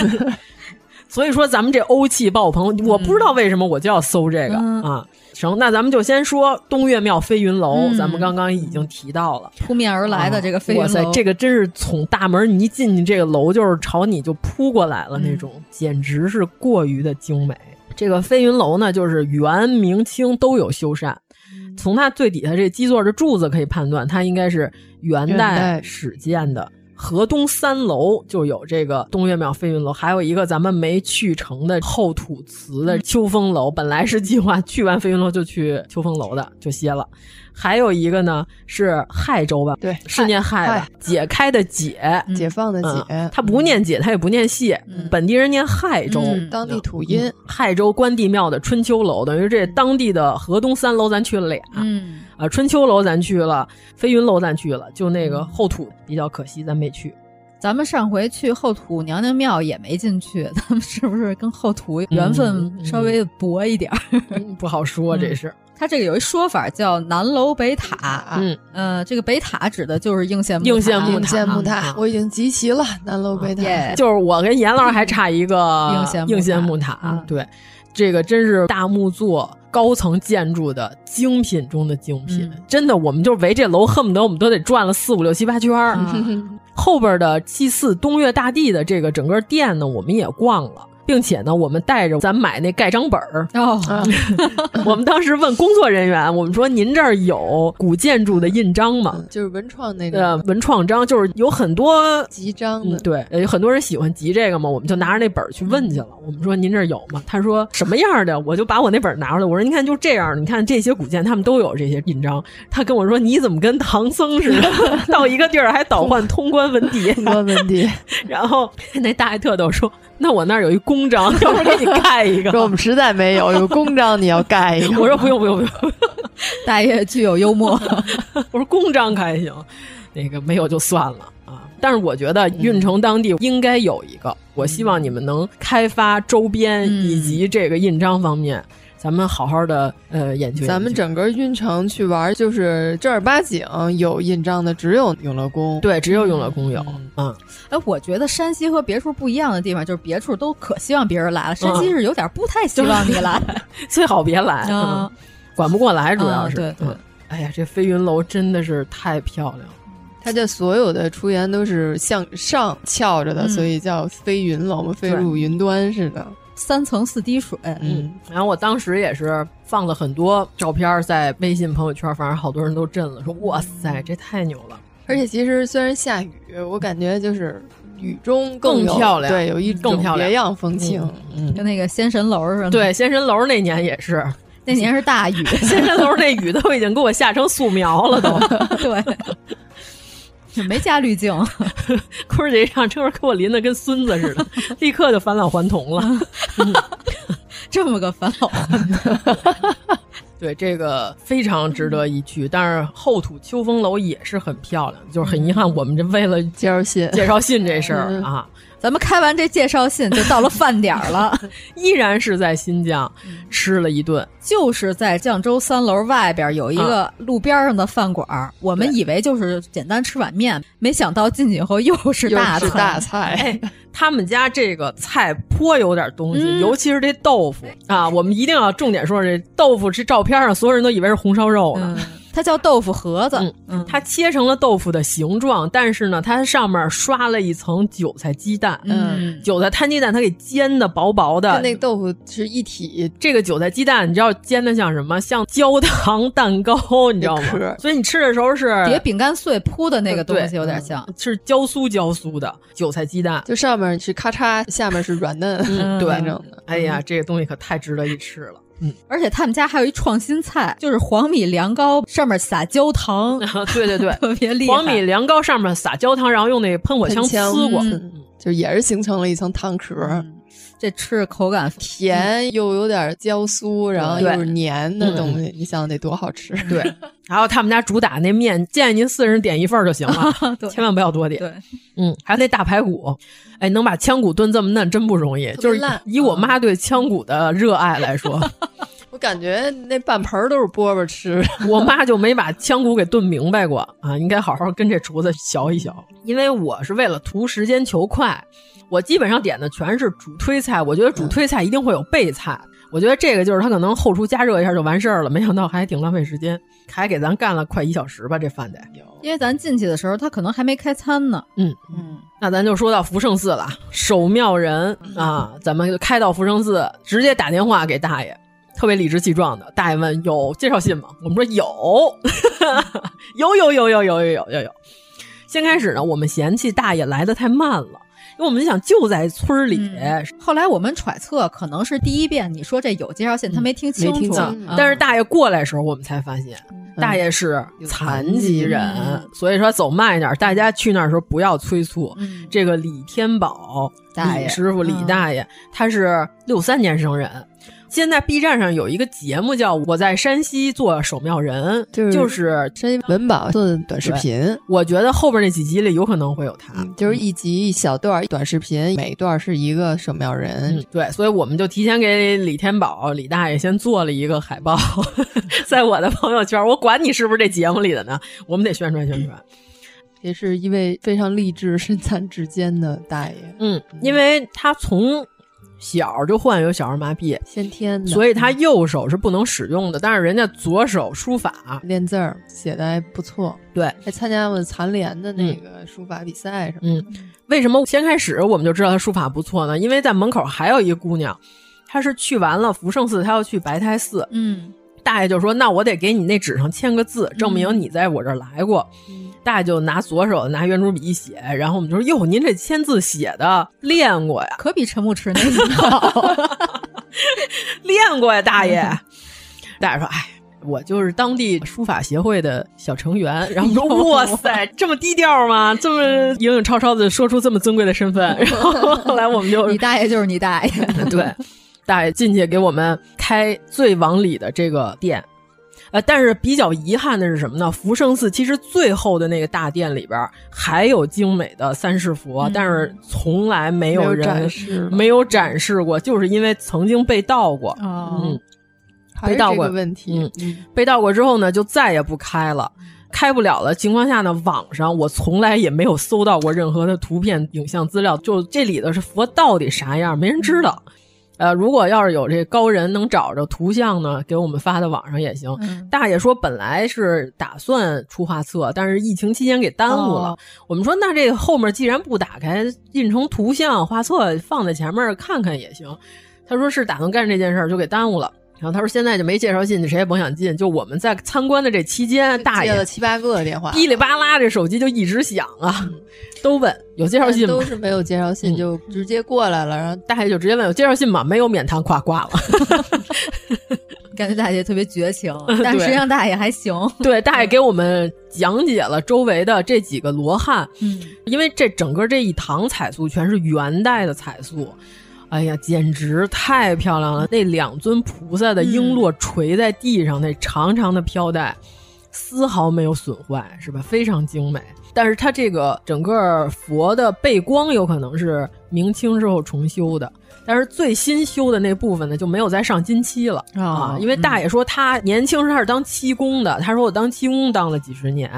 S8: 所以说咱们这欧气爆棚，我不知道为什么我就要搜这个、
S7: 嗯
S8: 啊。行，那咱们就先说东岳庙飞云楼，
S7: 嗯
S8: 咱们刚刚已经提到了。
S7: 扑面而来的这个飞云楼，
S8: 啊哇塞，这个真是从大门你一进去，这个楼就是朝你就扑过来了那种，简直是过于的精美。嗯这个飞云楼呢，就是元、明清都有修缮。从它最底下这基座的柱子可以判断，它应该是元
S9: 元
S8: 代
S9: 代
S8: 始建的。河东三楼就有这个东岳庙飞云楼，还有一个咱们没去成的后土祠的秋风楼，本来是计划去完飞云楼就去秋风楼的，就歇了。还有一个呢是亥州吧，
S9: 对
S8: 是念亥吧
S9: 亥，嗯
S8: 解开的解，
S9: 解放的
S8: 嗯
S9: 解，嗯
S8: 他不念解，他也不念谢，本地人念亥州，
S7: 嗯
S9: 当地土音
S8: 嗯。亥州关帝庙的春秋楼，等于这当地的河东三楼咱去了俩，
S7: 嗯，
S8: 啊，春秋楼咱去了，飞云楼咱去了，就
S9: 嗯
S8: 那个后土比较可惜，咱 没去。
S7: 咱们上回去后土娘娘庙也没进去， 咱们是不是跟后土缘分稍微薄一点儿？
S8: 嗯不好说这事儿。
S7: 它这个有一说法叫南楼北塔，
S8: 嗯，
S7: 呃，这个北塔指的就是应县
S8: 应县木
S7: 塔
S9: 应县木塔
S8: 嗯，
S9: 我已经集齐了南楼
S8: 啊
S9: 北塔，
S7: 耶
S8: 就是我跟严老师还差一个
S7: 应县木塔
S8: 应县木塔，对，这个真是大木座高层建筑的精品中的精品，
S7: 嗯
S8: 真的，我们就围这楼，恨不得我们都得转了四五六七八圈儿。
S7: 啊
S9: 嗯
S8: 后边的祭祀东岳大帝的这个整个殿呢，我们也逛了。并并且呢，我们带着咱买那盖章本儿
S7: 哦，
S8: 我们当时问工作人员，我们说您这儿有古建筑的印章吗？
S9: 就是文创嗯那
S8: 呃
S9: 个，
S8: 文创章就是有很多
S9: 集章
S8: 嗯
S9: 的，，
S8: 对，有很多人喜欢集这个嘛，我们就拿着那本儿去问去了。我们说您这儿有吗？他说什么样儿的？我就把我那本儿拿出来，我说您看就这样儿，你看这些古建他们都有这些印章。他跟我说你怎么跟唐僧似的， 到一个地儿还倒换通关文牒？
S9: 通关文 牒。
S8: 然后那大爷特逗说，那我那儿有一公章， 要不然给你盖一个。
S9: 说我们实在没有，有公章你要盖一个。
S8: 我说不用不用不用，
S7: 大爷具有幽默，
S8: 我说公章开行，那个没有就算了啊。但是我觉得运城当地应该有一个，我希望你们能开发周边以及这个印章方面，咱们好好的呃研究研究。
S9: 咱们整个运城去玩，就是正儿八经有印章的只有永乐宫。
S8: 对只有永乐宫有啊，
S7: 哎，我觉得山西和别处不一样的地方，就是别处都可希望别人
S8: 嗯
S7: 来了，山西是有点不太希望你 来。
S8: 最好别来，
S7: 啊
S8: 嗯，管不过来主要
S7: 啊
S8: 是。
S7: 对对
S8: 嗯哎呀，这飞云楼真的是太漂亮了。
S9: 它这所有的出檐都是向上翘着的，
S7: 嗯
S9: 所以叫飞云楼嘛，飞入云端似的。
S7: 三层四滴水，
S9: 嗯，
S8: 然后我当时也是放了很多照片儿在微信朋友圈，反正好多人都震了，说哇塞，这太牛了。
S9: 而且其实虽然下雨，我感觉就是雨中
S8: 更
S9: 有
S8: 漂亮
S9: 对，有一
S8: 更
S9: 种
S8: 漂亮
S9: 别样风情。嗯，
S7: 跟那个仙神楼似的。，
S8: 对，仙神楼那年也是，
S7: 那年是大 雨。
S8: 仙山楼那雨都已经给我下成素描了，都
S7: 对， 没加滤镜。
S8: 坤儿姐一上车给我淋的跟孙子似的，立刻就返老还童了。
S7: 这么个返老还
S8: 对，这个非常值得一去，但是后土秋风楼也是很漂亮，就是很遗憾，我们这为了
S9: 介绍信，
S8: 介绍信这事儿啊，
S7: 咱们开完这介绍信就到了饭点儿 了，
S8: 依然是在新疆吃了一顿，
S7: 就是在绛州三楼外边有一个
S8: 啊
S7: 路边上的饭馆儿，我们以为就是简单吃碗面，没想到进去以后又是
S9: 又
S7: 大
S9: 是
S7: 餐。
S9: 大 菜，
S8: 哎他们家这个菜颇有点东西，尤其是这豆腐啊，我们一定要重点说说这豆腐。这照片上所有人都以为是红烧肉呢，
S7: 嗯，它叫豆腐盒子，
S8: 嗯，它切成了豆腐的形状，但是呢，它上面刷了一层韭菜鸡蛋，
S7: 嗯
S8: 韭菜摊鸡蛋它给煎的薄薄的
S9: 跟，那个豆腐是一体。
S8: 这个韭菜鸡蛋你知道煎的像什么？像焦糖蛋糕，你知道
S9: 那壳
S8: 吗
S9: 儿？
S8: 所以你吃的时候是
S7: 叠饼干碎铺的那个东西
S8: 嗯对嗯
S7: 有点像，
S8: 是焦酥焦酥的韭菜鸡蛋，
S9: 就上面是咔嚓，下面是软嫩，
S8: 嗯对
S9: 那种的。
S8: 哎呀，这个东西可太值得一吃了。
S7: 而且他们家还有一创新菜，就是黄米凉糕，上面撒焦糖，
S8: 啊，对 对对，
S7: 特别厉害。
S8: 黄米凉糕上面撒焦糖，然后用那喷火枪
S9: 喷枪
S8: 呲过，
S9: 嗯就也是形成了一层糖壳，
S7: 这吃着口感，
S9: 甜又有点焦酥，然后又是黏的东西，你想得多好吃？
S8: 对。然后他们家主打那面，建议您四人点一份儿就行了
S7: 对
S8: 千万不要多点。
S7: 对，
S8: 嗯，还有那大排骨，哎，能把腔骨炖这么嫩，真不容易。
S9: 别
S8: 就是
S9: 烂嗯
S8: 以我妈对腔骨的热爱 来说，
S9: 我感觉那半盆儿都是饽饽吃的，
S8: 我妈就没把腔骨给炖明白过啊，应该好好跟这厨子学一学。因为我是为了图时间求快，我基本上点的全是主推菜，我觉得主推菜一定会有备菜。我觉得这个就是他可能后厨加热一下就完事儿了，没想到还挺浪费时间，还给咱干了快一小时吧，这饭得。
S7: 因为咱进去的时候，他可能还没开餐呢。
S8: 嗯
S7: 嗯，
S8: 那咱就说到福圣寺了，守庙人啊，咱们就开到福圣寺，直接打电话给大爷，特别理直气壮的。大爷问有介绍信吗？我们说有， 有有有有有有有有有。先开始呢，我们嫌弃大爷来的太慢了，因为我们就想就在村儿里，
S7: 后来我们揣测，可能是第一遍你说这有介绍信，他没听清
S9: 没听
S7: 楚，
S9: 清
S7: 嗯
S8: 但是大爷过来的时候，我们才发现。大爷是残疾人，所以说走慢一点。大家去那儿的时候不要催促。
S7: 嗯
S8: 这个李天宝
S7: 大爷嗯
S8: 李师傅李大爷，他是六三年生人。现在 B 站上有一个节目叫《我在山西做守庙人》，
S9: 就是
S8: 就是
S9: 山西文保做的短视频，
S8: 我觉得后边那几集里有可能会有他。
S9: 就是一集一小段儿短视频，每段儿是一个守庙人。
S8: 嗯，对，所以我们就提前给李天宝、李大爷先做了一个海报， 在我的朋友圈，我管你是不是这节目里的呢，我们得宣传宣传。嗯
S9: 也是
S7: 嗯
S9: 一位非常励志、身残志坚的大爷。
S8: 嗯，因为他从小就患有小儿麻痹，
S9: 先
S7: 嗯
S9: 天的，
S8: 所以他右手是不能使用的，但是人家左手书法
S9: 练字儿写的还不错，
S8: 对，
S9: 还参加过残联的那个书法比赛什么
S8: 的。嗯，为什么先开始我们就知道他书法不错呢？因为在门口还有一个姑娘，她是去完了福圣寺，她要去白胎寺，
S7: 嗯。
S8: 大爷就说：“那我得给你那纸上签个字，证明你在我这儿来过。
S9: 嗯”
S8: 大爷就拿左手拿圆珠笔一写，然后我们就说：“哟，您这签字写的练过呀，
S7: 可比陈牧驰那一套，
S8: 练过呀，大爷。嗯”大爷说：“哎，我就是当地书法协会的小成 员。”然后我说：“哇塞，这么低调吗？这么影影绰绰的说出这么尊贵的身 份？”然后后来我们 就
S7: 你大爷就是你大爷，
S8: 对。大爷进去给我们开最往里的这个店，呃，但是比较遗憾的是什么呢？福圣寺其实最后的那个大殿里边还有精美的三世佛，
S7: 嗯、
S8: 但是从来没有人没有展示过，就是因为曾经被盗过，
S7: 哦、
S8: 嗯，
S9: 被
S8: 盗过
S9: 问题，
S8: 嗯，嗯被盗过之后呢，就再也不开了。开不了了情况下呢，网上我从来也没有搜到过任何的图片、影像资料，就这里的是佛到底啥样，没人知道。
S7: 嗯
S8: 呃，如果要是有这高人能找着图像呢，给我们发到网上也行。
S7: 嗯、
S8: 大爷说本来是打算出画册，但是疫情期间给耽误了。
S7: 哦、
S8: 我们说那这后面既然不打开，印成图像画册放在前面看看也行。他说是打算干这件事儿，就给耽误了。然后他说现在就没介绍进去，谁也甭想进。就我们在参观的这期间，大爷
S9: 了七八个电话，
S8: 噼里啪啦，这手机就一直响啊，
S9: 嗯、
S8: 都问有介绍信吗？
S9: 都是没有介绍
S8: 嗯
S9: 信，就直接过来了。然后
S8: 大爷就直接问有介绍信吗？没有免谈，夸挂了。
S7: 感觉大爷特别绝情，但实际上大爷还行。
S8: 对，大爷给我们讲解了周围的这几个罗汉，
S7: 嗯，
S8: 因为这整个这一堂彩塑全是元代的彩塑。哎呀，简直太漂亮了！那两尊菩萨的璎珞垂在地上，嗯、那长长的飘带，丝毫没有损坏，是吧？非常精美。但是它这个整个佛的背光有可能是明清之后重修的，但是最新修的那部分呢就没有再上金漆了、
S7: 哦、
S8: 啊。因为大爷说他年轻时他是当漆工的，他说我当漆工当了几十年，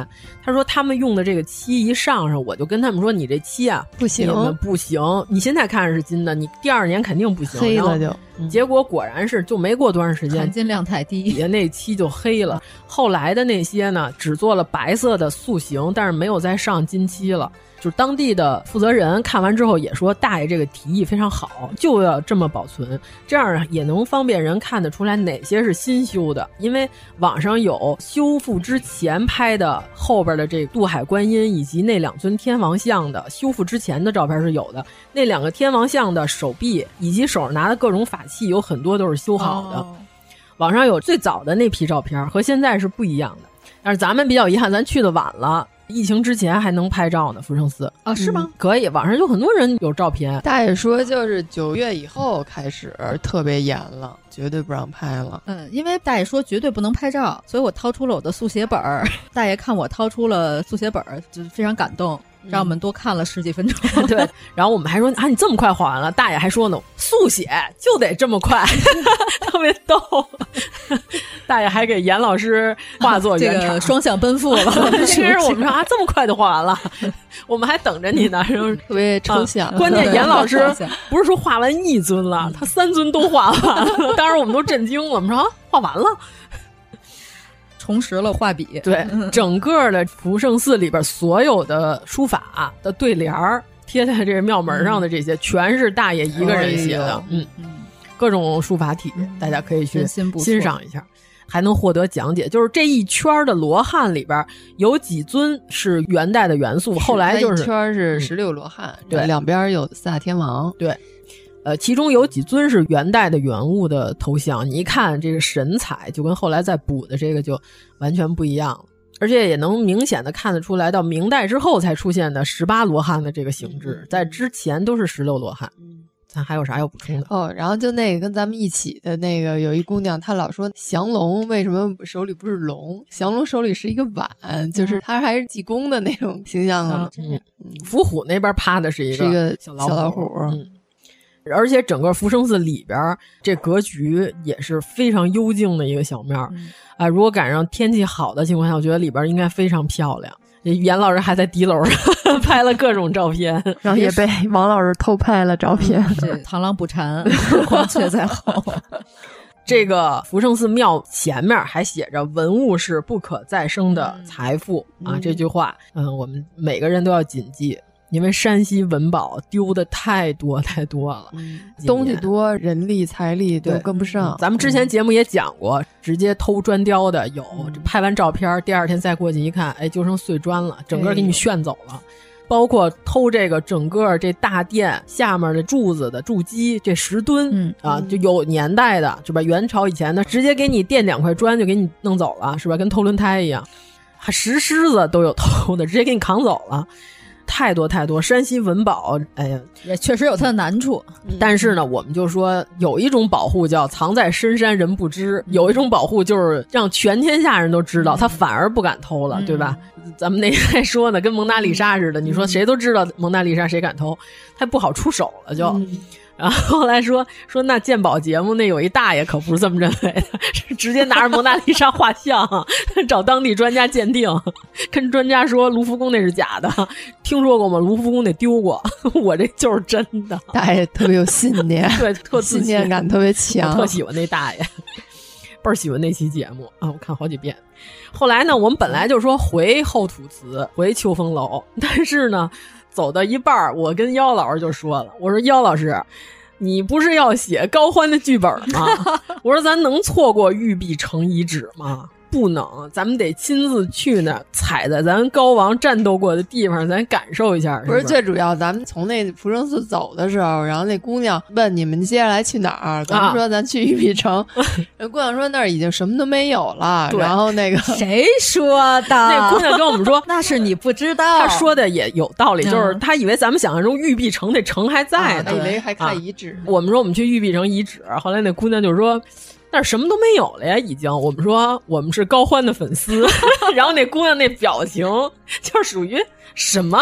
S8: 他说他们用的这个漆一上上，我就跟他们说你这漆啊
S9: 不行
S8: 不行，你现在看着是金的，你第二年肯定不行，
S9: 黑了就。
S8: 结果果然是，就没过多长时间，
S7: 含金量太低，
S8: 底下那漆就黑了。后来的那些呢，只做了白色的塑形，但是没有再上金漆了。就是当地的负责人看完之后也说，大爷这个提议非常好，就要这么保存，这样啊也能方便人看得出来哪些是新修的。因为网上有修复之前拍的后边的这个渡海观音以及那两尊天王像的修复之前的照片是有的，那两个天王像的手臂以及手上拿的各种法。器有很多都是修好的，
S7: 哦、
S8: 网上有最早的那批照片和现在是不一样的。但是咱们比较遗憾，咱去的晚了，疫情之前还能拍照呢。福生寺
S7: 啊，是吗？嗯、
S8: 可以，网上有很多人有 照片。
S9: 大爷说，就是九月以后开始特别严了，绝对不让拍了。
S7: 嗯，因为大爷说绝对不能拍照，所以我掏出了我的速写本儿。 大爷看我掏出了速写本儿，就非常感动。让我们多看了十几分钟，
S8: 对。然后我们还说啊，你这么快画完了？大爷还说呢，速写就得这 么快，特别逗。大爷还给严老师画作
S7: 这个双向奔赴了。
S8: 哦 其实我们说啊，这么快就画完了，我们还等 着你呢。然后
S9: 特别抽象。
S8: 啊关键严老师不是说画完一尊了，他三尊都画完 了。当时我们都震惊了，我们说啊，画完了。
S7: 重拾了画笔，
S8: 对，整个的福圣寺里边所有的书法的对联儿贴在这庙门上的这些，全是大爷一个人写的，嗯，各种书法体，大家可以去欣赏一下，还能获得讲解。就是这一圈的罗汉里边有几尊是元代的元素，后来就是嗯
S9: 圈是十六罗汉，
S8: 对，
S9: 两边有四大天王，
S8: 对。呃，其中有几尊是元代的原物的头像，你一看这个神采就跟后来再补的这个就完全不一样了，而且也能明显的看得出来，到明代之后才出现的十八罗汉的这个形制，在之前都是十六罗汉。咱还有啥要补充的？
S9: 哦，然后就那个跟咱们一起的那个有一姑娘，她老说降龙为什么手里不是龙？降龙手里是一个碗，嗯、就是她还是济公的那种形象
S8: 啊。嗯，伏虎那边趴的是一
S9: 个一个
S8: 小
S9: 老
S8: 虎。嗯而且整个福生寺里边这格局也是非常幽静的一个小面儿，啊、
S7: 嗯
S8: 呃，如果赶上天气好的情况下，我觉得里边应该非常漂亮。严老师还在敌楼上 拍了各种照片，
S9: 然后也 被王老师偷拍了照片。
S7: 这嗯螳螂捕蝉， 黄雀在后。
S8: 这个福圣寺庙前面还写着“文物是不可再生的
S9: 嗯
S8: 财富”啊，这句话，嗯，我们每个人都要谨记，因为山西文保丢的太多太多了，
S9: 嗯东西多，人力财力都
S8: 对
S9: 跟不上。
S8: 嗯咱们之前节目也讲过，直接偷砖雕的有，这拍完照片第二天再过去一看，哎，就剩碎砖了，整个给你炫走了。包括偷这个整个这大殿下面的柱子的柱基这十吨、啊，就有年代的是吧？元朝以前的，直接给你垫两块砖就给你弄走了是吧？跟偷轮胎一样，还石狮子都有偷的，直接给你扛走了。太多太多，山西文保，哎呀，
S7: 也确实有它的难处。
S8: 但是呢，我们就说有一种保护叫藏在深山人不知，有一种保护就是让全天下人都知道，他反而不敢偷了，对吧？咱们那天还说呢，跟蒙娜丽莎似的，你说谁都知道蒙娜丽莎，谁敢偷？他不好出手了就。然后后来说说那鉴宝节目那有一大爷可不是这么认为的， 是直接拿着蒙娜丽莎画像 找当地专家鉴定，跟专家说卢浮宫那是假的，听说过吗？卢浮宫那丢过， 我这就是真的。
S9: 大爷特别有信念
S8: ，对，特自
S9: 信念感特别
S8: 我
S9: 强，
S8: 特喜欢那大爷，倍儿喜欢那期节目啊，我看好几遍。后来呢，我们本来就说回后土祠，回秋风楼，但是呢，走到一半儿，我跟妖老师就说了，我说妖老师。你不是要写高欢的剧本吗？ 我说咱能错过玉璧城遗址吗？不能，咱们得亲自去那儿，踩在咱高王战斗过的地方，咱感受一下。
S9: 不是
S8: 吧
S9: 最主要，咱们从那福生寺走的时候，然后那姑娘问你们接下来去哪儿，咱们
S8: 啊
S9: 说咱去玉璧 城，人姑娘说那儿已经什么都没有了，
S8: 对
S9: 然后那 个
S7: 谁说的？
S8: 那
S9: 啊
S8: 姑娘跟我们说，
S7: 那是你不知道。
S8: 他说的也有道理，就是
S7: 哦嗯
S8: 他以为咱们想象中玉璧城那城还在呢，
S9: 以为还
S8: 啊
S9: 看遗址，
S8: 我们说我们去玉璧城遗址，后来那姑娘就说。那儿什么都没有了呀，已经。我们说我们是高欢的粉丝，然后那姑娘那表情就属于什么？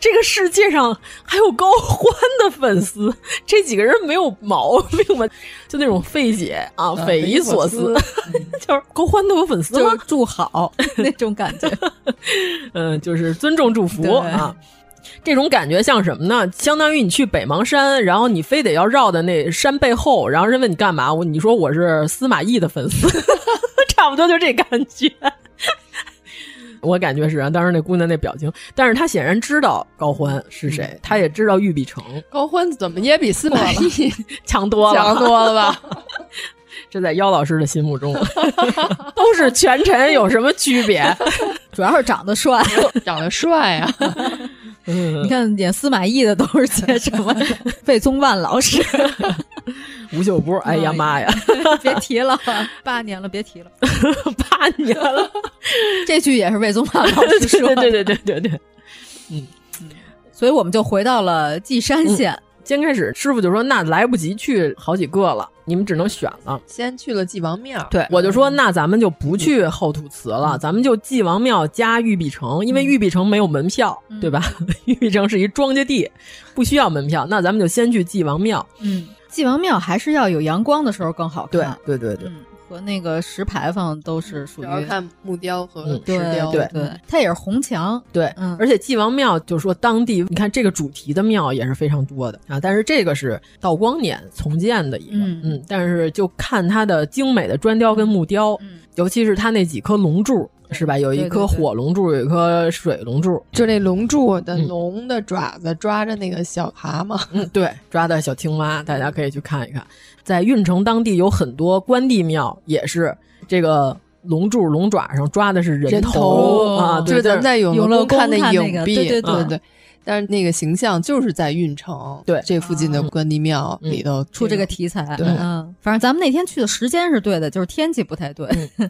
S8: 这个世界上还有高欢的粉丝？这几个人没有毛病吗？就那种费解啊，
S7: 啊
S8: 匪夷所思， 就是高欢都有粉丝吗
S7: 就？祝好那种感觉。
S8: 嗯，就是尊重祝福
S7: 对
S8: 啊。这种感觉像什么呢？相当于你去北邙山，然后你非得要绕到那山背后，然后人问你干嘛，我你说我是司马懿的粉丝， 差不多就这感觉。 我感觉是啊，当时那姑娘那表情，但是她显然知道高欢是谁，她也知道玉璧城
S9: 高欢怎么也比司马懿
S8: 强多了，
S9: 强多了 吧？
S8: 这在妖老师的心目 中都是权臣，有什么区别？
S7: 主要是长得帅，
S9: 长得帅啊！
S8: 嗯
S7: 你看演司马懿的都是些什么？ 魏宗万老 师，
S8: 吴秀波，哎呀妈呀，
S7: 别提了， 八年了，别提了，
S8: 八年了。
S7: 这句也是魏宗万老师说的。
S8: 对对对对对对。
S7: 所以我们就回到了稷山县。
S8: 先开始，师傅就说：“那来不及去好几个了，你们只能选了。
S9: 先去了纪王庙，
S7: 哎
S8: 对，我就说：“那咱们就不去后土祠
S7: 嗯
S8: 了，咱们就纪王庙加玉璧城，因为玉璧城没有门票，
S7: 嗯
S8: 对吧？ 玉璧城是一庄稼地，不需要门票。那咱们就先去纪王庙。
S7: 嗯，纪王庙还是要有阳光的时候更好
S8: 对
S7: 看，嗯
S8: 对对对，
S7: 和那个石牌坊都是属
S9: 主
S7: 于
S9: 要看木雕和
S8: 嗯
S9: 石
S7: 对
S9: 雕，
S7: 对对，它也是红墙。
S8: 对，
S7: 嗯
S8: 而且纪王庙就说当地，你看这个主题的庙也是非常多的啊，但是这个是道光年重建的一个，
S7: 嗯
S8: 嗯，但是就看它的精美的砖雕跟木雕，嗯，尤其是它那几颗龙柱，是吧？有一
S9: 对
S8: 颗
S9: 对对
S8: 火龙柱，有一颗水 龙柱，
S9: 就那龙柱的龙的爪子抓着那个小蛤蟆，
S8: 嗯，对，抓的小青蛙，大家可以去看一看。在运城当地有很多关帝庙，也是这个龙柱、龙爪上抓的是人
S9: 人
S8: 头啊，
S9: 就
S8: 对
S9: 是咱们在永乐宫看
S7: 永乐宫看
S9: 影
S7: 那个
S9: 壁，
S7: 对对
S9: 对
S7: 对
S9: 对但是那个形象就是在运城
S8: 嗯对
S9: 这附近的关帝庙里头
S7: 出这个题材，
S9: 对
S7: 嗯，反正咱们那天去的时间是对的，就是天气不太对，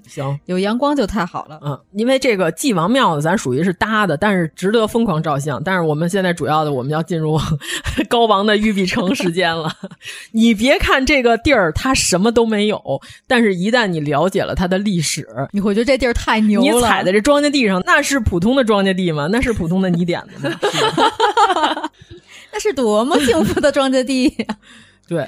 S8: 行。
S7: 有阳光就太好了。
S8: 嗯，因为这个纪王庙呢，咱属于是搭的，但是值得疯狂照相。但是我们现在主要的，我们要进入 高王的玉璧城时间了。 你别看这个地儿它什么都没有，但是一旦你了解了它的历史，
S7: 你会觉得这地儿太牛
S8: 你
S7: 了，
S8: 踩在这庄稼地上，那是普通的庄稼地吗？那是普通的泥点子吗？
S7: 那是多么幸福的庄稼地呀！
S8: 对，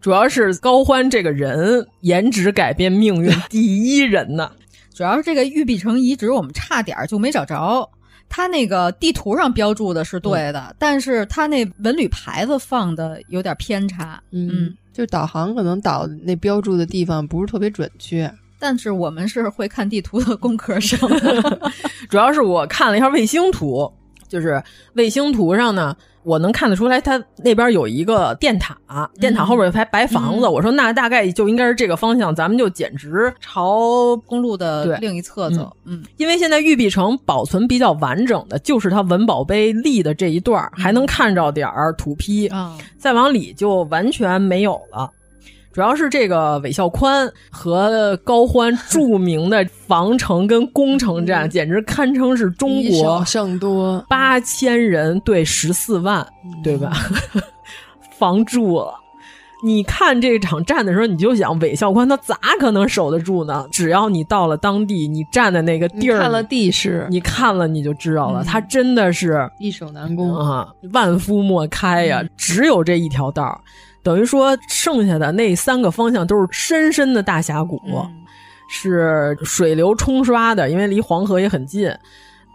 S8: 主要是高欢这个人颜值改变命运第一人呢。
S7: 主要是这个玉璧城遗址，我们差点儿就没找着。它那个地图上标注的是对的，但是它那文旅牌子放的有点偏差。嗯，
S9: 就是导航可能导那标注的地方不是特别准确。
S7: 但是我们是会看地图的工科生，
S8: 主要是我看了一下卫星图，就是卫星图上呢，我能看得出来，它那边有一个电塔，电塔后边有一排白房子。我说那大概就应该是这个方向，咱们就简直朝
S7: 公路的
S8: 对
S7: 另一侧走。嗯，
S8: 因为现在玉璧城保存比较完整的就是它文保碑立的这一段儿，还能看着点儿土坯。
S7: 啊，
S8: 再往里就完全没有了。主要是这个韦孝宽和高欢著名的防城跟攻城战，简直堪称是中
S9: 以嗯
S8: 国
S9: 少胜多，
S8: 八千人对十四万，
S9: 嗯
S8: 对吧？ 防住了。你看这场战的时候，你就想韦孝宽他咋可能守得住呢？只要你到了当地，你站在那个地儿，
S9: 看了地嗯势，
S8: 你看了你就知道了，他真的是
S9: 易守难攻。
S8: 啊，万夫莫开呀，只有这一条道儿，等于说剩下的那三个方向都是深深的大峡谷，是水流冲刷的，因为离黄河也很近。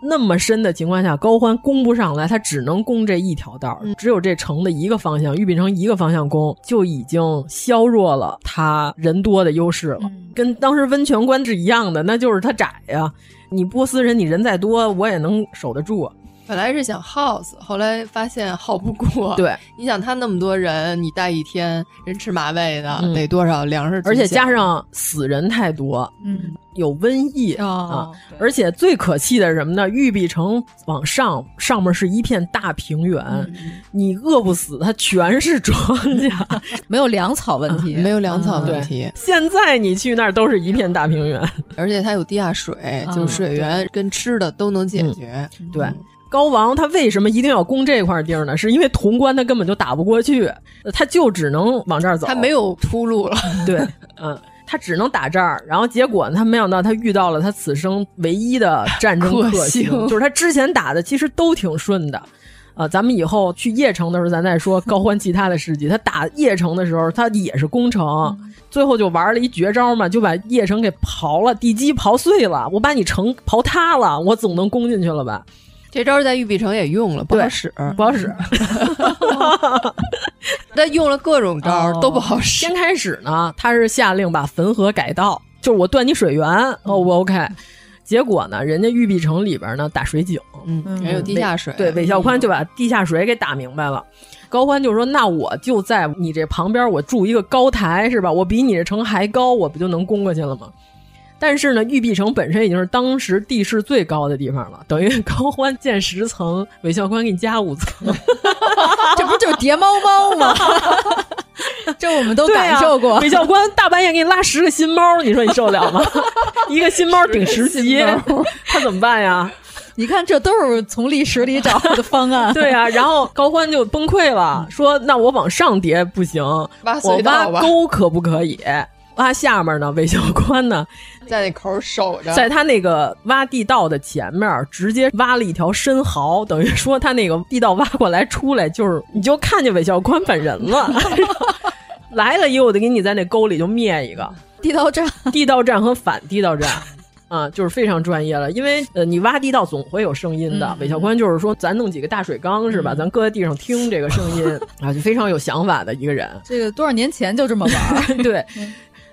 S8: 那么深的情况下，高欢攻不上来，他只能攻这一条道儿，只有这城的一个方向，玉璧城一个方向攻，就已经削弱了他人多的优势了，跟当时温泉关是一样的，那就是他窄呀、你波斯人，你人再多，我也能守得住。啊
S9: 本来是想耗死，后来发现 耗不过。
S8: 对，
S9: 你想他那么多人，你带一天人吃马喂的，
S8: 嗯
S9: 得多少粮食？
S8: 而且加，上死人太多，
S7: 嗯，
S8: 有瘟疫、
S7: 哦
S8: 啊。而且最可气的是什么呢？玉璧城往上，上面是一片大平原，你饿不死，它全是庄稼，
S7: 没有粮草问题，嗯
S9: 没有粮草
S8: 嗯对
S9: 问题，
S8: 现在你去那儿都是一片大平原，
S9: 而且它有地下水，
S8: 嗯
S9: 就是水源跟吃的都能解决。
S8: 对。高王他为什么一定要攻这块地儿呢？是因为潼关他根本就打不过去，他就只能往这儿走。
S9: 它没有出路了，
S8: 对，嗯，他只能打这儿，然后结果呢他没想到他遇到了他此生唯一的战争
S9: 克
S8: 克
S9: 星
S8: 星，就是他之前打的其实都挺顺的。啊，咱们以后去邺城的时候，咱再说高欢其他的事迹。他打邺城的时候，他也是攻城，
S9: 嗯
S8: 最后就玩了一绝招嘛，就把邺城给刨了，地基刨碎了，我把你城刨塌了，我总能攻进去了吧？
S9: 这招在玉璧城也用了，不好使，
S8: 不好使。
S9: 嗯 但用了各种招儿都不好使。
S8: 哦先开始呢，他是下令把汾河改道，就是我断你水源，O 不 OK？结果呢，人家玉璧城里边呢打水井，
S9: 嗯，也有地下水，
S8: 对，韦孝宽就把地下水给打明白了。高欢就说：“那我就在你这旁边，我筑一个高台，是吧？我比你这城还高，我不就能攻过去了吗？”但是呢，玉璧城本身已经是当时地势最高的地方了，等于 高欢建十层，韦孝宽给你加五层，
S7: 这不就是叠猫猫吗？ 这我们都感受过。
S8: 对啊韦教官大半夜给你拉十个新猫，你说你受得 了吗？一个新猫顶十级，他怎么办呀？
S7: 你看，这都是从历史里找的方案。
S8: 对呀、然后高欢就崩溃 了，说：“那我往上叠不行，
S9: 挖
S8: 我
S9: 隧
S8: 挖
S9: 道吧啊
S8: 沟可不可以？挖下面呢？韦教官呢？
S9: 在那口儿守着，
S8: 在他那个挖地道的前面，直接挖了一条深壕，等于说他那个地道挖过来出来，就是你就看见韦教官本人了。 来了一个，我就给你在那沟里就灭一个。
S7: 地道战，
S8: 地道战和反地道战。啊，就是非常专业了，因为呃，你挖地道总会有声音的。韦小宽就是说，咱弄几个大水缸是吧？咱搁在地上听这个声音啊，就非常有想法的一个人。
S7: 这个多少年前就这么玩儿。
S8: 对，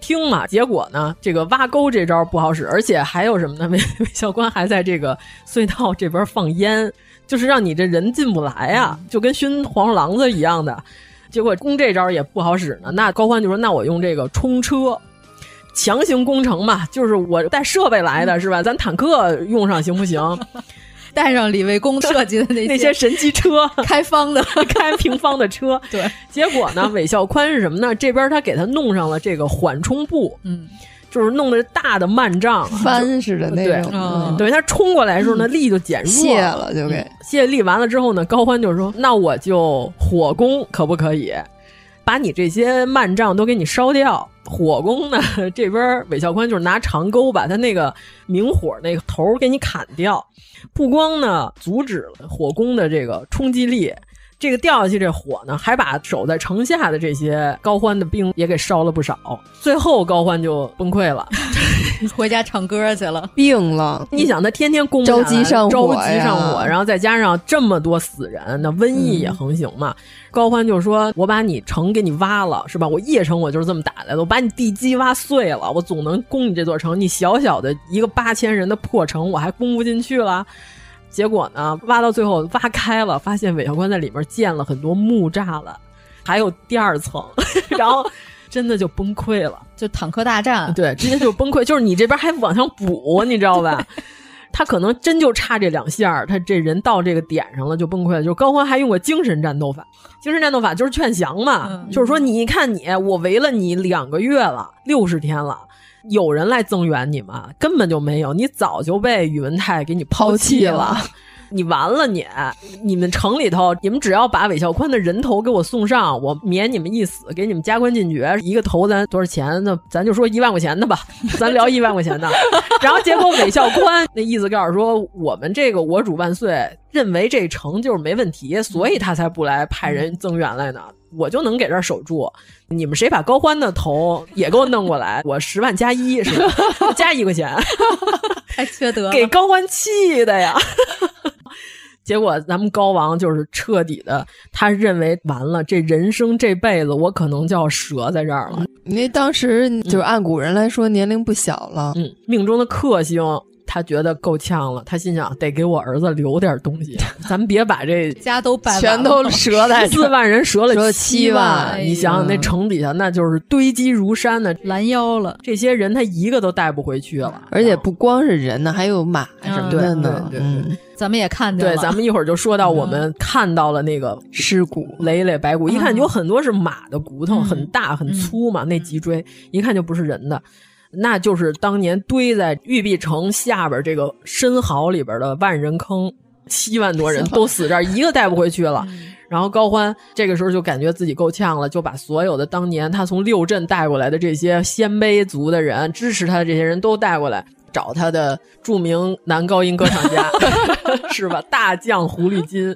S8: 听嘛。结果呢，这个挖沟这招不好使，而且还有什么呢？ 韦韦小官还在这个隧道这边放烟，就是让你这人进不来啊，就跟熏黄鼠狼子一样的。结果攻这招也不好使呢。那高欢就说：“那我用这个冲车。”强行攻城嘛，就是我带设备来的是吧？咱坦克用上行不行？
S7: 带上李卫公设计的那
S8: 那些神机车，
S7: 开方的，
S8: 开平方的车。
S7: 对，
S8: 结果呢，韦孝宽是什么呢？这边他给他弄上了这个缓冲布，
S7: 嗯，
S8: 就是弄的大的慢杖啊，
S9: 翻似的那种，嗯
S8: 等于他冲过来的时候呢，力就减弱
S9: 卸了就给。
S8: 卸力完了之后呢，高欢就说：“那我就火攻可不可以？把你这些慢杖都给你烧掉。”火攻呢，这边韦孝宽就是拿长钩把他那个明火那个头儿给你砍掉，不光呢阻止了火攻的这个冲击力，这个掉下去这火呢，还把守在城下的这些高欢的兵也给烧了不少。最后高欢就崩溃了，
S7: 回家唱歌去了，
S9: 病了。
S8: 嗯你想他天天攻不
S9: 着急上
S8: 火，着
S9: 急
S8: 上火，然后再加上这么多死人，那瘟疫也横行嘛。嗯、高欢就说：“我把你城给你挖了，是吧？我邺城我就是这么打来的，我把你地基挖碎了，我总能攻你这座城。你小小的一个八千人的破城，我还攻不进去了。”结果呢，挖到最后挖开了，发现韦小宽在里面建了很多木栅栏，还有第二层， 然后真的就崩溃了，
S7: 就坦克大战，
S8: 对，直接就崩溃，就是你这边还往上补，你知道吧？他可能真就差这两下他这人到这个点上了就崩溃了。就高欢还用过精神战斗法，精神战斗法就是劝降嘛，嗯、就是说你看你，我围了你两个月了，六十天了。有人来增援你吗？根本就没有，你早就被宇文泰给你抛弃了，
S7: 弃了
S8: 你完了你！你们城里头，你们只要把韦孝宽的人头给我送上，我免你们一死，给你们加官进爵。一个头咱多少钱？那咱就说一万块钱的吧，咱聊一万块钱的。然后结果韦孝宽那意思告诉说，我们这个我主万岁，认为这城就是没问题，所以他才不来派人增援来呢。我就能给这儿守住，你们谁把高欢的头也给我弄过来，我十万加一，是吧？加一块钱，
S7: 太哎缺德，
S8: 给高欢气的呀！ 结果咱们高王就是彻底的，他认为完了，这人生这辈子我可能就要折在这儿了。
S9: 因为当时就是按古人来说，年龄不小了，
S8: 嗯，命中的克星。他觉得够呛了，他心想得给我儿子留点东 西，咱别把这
S7: 家都摆
S9: 全都折在
S8: 四万人折了七
S9: 万，
S8: 哎、你想想那城底下那就是堆积如山的
S7: 拦腰了，
S8: 这些人他一个都带不回去了，
S9: 而且不光是人呢，还有马什么的嗯
S8: 呢，嗯对对对。对对
S7: 嗯咱们也看见
S8: 了，对，咱们一会儿就说到我们看到了那个
S9: 尸骨
S8: 累累白骨，一看有很多是马的骨头，嗯、很大很粗嘛，嗯、那脊椎一看就不是人的。那就是当年堆在玉璧城下边这个深壕里边的万人坑，七万多人都死这儿，一个带不回去了。然后高欢这个时候就感觉自己够呛了，就把所有的当年他从六镇带过来的这些鲜卑族的人、支持他的这些人都带过来，找他的著名男高音歌唱家， 是吧？大将狐狸精。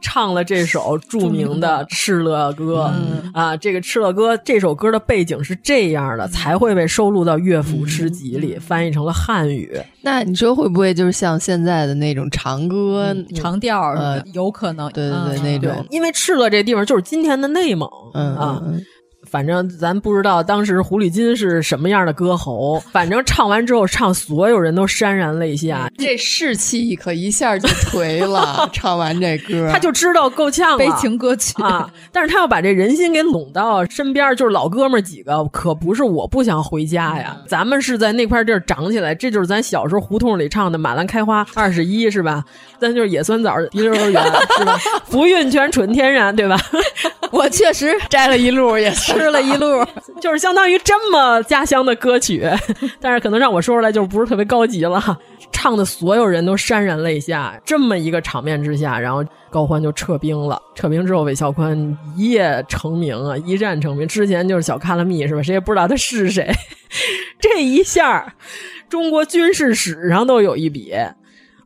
S8: 唱了这首著名的《敕勒歌》嗯、啊，这个《敕勒歌》这首歌的背景是这样的，才会被收录到乐府诗集里，嗯、翻译成了汉语。
S9: 那你说会不会就是像现在的那种长歌、
S7: 嗯、长调？呃，有可能。嗯
S9: 对
S8: 嗯
S9: 对对，那种。嗯
S8: 因为敕勒这地方就是今天的内蒙啊。反正咱不知道当时狐狸精是什么样的歌喉，反正唱完之后，唱所有人都潸然泪下，
S9: 这士气可一下就颓 了。唱完这歌，
S8: 他就知道够呛了，
S7: 悲情歌曲
S8: 啊！但是他要把这人心给拢到身边，就是老哥们几个，可不是我不想回家
S7: 嗯
S8: 呀，咱们是在那块地儿长起来，这就是咱小时候胡同里唱的《马兰开花二十一》是吧？咱就是野酸枣、滴溜圆是吧？ 福运全纯天然对吧？
S7: 我确实摘了一路也是。吃了一路，
S8: 就是相当于这么家乡的歌曲， 但是可能让我说出来就不是特别高级了。唱的所有人都潸然泪下，这么一个场面之下，然后高欢就撤兵了。撤兵之后，韦孝宽一夜成名啊，一战成名。之前就是小卡拉密是吧？谁也不知道他是谁。 这一下，中国军事史上都有一笔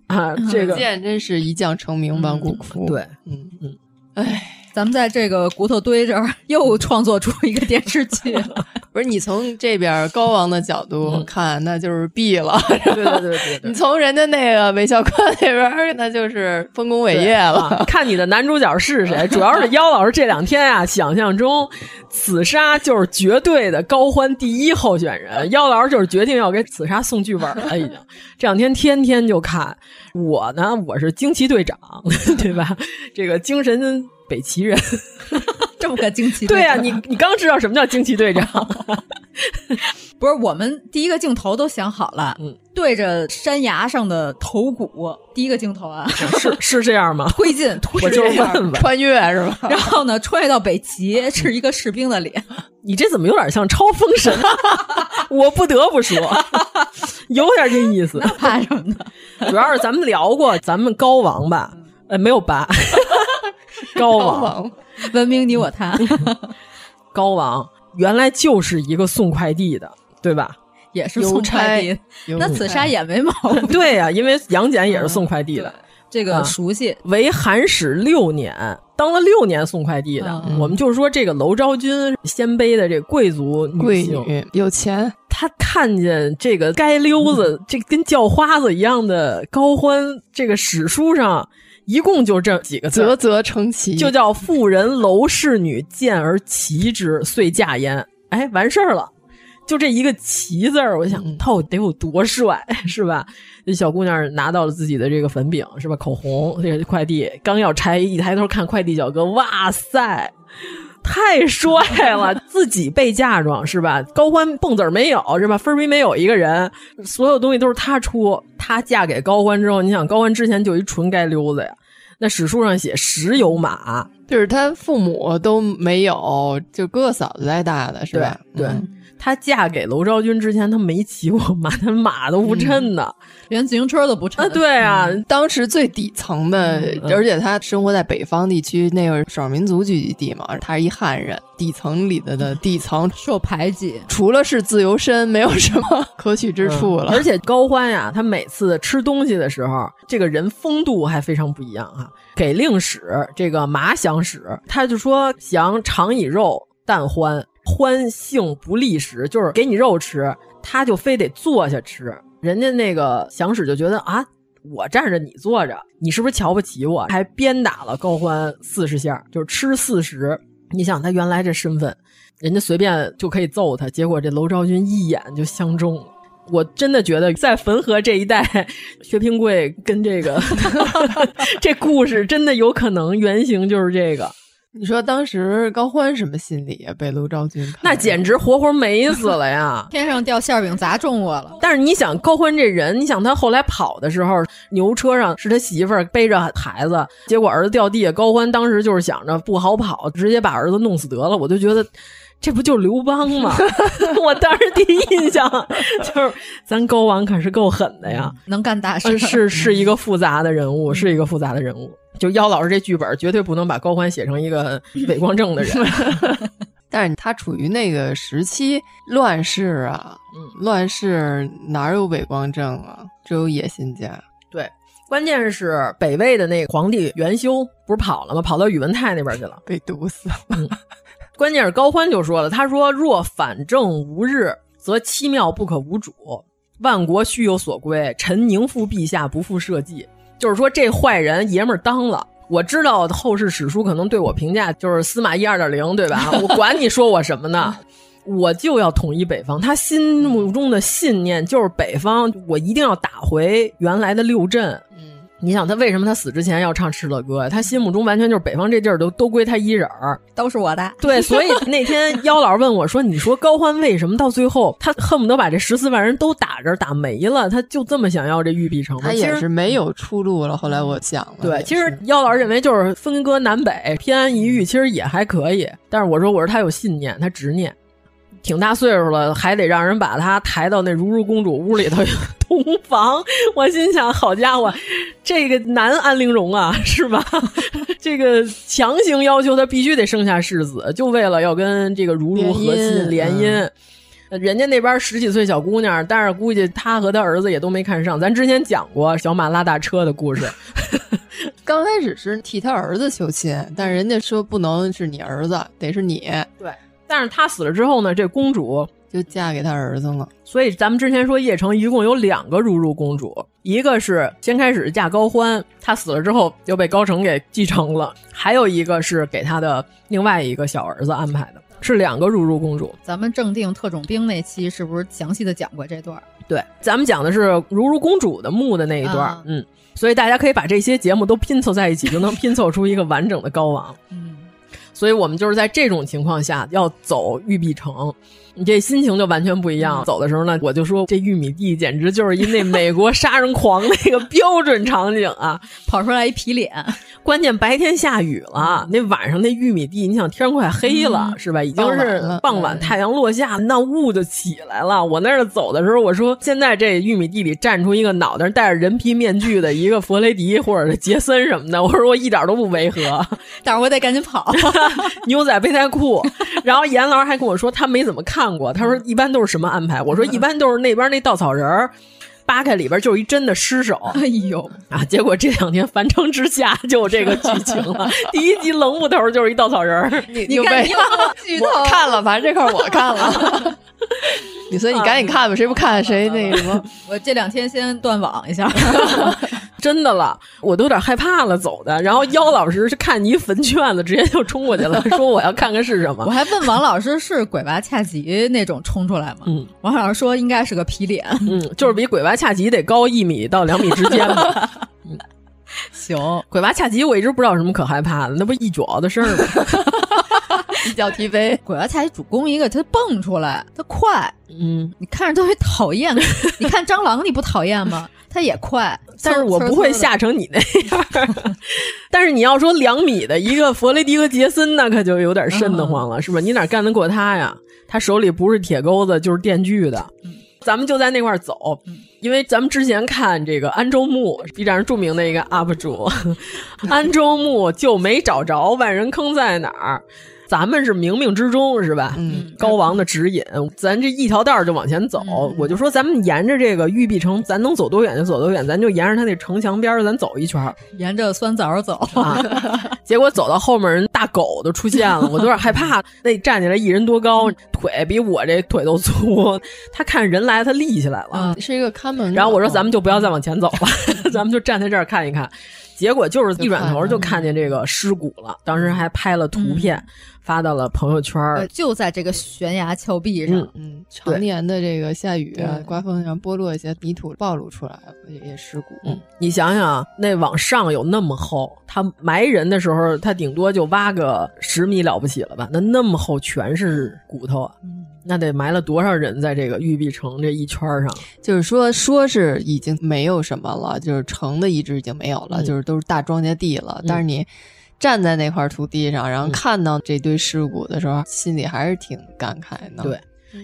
S8: 啊！这个
S9: 见真是一将成名万骨枯。
S8: 对，
S9: 嗯嗯，哎。
S7: 咱们在这个骨头堆这儿 又创作出一个电视剧了，
S9: 不是？你从这边高王的角度看，那就是毙了；
S8: 嗯对对对对，
S9: 你从人家那个韦孝宽那边，那就是丰功伟业 了。
S8: 啊看你的男主角是谁，主要是妖老师这两天啊，想象中刺杀就是绝对的高欢第一候选人，妖老师就是决定要给刺杀送剧本了，已经。这两天天天就看我呢，我是惊奇队长， 对吧？这个精神。北齐人
S7: 这么个惊奇
S8: 对呀、啊，你你刚知道什么叫惊奇队长？
S7: 不是，我们第一个镜头都想好了，嗯，对着山崖上的头骨，第一个镜头 啊，
S8: 是是这样吗？
S7: 推进，推
S8: 我就问问，
S9: 穿越是吧？
S7: 然后呢，穿越到北齐是一个士兵的脸，
S8: 你这怎么有点像超风神？ 我不得不说， 有点这意思。
S7: 怕什么呢？
S8: 主要是咱们聊过咱们高王吧，呃，没有八。高
S7: 王，文明你我他。
S8: 嗯高王原来就是一个送快递的，对吧？
S7: 也是送快递。那刺杀也没毛病。
S8: 对呀、啊，因为杨戬也是送快递的。嗯
S7: 这个熟悉。
S8: 为韩使六年，当了六年送快递的。我们就是说，这个娄昭君鲜卑的这贵族
S9: 贵
S8: 女性，
S9: 女有钱，
S8: 她看见这个街溜子，这跟叫花子一样的高欢，这个史书上一共就这几个字
S9: 啧
S8: 儿，
S9: 啧称奇，
S8: 就叫妇人娄氏女见而奇之，遂嫁焉。哎，完事儿了。就这一个“奇”字儿，我想到底得有多帅，是吧？这小姑娘拿到了自己的这个粉饼，是吧？口红，这个快递刚要拆，一抬头看快递小哥，哇塞，太帅了！自己被嫁妆是吧？高欢蹦子儿没有是吧？分儿没没有一个人，所有东西都是她出。她嫁给高欢之后，你想高欢之前就一纯街溜子呀，那史书上写十有马，
S9: 就是他父母都没有，就哥哥嫂子带大的是吧？嗯
S8: 对。对她嫁给娄昭君之前，她没骑过马，她马都不趁呢，嗯、
S7: 连自行车都不趁。
S8: 啊，对啊，
S9: 当时最底层的，嗯、而且她生活在北方地区，那个少数民族聚集地嘛，她是一汉人，底层里的的底层
S7: 受排挤，
S9: 除了是自由身，没有什么可取之处了。嗯、
S8: 而且高欢呀、啊，他每次吃东西的时候，这个人风度还非常不一样哈、啊。给令史这个麻祥史，他就说祥常以肉淡欢。欢性不立食，就是给你肉吃，他就非得坐下吃。人家那个祥使就觉得啊，我站着你坐着，你是不是瞧不起我？还鞭打了高欢四十下，就是吃四十。你想他原来这身份，人家随便就可以揍他，结果这娄昭君一眼就相中了。我真的觉得在汾河这一带， 薛平贵跟这个 这故事真的有可能原型就是这个。
S9: 你说当时高欢什么心理啊？被娄昭君
S8: 那简直活活美死了呀！
S7: 天上掉馅饼砸中我了。
S8: 但是你想高欢这人，你想他后来跑的时候，牛车上是他媳妇儿背着孩子，结果儿子掉地下，高欢当时就是想着不好跑，直接把儿子弄死得了。我就觉得。这不就是刘邦吗？ 我当时第一印象就是咱高王可是够狠的呀，
S7: 能干大 事。
S8: 呃是是一个复杂的人物，是一个复杂的人物。就妖老师这剧本，绝对不能把高欢写成一个伪光正的人。
S9: 但是他处于那个时期，乱世啊，乱世哪有伪光正啊？只有野心家。
S8: 对。 关键是北魏的那个皇帝元修不是跑了吗？跑到宇文泰那边去了，
S9: 被毒死了、嗯。
S8: 关键是高欢就说了，他说：“若反正无日，则七庙不可无主，万国须有所归。臣宁负陛下，不负社稷。”就是说，这坏人爷们儿当了。我知道后世史书可能对我评价就是司马懿二点零，对吧？我管你说我什么呢？我就要统一北方，他心目中的信念就是北方，我一定要打回原来的六镇。嗯，你想他为什么他死之前要唱《敕勒歌》？他心目中完全就是北方这地儿都都归他一人儿，
S7: 都是我的。
S8: 对，所以那天妖老问我说：“你说高欢为什么到最后他恨不得把这十四万人都打这打没了？他就这么想要这玉璧城？”
S9: 他也是没有出路了。后来我想了，
S8: 嗯对，其实妖老认为就是分割南北，偏安一隅，其实也还可以。但是我说，我说他有信念，他执念。挺大岁数了，还得让人把她抬到那如如公主屋里头 同房。我心想，好家伙，这个男安陵容啊，是吧？ 这个强行要求她必须得生下世子，就为了要跟这个如如和亲联姻。联姻嗯、人家那边十几岁小姑娘，但是估计她和她儿子也都没看上。咱之前讲过小马拉大车的故事。
S9: 刚开始是替他儿子求亲，但人家说不能是你儿子，得是你。
S8: 对。但是他死了之后呢，这公主
S9: 就嫁给他儿子了。
S8: 所以咱们之前说邺城一共有两个如如公主，一个是先开始嫁高欢，她死了之后又被高澄给继承了；还有一个是给他的另外一个小儿子安排的，是两个如如公主。
S7: 咱们正定特种兵那期是不是详细的讲过这段？
S8: 对，咱们讲的是如如公主的墓的那一段。嗯,嗯，所以大家可以把这些节目都拼凑在一起，就能拼凑出一个完整的高王。嗯。所以我们就是在这种情况下要走玉璧城，你这心情就完全不一样。走的时候呢，我就说这玉米地简直就是一那美国杀人狂那个标准场景啊，
S7: 跑出来一皮脸。
S8: 关键白天下雨了，那晚上那玉米地，你想天快黑了、嗯、是吧？已经是傍晚，太阳落下，那雾就起来了。我那儿走的时候，我说现在这玉米地里站出一个脑袋戴着人皮面具的一个弗雷迪或者是杰森什么的，我说我一点都不违和，
S7: 但是我得赶紧跑。
S8: 牛仔背带裤，然后严老师还跟我说他没怎么看过，他说一般都是什么安排？我说一般都是那边那稻草人儿。扒开里边就是一真的尸首。
S7: 哎呦
S8: 啊！结果这两天《繁城之下》就有这个剧情了。第一集冷木头就是一稻草人儿，
S9: 你
S7: 你
S9: 就
S7: 看
S9: 被
S7: 你有没有剧
S9: 我
S7: 透
S9: 看了，反正这块儿我看了。 啊嗯你所以你赶紧看吧，谁不看谁那个什么。
S7: 我这两天先断网一下，
S8: 真的了，我都有点害怕了，走的。然后妖老师是看你一坟圈子，直接就冲过去了，说我要看看是什
S7: 我
S8: 么。
S7: 还问王老师是鬼娃恰吉那种冲出来吗？
S8: 嗯
S7: 王老师说应该是个皮脸，
S8: 嗯，就是比鬼娃恰吉得高一米到两米之间吧。
S7: 行，
S8: 鬼娃恰吉我一直不知道有什么可害怕的，那不一脚的事儿吗？
S9: 一脚踢飞。
S7: 鬼娃恰吉主攻一个，它蹦出来，它快，
S8: 嗯，
S7: 你看着特别讨厌。你看蟑螂，你不讨厌吗？它也快，
S8: 但是我不会吓成你那样儿。但是你要说两米的一个弗雷迪和杰森，那可就有点瘆得慌了，是吧？你哪干得过他呀？他手里不是铁钩子就是电锯的。咱们就在那块儿走，因为咱们之前看这个安周木，B 站上著名的一个 UP 主，安周木就没找着万人坑在哪儿。咱们是冥冥之中是吧？
S9: 嗯，
S8: 高王的指引，咱这一条道儿就往前走。我就说，咱们沿着这个玉璧城，咱能走多远就走多远，咱就沿着它那城墙边儿，咱走一圈儿
S7: 沿着酸枣走，
S8: 啊。 结果走到后面，人大狗都出现了，我都有点害怕。那站起来一人多高，腿比我这腿都粗。他看人来，他立起来了。
S7: 啊
S9: 是一个看门狗。啊
S8: 然后我说咱们就不要再往前走了， 咱们就站在这儿看一看。结果就是一转头就看见这个尸骨了，当时还拍了图片、发到了朋友圈儿。
S7: 呃就在这个悬崖峭壁上。
S8: 嗯
S9: 嗯，常年的这个下雨啊
S8: 对，
S9: 刮风上剥落一些泥土暴露出来了，也也尸骨。
S8: 嗯，你想想，那往上有那么厚，他埋人的时候，他顶多就挖个十米了不起了吧？那那么厚全是骨头啊，那得埋了多少人在这个玉璧城这一圈儿上？
S9: 就是说，说是已经没有什么了，就是城的遗址已经没有了，
S8: 嗯
S9: 就是都是大庄稼地了。但是你站在那块土地上，然后
S8: 嗯
S9: 看到这堆尸骨的时候，心里还是挺感慨的。
S8: 对，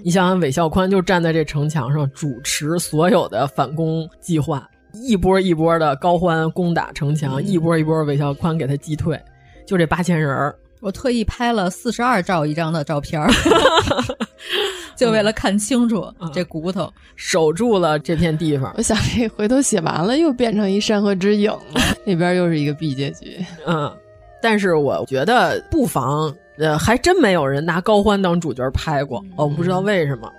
S8: 你想想，韦孝宽就站在这城墙上主持所有的反攻计划，一波一波的高欢攻打城墙，一波一波韦孝宽给他击退，就这八千人儿。
S7: 我特意拍了四十二兆一张的照片儿， 就
S8: 嗯
S7: 为了看清楚这骨头。
S8: 守住了这片地方
S9: 我，想这回头写完了，又变成一山河之影 了，那边又是一个 B 结局。
S8: 嗯，但是我觉得不妨，呃，还真没有人拿高欢当主角拍过，
S9: 嗯
S8: 哦我不知道为什么，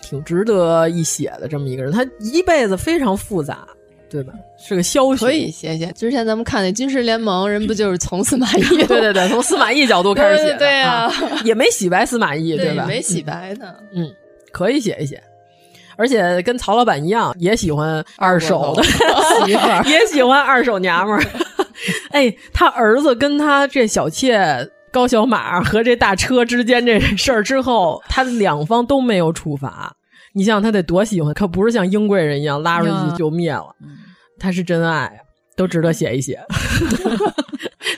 S8: 挺值得一写的这么一个人，他一辈子非常复杂，对吧？是个枭雄，
S9: 可以写写，之前咱们看那《军事联盟》，人不就是从司马懿
S8: 对对对，从司马懿角度开始写
S9: 对
S8: 的，
S9: 对
S8: 啊
S9: 啊，
S8: 也没洗白司马懿，吧？
S9: 没洗白呢？
S8: 嗯，可以写一写。而且跟曹老板一样，也喜欢二手的媳妇儿， 也喜欢二手娘们儿。 哎，他儿子跟他这小妾高小马和这大车之间这事儿之后，他两方都没有处罚。你想想他得多喜欢，可不是像英贵人一样拉出去就灭了，他是真爱啊，都值得写一 写。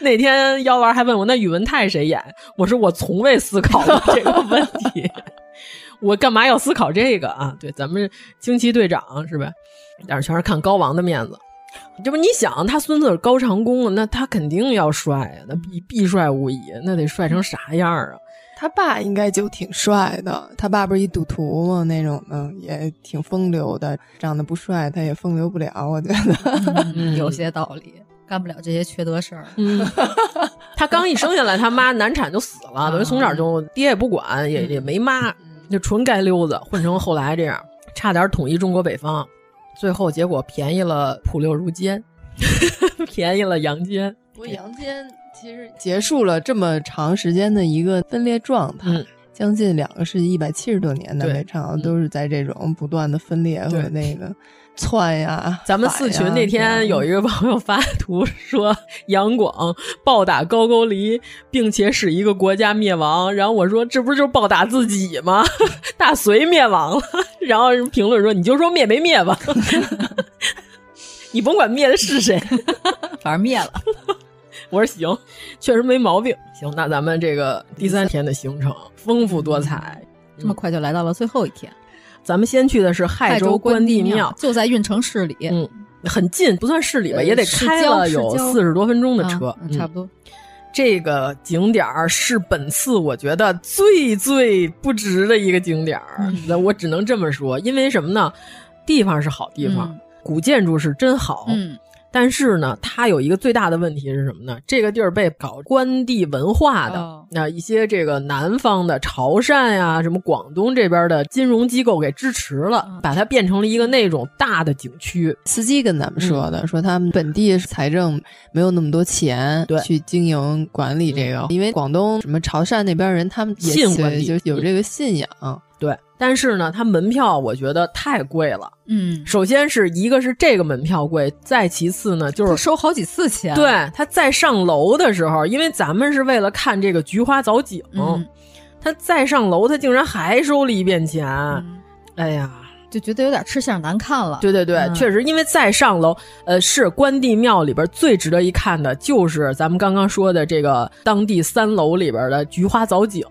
S8: 那天妖丸还问我，那宇文泰谁演？我说我从未思考过这个问题，我干嘛要思考这个啊？对，咱们惊奇队长是吧？但是全是看高王的面子。这不，你想他孙子是高长恭啊，那他肯定要帅呀、那必必帅无疑，那得帅成啥样啊？
S9: 他爸应该就挺帅的，他爸不是一赌徒吗？那种的也挺风流的，长得不帅他也风流不了，我觉得。
S7: 嗯 有些道理，干不了这些缺德事儿。
S8: 嗯， 他刚一生下来，他妈难产就死了，等于从小就爹也不管，也也没妈，就纯街溜子，混成后来这样，差点统一中国北方，最后结果便宜了普六如奸， 便宜了杨坚。
S9: 不过杨坚其实 结束了这么长时间的一个分裂状态，
S8: 嗯
S9: 将近两个世纪，一百七十多年南
S8: 对嗯
S9: 北朝都是在这种不断的分裂和
S8: 对
S9: 那个窜呀。
S8: 咱们四群
S9: 反呀
S8: 那
S7: 啊
S8: 天有一个朋友发图说杨广暴打高句丽，并且使一个国家灭亡，然后我说这不是就是暴打自己吗？ 大隋灭亡了，然后人评论说你就说灭没灭吧， 你甭管灭的是谁。
S7: 反正灭了。
S8: 嗯我说行，确实没毛病。行，那咱们这个第三天的行程丰富多彩。
S7: 这么快就来到了最后一天，
S8: 咱们先去的是亥州
S7: 关
S8: 关帝
S7: 庙
S8: 庙，
S7: 就在运城市里，
S8: 嗯，很近，不算市里吧，
S7: 呃
S8: 也得
S7: 市
S8: 开
S7: 郊
S8: 了
S7: 市
S8: 有
S7: 郊
S8: 四十多分钟的车
S7: 啊，嗯差不多。
S8: 这个景点儿是本次我觉得最最不值的一个景点儿，那、我只能这么说，因为什么呢？地方是好地方，古建筑是真好。
S7: 嗯，
S8: 但是呢，它有一个最大的问题是什么呢？这个地儿被搞关帝文化的，那、一些这个南方的潮汕呀、什么广东这边的金融机构给支持了，把它变成了一个那种大的景区。
S9: 司机跟咱们说的，说他们本地财政没有那么多钱去经营管理这个，因为广东什么潮汕那边人，他们也
S8: 信管理
S9: 就有这个信仰。
S8: 对，但是呢，它门票我觉得太贵了。
S7: 嗯，
S8: 首先是一个是这个门票贵，再其次呢就是
S7: 收好几次钱。
S8: 对，他再上楼的时候，因为咱们是为了看这个菊花藻井，
S7: 嗯
S8: 他再上楼，他竟然还收了一遍钱。
S7: 嗯
S8: 哎呀，
S7: 就觉得有点吃相难看了。
S8: 对对对，
S7: 嗯
S8: 确实，因为再上楼，呃，是关帝庙里边最值得一看的，就是咱们刚刚说的这个当地三楼里边的菊花藻井，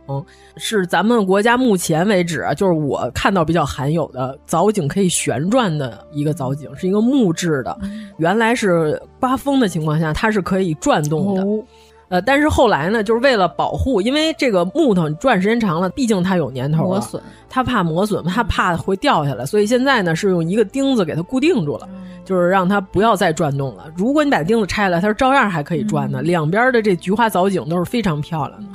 S8: 是咱们国家目前为止啊，就是我看到比较罕有的藻井可以旋转的一个藻井，是一个木质的，原来是刮风的情况下它是可以转动
S7: 哦
S8: 的。呃，但是后来呢，就是为了保护，因为这个木头你转时间长了，毕竟它有年头了
S7: 磨损，
S8: 它怕磨损，它怕会掉下来，所以现在呢是用一个钉子给它固定住了，
S7: 嗯
S8: 就是让它不要再转动了。如果你把钉子拆下来，它是照样还可以转
S7: 嗯
S8: 的。两边的这菊花藻井都是非常漂亮的，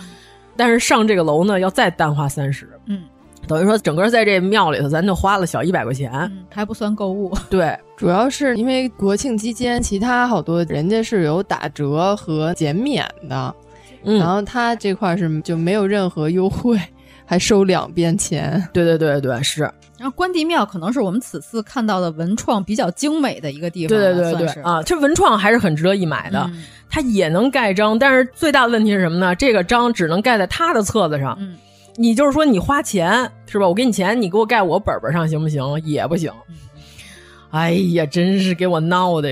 S8: 但是上这个楼呢要再单花三十，
S7: 嗯，
S8: 等于说整个在这庙里头咱就花了小一百块钱，
S7: 嗯还不算购物。
S8: 对，
S9: 主要是因为国庆期间，其他好多人家是有打折和减免的，然后他这块是就没有任何优惠，还收两遍钱。
S8: 对对对对，是。
S7: 然后关帝庙可能是我们此次看到的文创比较精美的一个地方吧，
S8: 对对对
S7: 算是嗯
S8: 对啊，这文创还是很值得一买的，它也能盖章，但是最大的问题是什么呢？这个章只能盖在他的册子上。
S7: 嗯，
S8: 你就是说你花钱是吧？我给你钱，你给我盖我本本上行不行？也不行。
S7: 嗯
S8: 哎呀，真是给我闹的！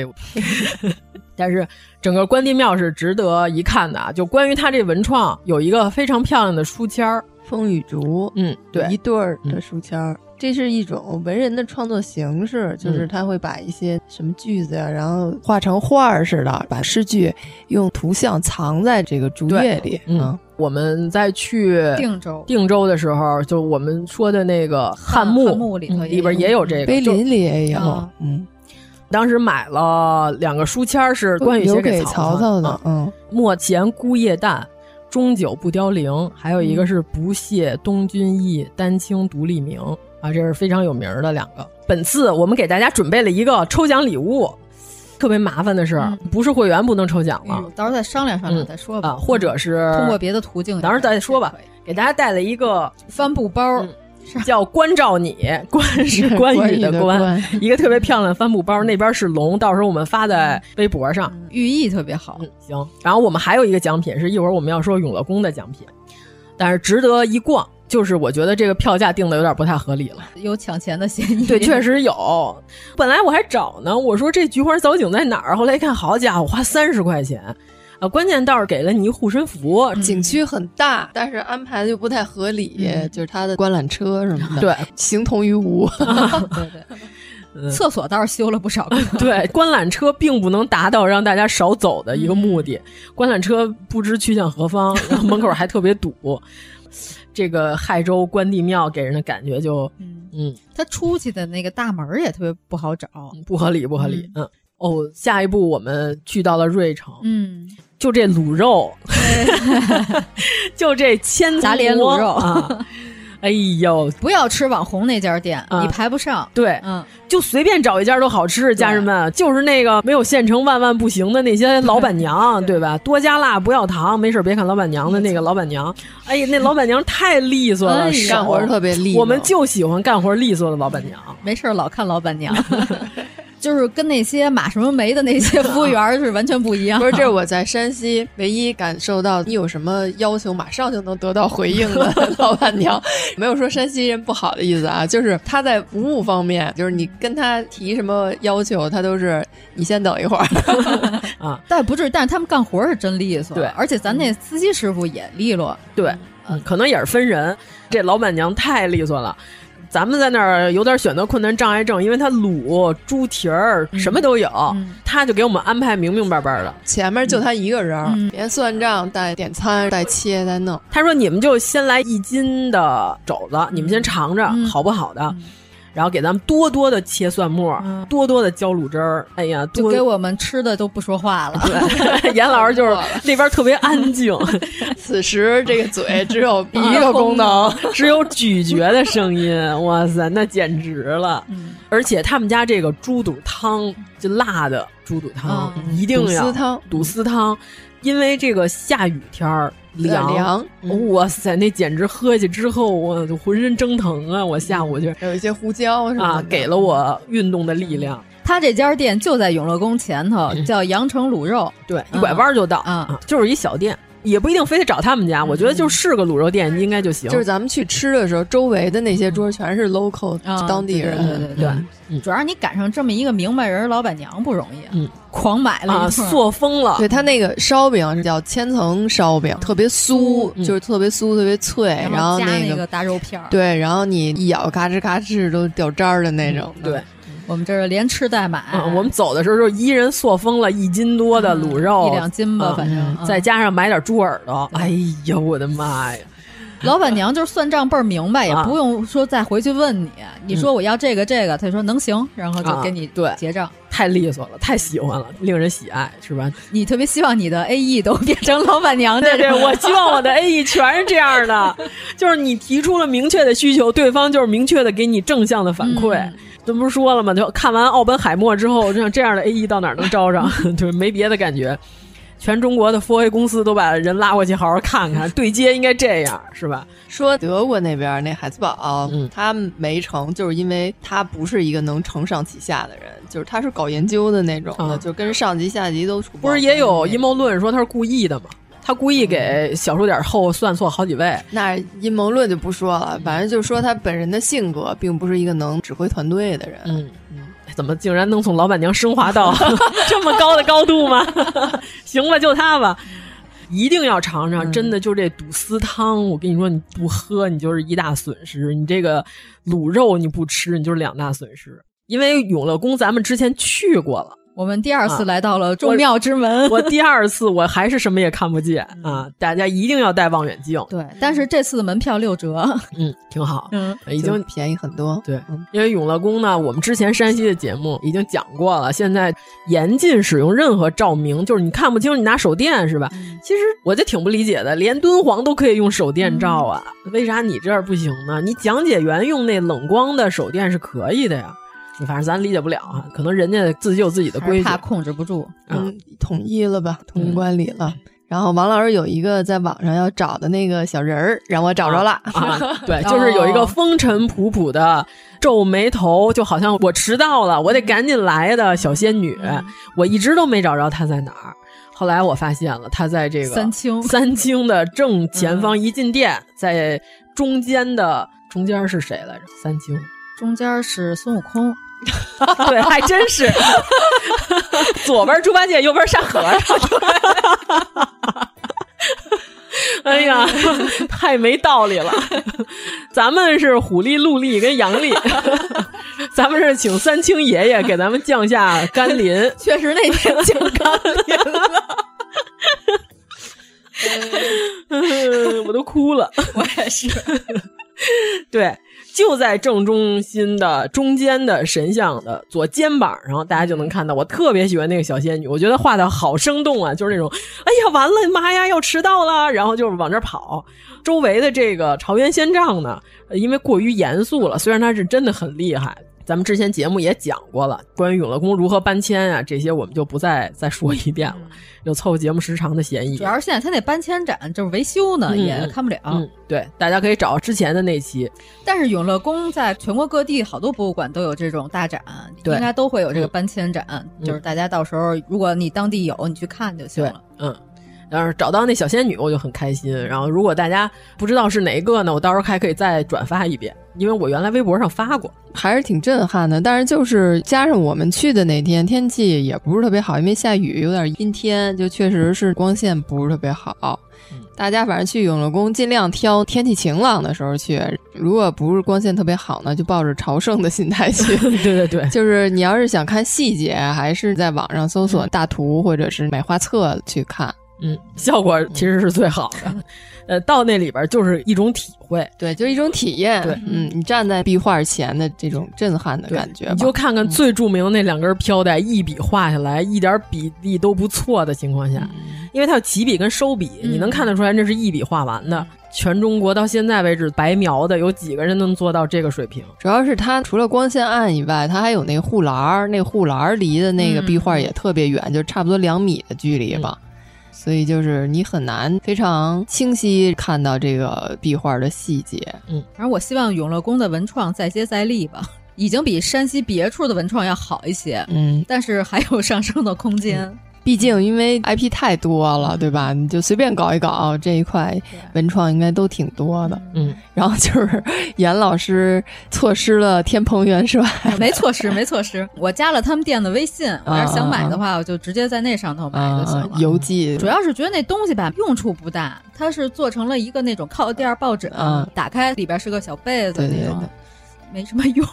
S8: 但是整个关帝庙是值得一看的啊。就关于它这文创，有一个非常漂亮的书签儿，
S9: 风雨竹，
S8: 嗯，对，
S9: 一对儿的书签儿。这是一种文人的创作形式，
S8: 嗯
S9: 就是他会把一些什么句子呀、然后画成画儿似的，把诗句用图像藏在这个竹叶里。啊
S8: 嗯，我们在去
S7: 定州
S8: 定州的时候，就我们说的那个汉墓，嗯
S7: 汉墓里头也有
S8: 里边也有这个，
S9: 碑林里也有。
S8: 就。啊
S9: 嗯，
S8: 当时买了两个书签儿，是关羽写
S9: 嗯留给
S8: 曹
S9: 曹
S8: 操
S9: 操
S8: 的啊
S9: 的，嗯，
S8: “莫嫌孤夜淡，终久不凋零”，还有一个是“不谢东君意，丹青独立明”啊，这是非常有名儿的两个。本次我们给大家准备了一个抽奖礼物，特别麻烦的是，不是会员不能抽奖了。
S7: 哎到时候再商量商量
S8: 嗯
S7: 再说吧。
S8: 啊，或者是
S7: 通过别的途径，
S8: 到时候再说吧。嗯给大家带了一个
S7: 帆布包，
S8: 叫“关照你”，关是关羽的
S9: 关羽的
S8: 关，一个特别漂亮的帆布包，那边是龙，到时候我们发在微博上，
S7: 寓意特别好。
S8: 行，然后我们还有一个奖品，是一会儿我们要说永乐宫的奖品，但是值得一逛。就是我觉得这个票价定的有点不太合理了，
S7: 有抢钱的嫌疑。
S8: 对，确实有。 本来我还找呢，我说这菊花藻井在哪儿？后来一看，好家伙，花三十块钱，啊，关键倒是给了你一护身符，
S9: 景区很大，但是安排的就不太合理，就是它的观览车什么的，
S8: 嗯对，
S9: 形同于无。
S8: 嗯
S7: 厕所倒是修了不少个，
S8: 对，观览车并不能达到让大家少走的一个目 的。观览车不知去向何方，然后门口还特别堵。这个亥州关帝庙给人的感觉就，嗯，
S7: 他出去的那个大门儿也特别不好找，
S8: 不合理，不合理。嗯，哦，下一步我们去到了瑞城，
S7: 嗯，
S8: 就这卤肉， 就这千层
S7: 杂莲卤肉
S8: 啊，哎呦，
S7: 不要吃网红那家店，你排不上。
S8: 对，
S7: 嗯，
S8: 就随便找一家都好吃，家人们，就是那个没有县城万万不行的那些老 板娘，对吧？多加辣不要糖，没事儿别看老板娘的那个老板娘，哎呀，那老板娘太利索了，
S7: 哎
S8: 手
S7: 干活儿特别利索
S8: 我们就喜欢干活儿利索的老板娘。
S7: 没事儿老看老板娘，就是跟那些马什么梅的那些服务员儿是完全不一样。
S9: 不是，这是我在山西唯一感受到，你有什么要求马上就能得到回应的老板娘，没有说山西人不好的意思啊，就是他在服务方面，就是你跟他提什么要求，他都是你先等一会儿。
S7: 但不至于，但是他们干活儿是真利索，
S8: 对
S7: 而且咱那司机师傅也利落，
S8: 对，嗯，可能也是分人。这老板娘太利索了，咱们在那儿有点选择困难障碍症，因为她卤猪蹄儿
S7: 嗯
S8: 什么都有，她就给我们安排明明白白的。
S9: 前面就他一个人儿，别算账，带点餐，带切，带弄。
S7: 嗯
S8: 她说：“你们就先来一斤的肘子，你们先尝着好不好的。然后给咱们多多的切蒜末，多多的浇卤汁儿。哎呀，
S7: 嗯就
S8: 多
S7: 给我们吃的都不说话了。
S8: 对，严老师就是那边特别安静，
S9: 此时这个嘴只有一个功能，
S8: 只有咀嚼的声音。哇塞，那简直了！
S9: 嗯
S8: 而且他们家这个猪肚汤，就辣的猪肚汤，
S9: 嗯
S8: 一定要
S9: 肚丝汤
S8: 肚丝汤，因为这个下雨天儿。 凉哦
S9: 凉
S8: 哇塞，那简直喝下去之后，我就浑身蒸腾啊！我下午就
S9: 有一些胡椒什么
S8: 啊
S9: 的，
S8: 给了我运动的力量。
S7: 他这家店就在永乐宫前头，叫阳城卤肉。
S8: 对，
S9: 嗯
S8: 一拐弯儿就到啊，就是一小店，也不一定非得找他们家。我觉得就是个卤肉店应该就行。
S9: 嗯就是咱们去吃的时候，周围的那些桌全是 local
S7: 啊
S9: 当地人，
S7: 对对对对
S9: 哎
S8: 嗯
S7: 对主要是你赶上这么一个明白人儿老板娘不容易，嗯，狂买了
S8: 啊，
S7: 一通
S8: 塑封了。
S9: 对他那个烧饼是叫千层烧饼，特别酥，就是特别酥、特别脆，然后
S7: 加
S9: 那
S7: 个大肉片儿，
S9: 对，然后你一咬，嘎吱嘎吱都掉渣儿的那种。嗯
S8: 对，
S7: 我们这是连吃带买，
S8: 嗯，我们走的时候就一人塑封了一斤多的卤肉，
S7: 一两斤吧
S8: 嗯
S7: 反正嗯
S8: 再加上买点猪耳朵，哎呦我的妈呀！
S7: 老板娘就是算账倍儿明白，也不用说再回去问你。你说我要这个这个，她说能行，然后就给你
S8: 啊对
S7: 结账。
S8: 太利索了，太喜欢了，令人喜爱，是吧？
S7: 你特别希望你的 A E 都变成老板娘
S8: 对
S7: 这
S8: 对，
S7: 种，
S8: 我希望我的 A E 全是这 样的，就是你提出了明确的需求，对方就是明确的给你正向的反馈。
S7: 嗯
S8: 这不是说了吗？就看完《奥本海默》之后，这样这样的 A E 到哪儿能招上？ 就是没别的感觉。全中国的 4A 公司都把人拉过去好好看看，对接应该这样，是吧？
S9: 说德国那边那海兹堡，他没成，就是因为他不是一个能承上启下的人，就是他是搞研究的那种的，就跟上级下级都处嗯
S8: 不是也有阴谋论说他是故意的吗？他故意给小数点后算错好几位。
S9: 那阴谋论就不说了，反正就是说他本人的性格并不是一个能指挥团队的人。
S8: 嗯怎么竟然能从老板娘升华到 这么高的高度吗？ 行吧，就它吧，一定要尝尝，真的就这肚丝汤，我跟你说，你不喝你就是一大损失，你这个卤肉你不吃你就是两大损失，因为永乐宫咱们之前去过了。
S7: 我们第二次
S8: 啊
S7: 来到了众妙之门，
S8: 我第二次我还是什么也看不见啊！大家一定要带望远镜，
S7: 对，但是这次的门票六折，
S8: 嗯，挺好，
S7: 嗯，
S8: 已经
S9: 便宜很多。
S8: 对，因为永乐宫呢，我们之前山西的节目已经讲过了，现在严禁使用任何照明，就是你看不清，你拿手电是吧？
S9: 嗯
S8: 其实我就挺不理解的，连敦煌都可以用手电照
S9: 嗯
S8: 啊，为啥你这儿不行呢？你讲解员用那冷光的手电是可以的呀。反正咱理解不了啊，可能人家自己有自己的
S7: 嗯
S9: 还是
S8: 规矩，
S9: 怕
S7: 控制不住。
S9: 嗯，统一了吧，统一管理了。然后王老师有一个在网上要找的那个小人儿，让我找着了。
S8: 啊，对，就是有一个风尘仆仆的皱眉头，就好像我迟到了，
S7: 嗯
S8: 我得赶紧来的小仙女，我一直都没找着她在哪儿。后来我发现了，她在这个
S7: 三清嗯
S8: 三清的正前方，一进店，在中间的中间是谁来着？三清，
S7: 中间是孙悟空，
S8: 对，还真是左边猪八戒，右边沙和尚。 哎呀，太没道理了！咱们是虎力、陆力跟杨力， 咱们是请三清爷爷给咱们降下甘霖。
S7: 确实那天
S8: 降甘霖了，嗯 我都哭了。
S7: 我也是。
S8: 对，就在正中心的中间的神像的左肩膀上，大家就能看到。我特别喜欢那个小仙女，我觉得画的好生动啊，就是那种，哎呀，完了，妈呀，要迟到了，然后就是往这儿跑。周围的这个朝元仙杖呢，呃因为过于严肃了，虽然它是真的很厉害。咱们之前节目也讲过了，关于永乐宫如何搬迁啊，这些我们就不再再说一遍了，
S7: 嗯
S8: 有凑节目时长的嫌疑。啊
S7: 主要是现在他那搬迁展就是维修呢，
S8: 嗯
S7: 也看不了。
S8: 嗯，对，大家可以找之前的那期，
S7: 但是永乐宫在全国各地好多博物馆都有这种大展，
S8: 对嗯
S7: 应该都会有这个搬迁展，就是大家到时候如果你当地有，你去看就行
S8: 对
S7: 了。，
S8: 嗯，要是找到那小仙女，我就很开心。然后，如果大家不知道是哪一个呢，我到时候还可以再转发一遍，因为我原来微博上发过。
S9: 还是挺震撼的，但是就是加上我们去的那天天气也不是特别好，因为下雨，有点阴天，就确实是光线不是特别好。大家反正去永乐宫尽量挑天气晴朗的时候去，如果不是光线特别好呢，就抱着朝圣的心态去。
S8: 对对对，
S9: 就是你要是想看细节，还是在网上搜索大图或者是买画册去看。
S8: 嗯，效果其实是最好 的。呃，到那里边就是一种体会，
S9: 对，就是一种体验。
S8: 对，
S9: 嗯，你站在壁画前的这种震撼的感觉吧，
S8: 你就看看最著名的那两根飘带，一笔画下来，一点比例都不错的情况下，因为它有起笔跟收笔，你能看得出来这是一笔画完的。全中国到现在为止，白描的有几个人能做到这个水平？
S9: 主要是它除了光线暗以外，它还有那个护栏儿，那个护栏儿离的那个壁画
S8: 嗯
S9: 也特别远，就差不多两米的距离吧。所以就是你很难非常清晰看到这个壁画的细节。
S8: 嗯，
S7: 反正我希望永乐宫的文创再接再厉吧， 已经比山西别处的文创要好一些。
S9: 嗯，
S7: 但是还有上升的空间。
S9: 毕竟因为 IP 太多
S8: 嗯
S9: 了，对吧？你就随便搞一搞这一块文创，应该都挺多的。
S8: 嗯，
S9: 然后就是 严老师错失了天蓬元帅，
S8: 嗯
S7: 没错失，没错失。我加了他们店的微信，我
S8: 啊
S7: 要是想买的话，我就直接在那上头买
S9: 啊
S7: 就行了。
S9: 邮寄
S7: 主要是觉得那东西吧用处不大，它是做成了一个那种靠垫儿抱枕，
S9: 嗯
S7: 打开里边是个小被子
S9: 对
S7: 那
S9: 对
S7: 种，
S9: 对
S7: 没什么用。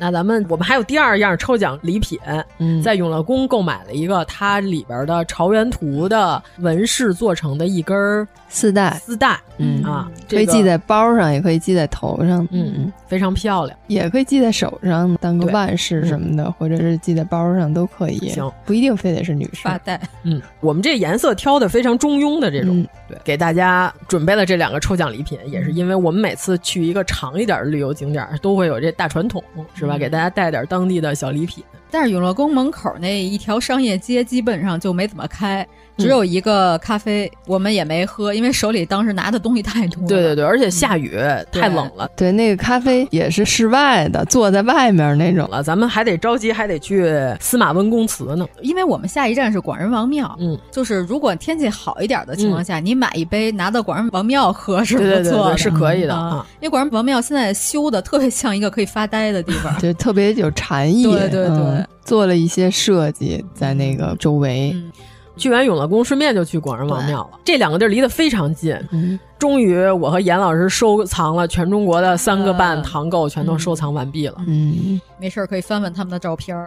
S8: 那咱们我们还有第二样抽奖礼品，
S9: 嗯
S8: 在永乐宫购买了一个它里边的朝元图的纹饰做成的一根儿
S9: 丝带，
S8: 丝带，
S9: 嗯
S8: 啊，
S9: 可以
S8: 这个
S9: 系在包上，也可以系在头上，
S8: 嗯
S9: 嗯，
S8: 非常漂亮。
S9: 也可以系在手上当个腕饰什么的，或者是系在包上都可以，
S8: 行，
S9: 不一定非得是女士。
S7: 发带，
S8: 嗯，我们这颜色挑的非常中庸的这种，
S9: 嗯
S8: 对，给大家准备了这两个抽奖礼品，也是因为我们每次去一个长一点儿的旅游景点儿，都会有这大传统，是
S9: 嗯
S8: 吧？给大家带点儿当地的小礼品。
S7: 但是永乐宫门口那一条商业街基本上就没怎么开，只
S8: 嗯
S7: 有一个咖啡，我们也没喝，因为手里当时拿的东西太多了。
S8: 对对对，而且下雨、太冷了，
S9: 对，那个咖啡也是室外的，坐在外面那种。
S8: 了，咱们还得着急，还得去司马温公祠呢。
S7: 因为我们下一站是广仁王庙，
S8: 嗯，
S7: 就是如果天气好一点的情况下，你买一杯拿到广仁王庙喝是不错的，
S8: 对对对对是可以
S9: 嗯，
S8: 的
S7: 啊
S8: 啊。
S7: 因为广仁王庙现在修的特别像一个可以发呆的地方
S9: 就特别有禅意，
S7: 对对对
S9: 嗯做了一些设计在那个周围，
S8: 去完永乐宫，顺便就去广仁王庙了。这两个地儿离得非常近。
S9: 嗯
S8: 终于，我和严老师收藏了全中国的三个半堂购，全都收藏完毕了。
S9: 嗯，
S7: 没事儿可以翻翻他们的照片儿。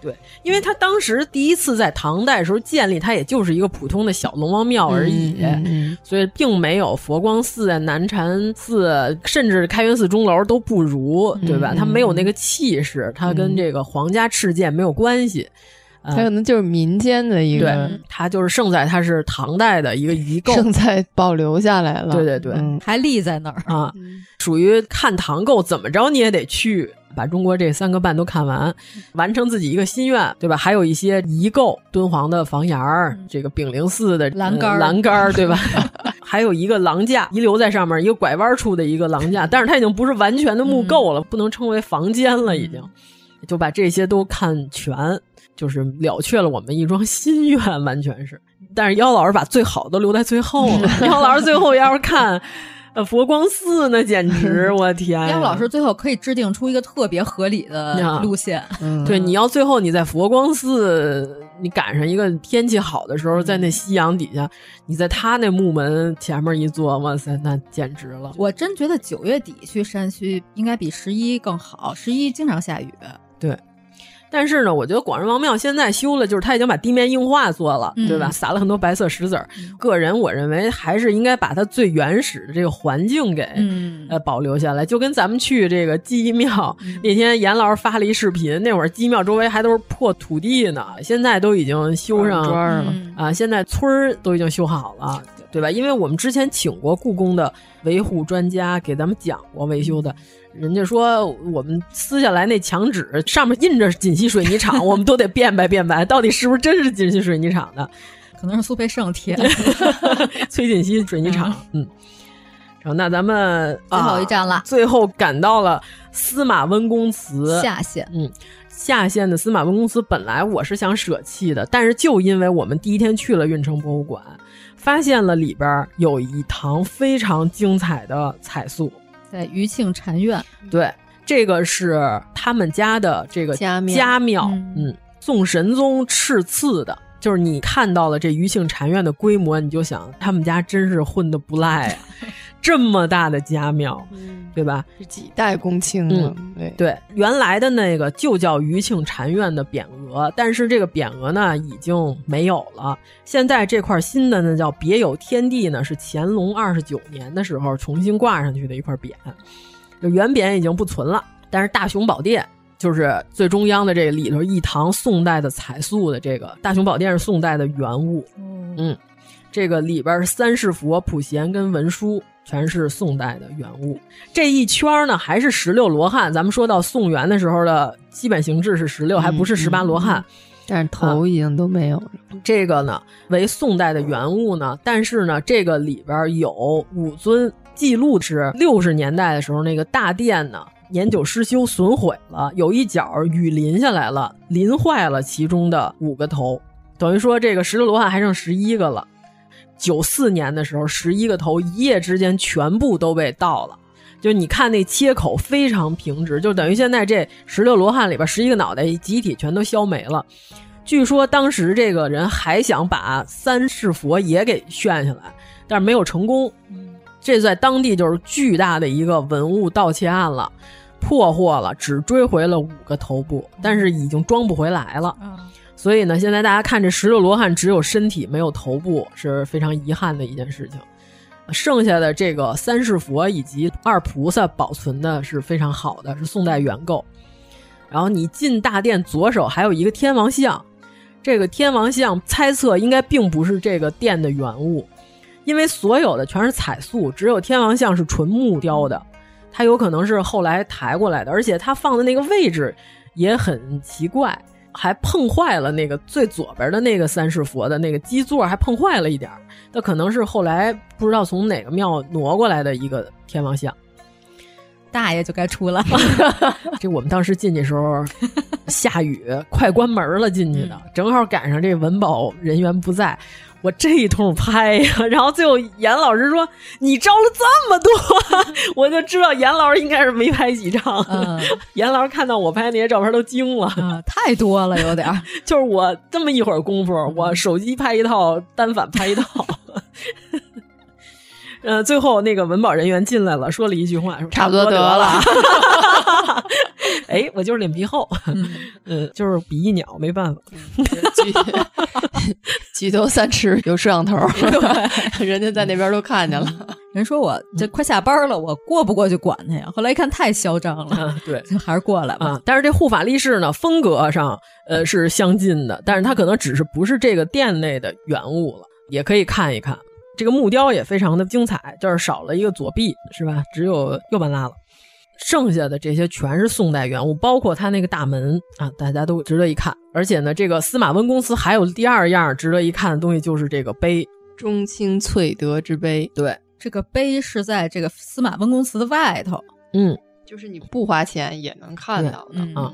S8: 对，因为他当时第一次在唐代时候建立，它也就是一个普通的小龙王庙而已，
S9: 嗯嗯
S8: 所以并没有佛光寺啊、南禅寺，甚至开元寺钟楼都不如，对
S9: 嗯
S8: 吧？它没有那个气势，它跟这个皇家敕建没有关系。
S9: 它可能就是民间的一
S8: 对
S9: 个，
S8: 它就是胜在它是唐代的一个遗构，
S9: 正在保留下来了。
S8: 对对对
S9: 嗯
S7: 还立在那儿，
S8: 啊，属于看唐购，怎么着你也得去把中国这三个半都看完，
S7: 嗯
S8: 完成自己一个心愿，对吧？还有一些遗构，敦煌的房檐儿，这个炳灵寺的
S7: 嗯栏杆儿
S8: 呃栏杆儿，对吧？还有一个廊架遗留在上面，一个拐弯处的一个廊
S7: 嗯
S8: 架，但是它已经不是完全的木构了，不能称为房间了，已
S7: 嗯
S8: 经。就把这些都看全，就是了却了我们一桩心愿，完全是。但是妖老师把最好的留在最后 了。妖老师最后要是看，呃，佛光寺那 简直，我天啊呀！
S7: 央老师最后可以制定出一个特别合理的
S8: 哎呀
S7: 路 线，
S9: 嗯
S8: 对，你要最后你在佛光寺，你赶上一个天气好的时候，
S7: 嗯
S8: 在那夕阳底下，你在他那木门前面一坐，哇塞，那简直了！
S7: 我真觉得九月底去山区应该比十一更好，十一经常下雨。
S8: 对。但是呢，我觉得广仁王庙现在修了，就是它已经把地面硬化做了，
S7: 嗯
S8: 对吧？撒了很多白色石子儿。个人我认为还是应该把它最原始的这个环境给、
S7: 嗯，
S8: 呃保留下来，就跟咱们去这个鸡庙、
S9: 嗯
S8: 那天严老师发了一视频，那会儿鸡庙周围还都是破土地呢，现在都已经修上
S9: 嗯砖儿了
S7: 嗯
S8: 啊，现在村儿都已经修好了，对吧？因为我们之前请过故宫的维护专家给咱们讲过维修的。
S9: 嗯
S8: 人家说我们撕下来那墙纸上面印着锦溪水泥厂，我们都得辨白辨白，到底是不是真是锦溪水泥厂的？
S7: 可能是苏培盛 贴，
S8: 崔锦溪水泥厂，嗯。然后那咱们
S7: 最后一站了
S8: 啊最后赶到了司马温公祠
S7: 下线。
S8: 嗯，下线的司马温公祠本来我是想舍弃的，但是就因为我们第一天去了运城博物馆，发现了里边儿有一堂非常精彩的彩塑，
S7: 在余庆禅院，
S9: 嗯
S8: 对，这个是他们家的这个
S9: 家庙
S8: 庙
S7: 嗯
S8: 嗯，宋神宗敕赐的。就 是你看到了这余庆禅院的规模，你就想他们家真是混的不赖啊！这么大的家庙，
S9: 嗯
S8: 对吧？
S9: 是几代公卿了？对
S8: 对，原来的那个就叫余庆禅院的匾额，但是这个匾额呢已经没有了。现在这块新的呢叫别有天地呢，是乾隆二十九年的时候重新挂上去的一块匾，就原匾已经不存了。但是大雄宝殿就是最中央的这个里头一堂宋代的彩塑的这个大雄宝殿是宋代的原物，嗯，这个里边三世佛、普贤跟文殊。全是宋代的原物，这一圈儿呢还是十六罗汉。咱们说到宋元的时候的基本形制是十六、嗯，还不是十八罗汉，
S9: 但是头已经都没有了。
S8: 啊、这个呢为宋代的原物呢，但是呢这个里边有五尊记录是六十年代的时候那个大殿呢年久失修损毁了，有一角雨淋下来了，淋坏了其中的五个头，等于说这个十六罗汉还剩十一个了。九四年的时候，十一个头一夜之间全部都被盗了。就你看那切口非常平直，就等于现在这十六罗汉里边十一个脑袋集体全都消没了。据说当时这个人还想把三世佛也给炫下来，但是没有成功。这在当地就是巨大的一个文物盗窃案了，破获了，只追回了五个头部，但是已经装不回来了。所以呢，现在大家看这十六罗汉只有身体没有头部，是非常遗憾的一件事情。剩下的这个三世佛以及二菩萨保存的是非常好的，是宋代原构。然后你进大殿左手还有一个天王像，这个天王像猜测应该并不是这个殿的原物，因为所有的全是彩塑，只有天王像是纯木雕的，它有可能是后来抬过来的，而且它放的那个位置也很奇怪。还碰坏了那个最左边的那个三世佛的那个基座，还碰坏了一点儿。那可能是后来不知道从哪个庙挪过来的一个天王像。
S7: 大爷就该出 来
S8: 了。这我们当时进去时候下雨，快关门了进去的，正好赶上这文保人员不在，我这一通拍呀、啊，然后最后严老师说你招了这么多， 我就知道严老师应该是没拍几张。嗯、 严老师看到我拍那些照片都惊了，
S7: 嗯、太多了有点。
S8: 就是我这么一会儿功夫，我手机拍一套，单反拍一套。 呃，最后那个文保人员进来了，说了一句话，说
S9: 差不
S8: 多
S9: 得
S8: 了。 哎，我就是脸皮厚，嗯,嗯，就是比翼鸟，没办法。
S9: 举举头三尺有摄像头，对， 嗯人家在那边都看见了。
S7: 人说我这快下班了，我过不过去管他呀？后来一看太嚣张了，
S8: 啊、对，
S7: 就还是过来吧、
S8: 啊。但是这护法力士呢，风格上呃是相近的，但是他可能只是不是这个店内的原物了，也可以看一看。这个木雕也非常的精彩，就是少了一个左臂，是吧？只有右半拉了，剩下的这些全是宋代原物，包括它那个大门啊，大家都值得一看。而且呢，这个司马温公祠还有第二样值得一看的东西，就是这个碑
S9: ——中清翠德之碑。
S8: 对，
S7: 这个碑是在这个司马温公祠的外头，
S8: 嗯，
S9: 就是你不花钱也能看到的、
S8: 嗯、啊。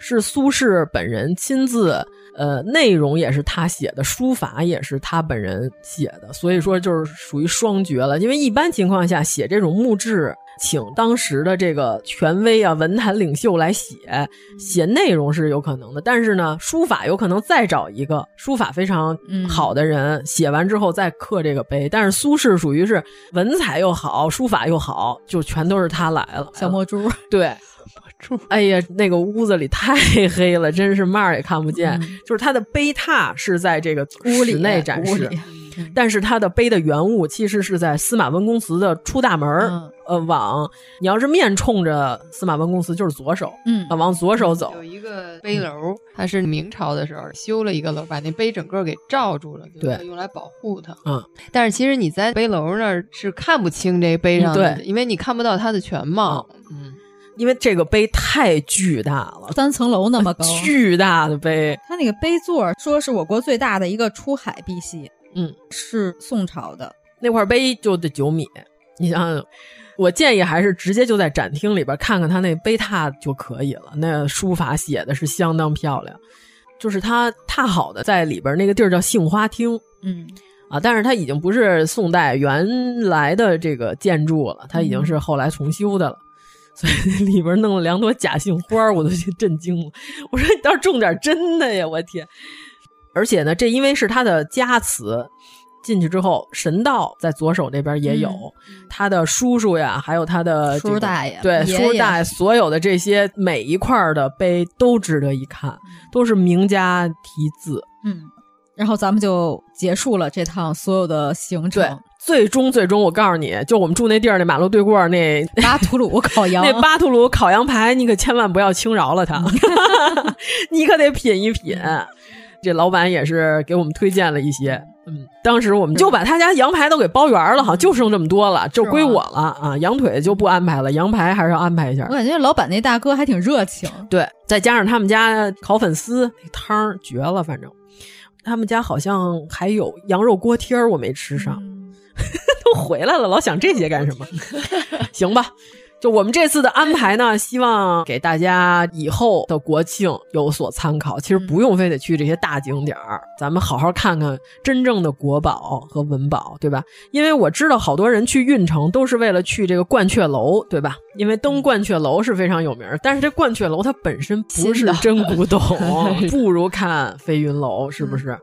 S8: 是苏轼本人亲自，呃，内容也是他写的，书法也是他本人写的，所以说就是属于双绝了。因为一般情况下写这种墓志，请当时的这个权威啊、文坛领袖来写，写内容是有可能的，但是呢，书法有可能再找一个书法非常好的人、嗯、写完之后再刻这个碑。但是苏轼属于是文采又好，书法又好，就全都是他来了，
S7: 小墨珠
S8: 对。哎呀，那个屋子里太黑了，真是嘛儿也看不见。嗯、就是它的碑拓是在这个
S7: 屋里
S8: 内展示，但是它的碑的原物其实是在司马温公祠的出大门儿，嗯、呃，往你要是面冲着司马温公祠就是左手，
S7: 嗯、
S8: 呃，往左手走。
S9: 有一个碑楼，嗯它是明朝的时候修了一个楼，把那碑整个给罩住了，
S8: 对，
S9: 用来保护它。
S8: 嗯，
S9: 但是其实你在碑楼那儿是看不清这碑上的，
S8: 对，
S9: 因为你看不到它的全貌。
S8: 嗯。因为这个碑太巨大了，
S7: 三层楼那么高，
S8: 巨大的碑。
S7: 它那个碑座说是我国最大的一个出海碧玺，
S8: 嗯，
S7: 是宋朝的
S8: 那块碑就得九米。你想想，我建议还是直接就在展厅里边看看他那碑拓就可以了。那书法写的是相当漂亮，就是他拓好的，在里边那个地儿叫杏花厅，
S7: 嗯。
S8: 啊，但是它已经不是宋代原来的这个建筑了，它已经是后来重修的了。
S7: 嗯
S8: 所以 里边弄了两朵假杏花，我都震惊了。我说你倒是种点真的呀！我天！而且呢，这因为是他的家祠，进去之后，神道在左手那边也有、他的叔叔呀，还有他的、
S7: 嗯叔叔大爷
S8: 对
S7: 爷
S8: 叔叔
S7: 爷
S8: 大爷，所有的这些每一块儿的碑都值得一看，都是名家题字。
S7: 嗯，然后咱们就结束了这趟所有的行
S8: 对
S7: 程，，
S8: 最终最终，我告诉你，就我们住那地儿那马路对过儿那
S7: 巴图鲁烤羊，
S8: 那巴图鲁烤羊排，你可千万不要轻饶了他， 你可得品一品。这老板也是给我们推荐了一些，嗯，当时我们就把他家羊排都给包圆了，好像就剩这么多了，就归我了啊。羊腿就不安排了，羊排还是要安排一下
S7: 我。感觉老板那大哥还挺热情，
S8: 对，再加上他们家烤粉丝那汤儿绝了，反正他们家好像还有羊肉锅贴儿，我没吃
S7: 嗯啊
S8: 上， 都回来了，老想这些干什么？ 行吧，就我们这次的安排呢，希望给大家以后的国庆有所参考。其实不用非得去这些大景点儿，咱们好好看看真正的国宝和文保，对吧？因为我知道好多人去运城都是为了去这个鹳雀楼，对吧？因为登鹳雀楼是非常有名儿，但是这鹳雀楼它本身不是真古董，不如看飞云楼，是不是？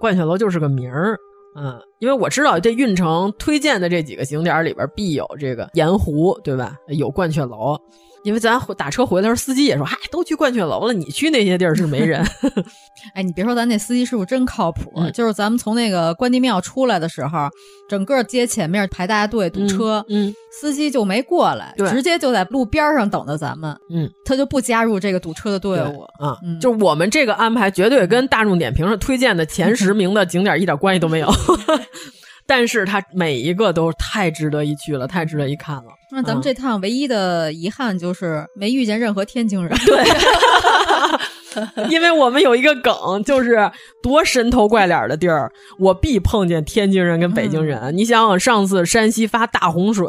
S8: 鹳雀楼就是个名儿。嗯，因为我知道这运城推荐的这几个景点儿里边儿必有这个盐湖，对吧？有鹳雀楼，因为咱回打车回来的时候，司机也说，嗨，都去鹳雀楼了，你去那些地儿是没人。
S7: 哎，你别说咱那司机师傅真靠谱，
S8: 嗯
S7: 就是咱们从那个关帝庙出来的时候，整个街前面排大队堵车，
S8: 嗯，
S7: 司机就没过来，
S8: 对
S7: 直接就在路边上等着咱们，
S8: 嗯，
S7: 他就不加入这个堵车的队伍。
S8: 啊，就是我们这个安排绝对跟大众点评上推荐的前十名的景点一点关系都没有， 但是它每一个都太值得一去了，太值得一看了。
S7: 那咱们这趟唯一的遗憾就是没遇见任何天津 人，
S8: 因为我们有一个梗，就是多神头怪脸的地儿，我必碰见天津人跟北京人。你想想，上次山西发大洪水。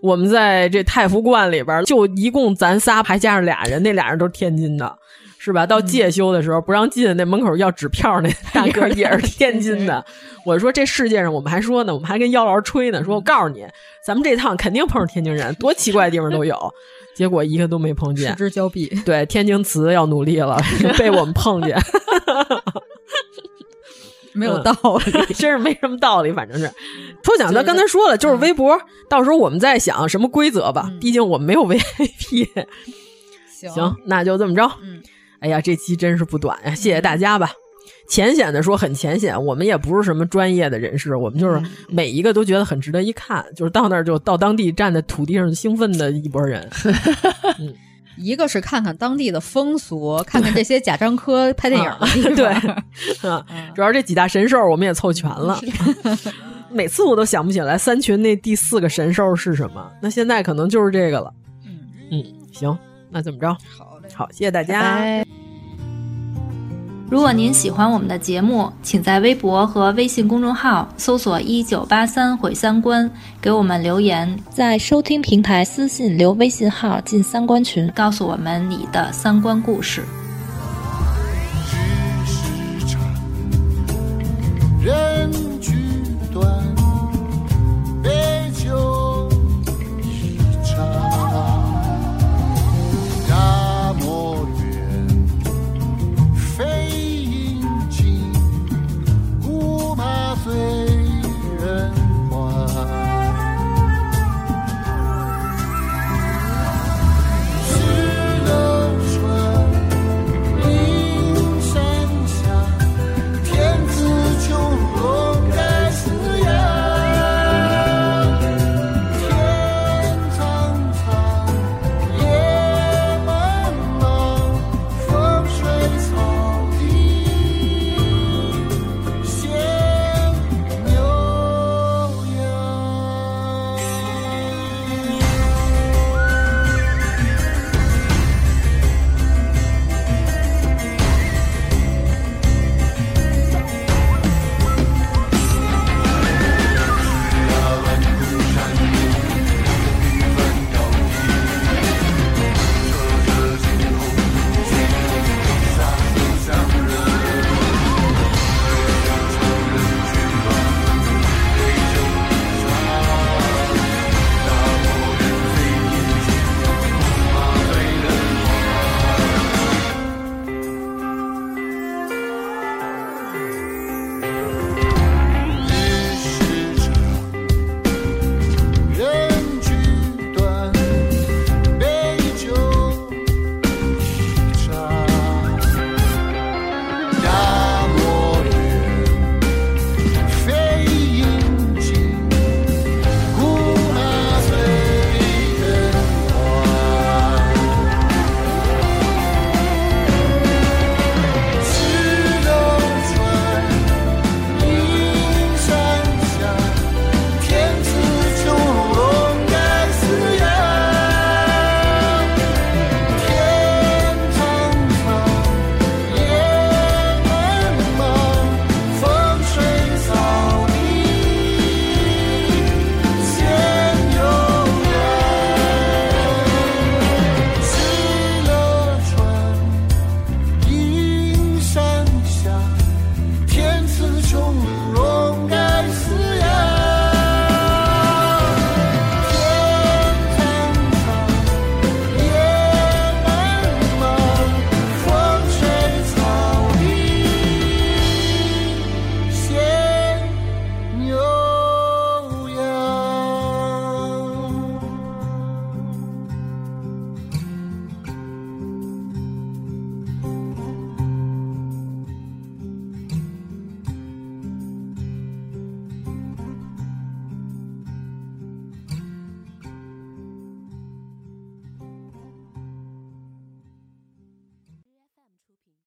S8: 我们在这太福观里边儿，就一共咱仨，还加上俩人，那俩人都是天津的，是吧？到介休的时候不让进，那门口要纸票那大哥也是天津的。我说这世界上，我们还说呢，我们还跟姚老师吹呢，说我告诉你，咱们这趟肯定碰上天津人，多奇怪的地方都有。结果一个都没碰见，
S7: 失之交臂。
S8: 对，天津词要努力了， 被我们碰见，
S7: 没有道理，
S8: 真是没什么道理。反正是抽奖，他刚才说了，
S7: 嗯
S8: 就是微博，到时候我们再想什么规则吧，毕竟我们没有 VIP。
S7: 行
S8: 行，那就这么着。
S7: 嗯，
S8: 哎呀，这期真是不短呀，谢谢大家吧。浅显的说，很浅显，我们也不是什么专业的人士，我们就是
S7: 嗯
S8: 每一个都觉得很值得一看，就是到那儿就到当地站在土地上兴奋的一拨人。
S7: 一个是看看当地的风俗，看看这些贾樟柯拍电影的地方，
S8: 对，啊，主要这几大神兽我们也凑全了。 每次我都想不起来三群那第四个神兽是什么，那现在可能就是这个了。嗯行，那怎么着？好嘞，好，谢谢大家。
S10: 如果您喜欢我们的节目，请在微博和微信公众号搜索“一九八三毁三观”，给我们留言，在收听平台私信留微信号进三观群，告诉我们你的三观故事。